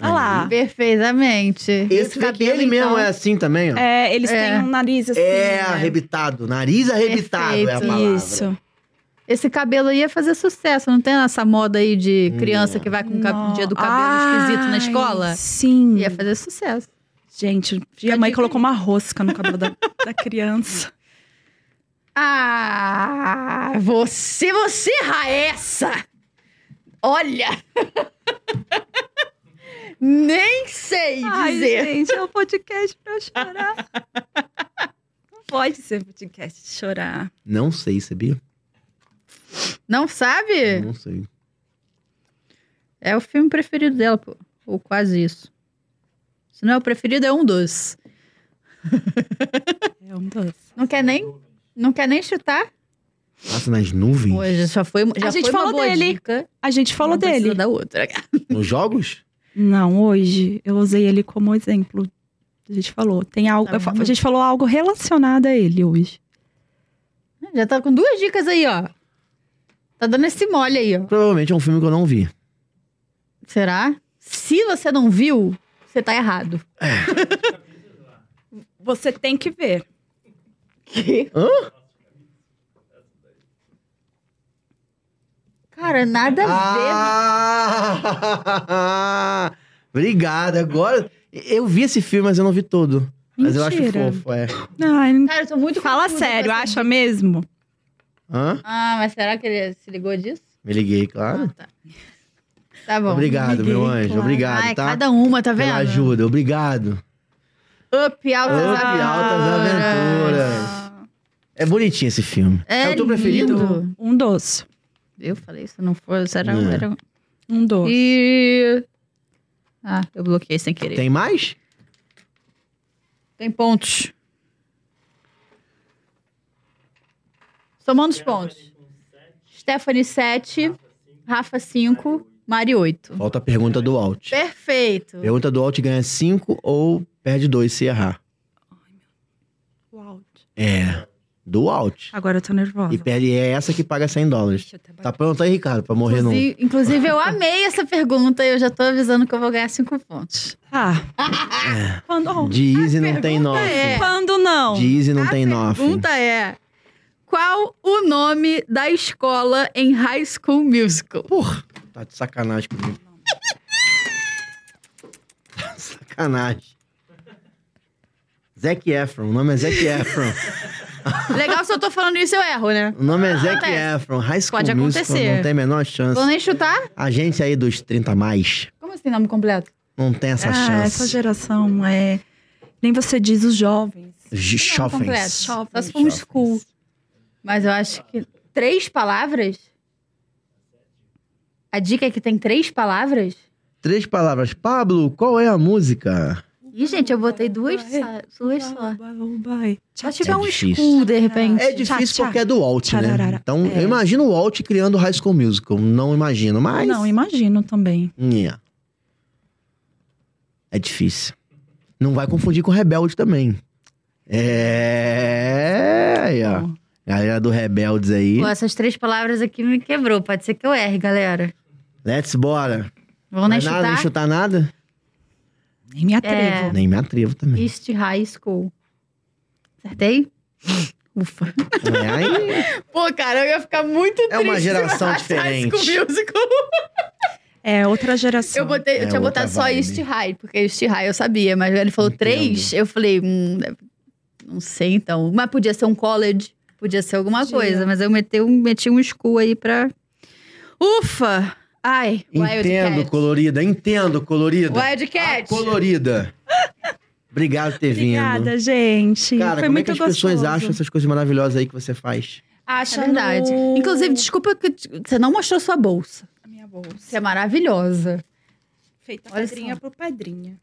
S3: Olha lá.
S1: Perfeitamente.
S2: Esse daqui, ele mesmo é assim também, ó.
S3: É, eles
S1: então. É.
S3: têm um nariz assim.
S2: É,
S3: né?
S2: arrebitado. Nariz arrebitado é a
S1: Perfeito.
S2: palavra.
S3: Isso.
S1: Esse cabelo aí ia fazer sucesso. Não tem essa moda aí de criança
S2: Não.
S1: que vai com o cab-
S3: Não.
S1: dia do cabelo esquisito na
S3: Ai,
S1: escola?
S3: Sim.
S1: Ia fazer sucesso.
S3: Gente, e a mãe colocou uma rosca no cabelo da, da criança.
S1: Ah, você, você Raessa! Olha! Nem sei dizer.
S3: gente, é um podcast pra eu chorar. Não pode ser podcast de chorar.
S2: Não sei, sabia?
S1: Não sabe?
S2: Não sei.
S1: É o filme preferido dela, pô. Ou quase isso. Se não é o preferido, é um dos.
S3: É um doce.
S1: Não quer nem, não quer nem chutar?
S2: Passa nas nuvens?
S1: Hoje só foi, já
S3: A gente
S1: foi uma
S3: falou
S1: boa
S3: dele.
S1: dica.
S3: A gente falou
S1: Não precisa
S3: dele.
S1: Da outra.
S2: Nos jogos?
S3: Não, hoje eu usei ele como exemplo. A gente falou. Tem algo,
S1: Tá
S3: eu fa-
S1: vendo?
S3: a gente falou algo relacionado a ele hoje.
S1: Já tá com duas dicas aí, ó. Tá dando esse mole aí, ó.
S2: Provavelmente é um filme que eu não vi.
S1: Será? Se você não viu, você tá errado.
S3: Você tem que ver.
S2: Hã?
S1: Cara, nada a ver.
S2: Ah! Obrigado. Agora. Eu vi esse filme, mas eu não vi todo. Mas eu acho
S3: Mentira.
S2: fofo, é.
S3: Ai, não-
S1: Cara, eu tô Tá muito
S3: fala
S1: confusa com
S3: sério,
S1: essa
S3: acha mesmo?
S2: Hã?
S1: Ah, mas será que ele se ligou disso?
S2: Me liguei,
S1: Ah,
S2: claro.
S1: tá. Tá bom.
S2: Obrigado,
S3: liguei,
S2: meu anjo.
S3: claro.
S2: Obrigado,
S1: Ai,
S2: tá?
S1: cada uma, tá vendo?
S2: Pela ajuda, obrigado.
S1: Up, altas
S2: Up, altas
S1: aventuras.
S2: É bonitinho esse filme.
S1: É
S2: o teu preferido?
S1: lindo.
S3: Um doce.
S1: Eu falei isso, não foi. Será
S2: Não.
S1: era...
S3: Um doce.
S1: E. Ah, eu bloqueei sem querer.
S2: Tem mais?
S1: Tem pontos. Somando os pontos. Stephanie 7, Rafa 5, Mari 8.
S2: Falta a pergunta do Alt.
S1: Perfeito.
S2: Pergunta do Alt ganha 5 ou perde 2 se errar?
S3: Uau.
S2: É. Do Alt.
S3: Agora eu tô nervosa.
S2: E perde é essa que paga 100 dólares.
S3: Deixa eu até bater.
S2: Tá pronto aí, Ricardo, pra morrer não.
S1: Inclusive, inclusive, eu amei essa pergunta e eu já tô avisando que eu vou ganhar 5 pontos.
S3: Ah,
S2: É.
S3: quando, oh,
S2: De Easy não tem 9.
S1: é-
S3: quando não?
S2: De Easy não tem 9.
S1: Pergunta é: Qual o nome da escola em High School Musical?
S2: Porra, tá de sacanagem comigo. Tá de sacanagem. Zac Efron, o nome é Zac Efron.
S1: Legal se eu tô falando isso, eu erro, né?
S2: O nome é Zac
S1: Acontece.
S2: Efron. High School
S1: Pode
S2: Musical
S1: acontecer.
S2: não tem a menor chance.
S1: Vou nem chutar?
S2: A gente aí dos 30 a mais
S1: Como assim, nome completo?
S2: não tem essa
S1: é
S3: ah, essa
S2: chance.
S3: geração é. Nem você diz os jovens.
S2: J-
S1: Nome completo.
S2: Jovens.
S1: Só se for um school. Mas eu acho que. Três palavras? A dica é que tem três palavras?
S2: Três palavras. Pablo, qual é a música?
S1: Ih, gente, eu botei duas, sa- duas é só.
S3: Uba, uba, e tchá,
S1: Só tiver
S2: É
S1: um
S2: difícil.
S1: school, de repente.
S2: É difícil
S3: tchá.
S2: porque é do Walt, né?
S3: Tchararara.
S2: Então,
S3: É.
S2: eu imagino o Walt criando High School Musical. Não imagino,
S3: tchá.
S2: mas...
S3: Não, imagino também.
S2: Nhé. É difícil. Não vai confundir com Rebelde também. É... aí, ó.
S3: Bom.
S2: Galera do Rebeldes aí.
S1: Pô, essas três palavras aqui me quebrou. Pode ser que eu erre, galera.
S2: Let's bora.
S1: Vamos nem
S2: Não é nada,
S1: chutar?
S2: nem chutar nada?
S3: Nem me
S1: É.
S3: atrevo.
S2: Nem me atrevo também.
S1: East High School. Acertei? Ufa.
S2: É, aí
S1: Pô, cara, eu ia ficar muito
S2: é uma
S1: triste
S2: geração
S1: se eu errasse High School
S2: diferente.
S1: Musical.
S3: É, outra geração.
S1: Eu, botei, eu
S2: É
S1: tinha
S2: outra
S1: botado só
S2: vibe.
S1: East High, porque East High eu sabia, mas ele falou
S2: Entendo.
S1: três, eu falei, hum, deve- não sei então. Mas podia ser um college, podia ser alguma
S3: Podia.
S1: coisa, mas eu meti um, meti um school aí pra. Ufa! Ai,
S2: Entendo,
S1: Wildcat.
S2: colorida. Entendo, colorida. Ah,
S1: Wildcat!
S2: Colorida. Obrigado por ter vindo.
S3: Obrigada, gente.
S2: Tá Cara,
S3: Foi
S2: como é
S3: muito
S2: que as pessoas
S3: gostoso.
S2: acham essas coisas maravilhosas aí que você faz?
S3: Acha
S1: É verdade.
S3: no-
S1: Inclusive, desculpa que t- você não mostrou sua bolsa.
S3: A minha bolsa.
S1: Você é maravilhosa.
S3: Feita
S1: Olha
S3: pedrinha
S1: só.
S3: pro pedrinha.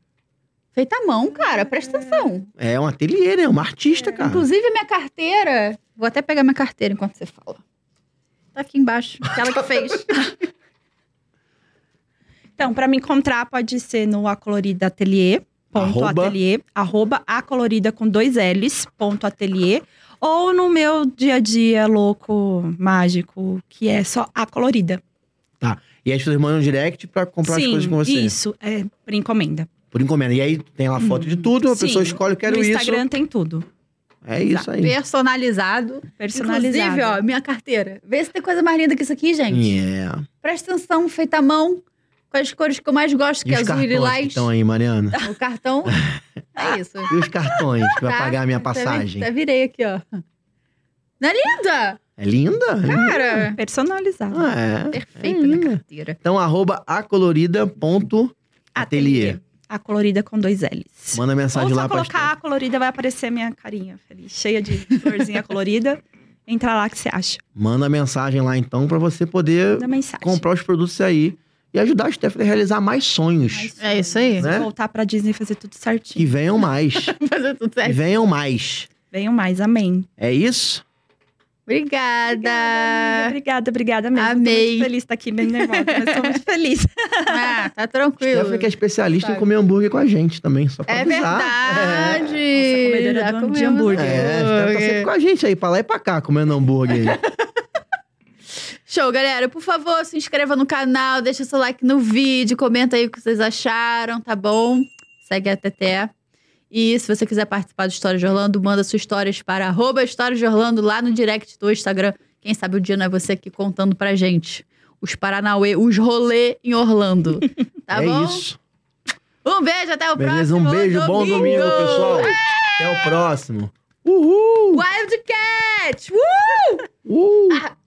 S1: Feita à mão, cara, presta atenção.
S2: É um ateliê, né? Uma artista,
S3: É,
S2: cara.
S1: Inclusive, minha carteira. Vou até pegar minha carteira enquanto você fala. Tá aqui embaixo. Aquela que fez.
S3: Então, pra me encontrar, pode ser no Acolorida Ateliê. Ponto
S2: Arroba?
S3: ateliê, arroba acolorida com dois L's, ponto ateliê, ou no meu dia a dia louco, mágico, que é só acolorida.
S2: E aí as pessoas mandam um direct pra comprar as
S3: Sim,
S2: coisas com você.
S3: isso, é por encomenda.
S2: Por encomenda. E aí tem lá foto de tudo, a
S3: Sim.
S2: pessoa escolhe, eu quero
S3: no
S2: isso.
S3: Instagram tem tudo,
S2: É isso aí.
S1: Tá, Personalizado.
S3: personalizado.
S1: Inclusive, ó, minha carteira. Vê se tem coisa mais linda que isso aqui, gente.
S2: Yeah.
S1: Presta atenção, feita à mão. com as cores que eu mais gosto, que
S2: E
S1: é
S2: os
S1: azul e
S2: cartões que
S1: lilás.
S2: estão aí, Mariana?
S1: O cartão. É isso.
S2: E os cartões que vai
S1: Tá?
S2: pagar a minha
S1: Tá vi-
S2: passagem?
S1: tá, virei aqui, ó. Não é linda?
S2: É linda?
S1: Cara,
S3: Personalizado.
S2: Ah, é.
S1: perfeita
S2: É linda.
S1: na carteira.
S2: Então, arroba acolorida.ateliê.
S3: A colorida com dois L's.
S2: Manda
S3: Ou
S2: mensagem
S3: só
S2: lá pra
S3: colocar a colorida, vai aparecer minha carinha feliz, cheia de florzinha colorida. Entra lá que você acha.
S2: Manda mensagem lá, então, pra você poder
S3: Manda mensagem.
S2: comprar os produtos aí e ajudar a Stephanie a realizar mais sonhos.
S3: Mas,
S1: É isso aí.
S2: né?
S3: Voltar pra Disney e fazer tudo
S2: Que
S3: certinho.
S2: venham mais.
S1: Fazer tudo
S2: que
S1: certo.
S2: venham mais.
S3: Venham mais, amém.
S2: É isso?
S3: Obrigada,
S1: Obrigada.
S3: obrigada, obrigada mesmo.
S1: Amei.
S3: Tô muito feliz de estar aqui, bem nervosa, mas tô muito feliz.
S1: Ah, tá
S2: Stephanie
S1: tranquilo.
S2: que é especialista em
S1: Sabe.
S2: comer hambúrguer com a gente também, só pra
S1: É
S2: avisar.
S1: verdade.
S3: É. Nossa, comedora
S1: Já
S3: do hambúrguer.
S1: comemos
S2: É, é Stephanie tá
S1: hambúrguer.
S2: sempre com a gente aí, pra lá e pra cá, comendo hambúrguer aí.
S1: Show, galera. Por favor, se inscreva no canal, deixa seu like no vídeo, comenta aí o que vocês acharam, tá bom? Segue a TT. E se você quiser participar do História de Orlando, manda suas histórias para arroba História de Orlando lá no direct do Instagram. Quem sabe o dia não é você aqui contando pra gente. Os Paranauê, os rolê em Orlando. Tá
S2: é
S1: bom?
S2: isso.
S1: Um beijo, até o
S2: Beleza,
S1: próximo.
S2: um beijo, bom domingo, pessoal. Até o próximo. Uhul!
S1: Wildcat!
S2: Uhul!
S1: Ah,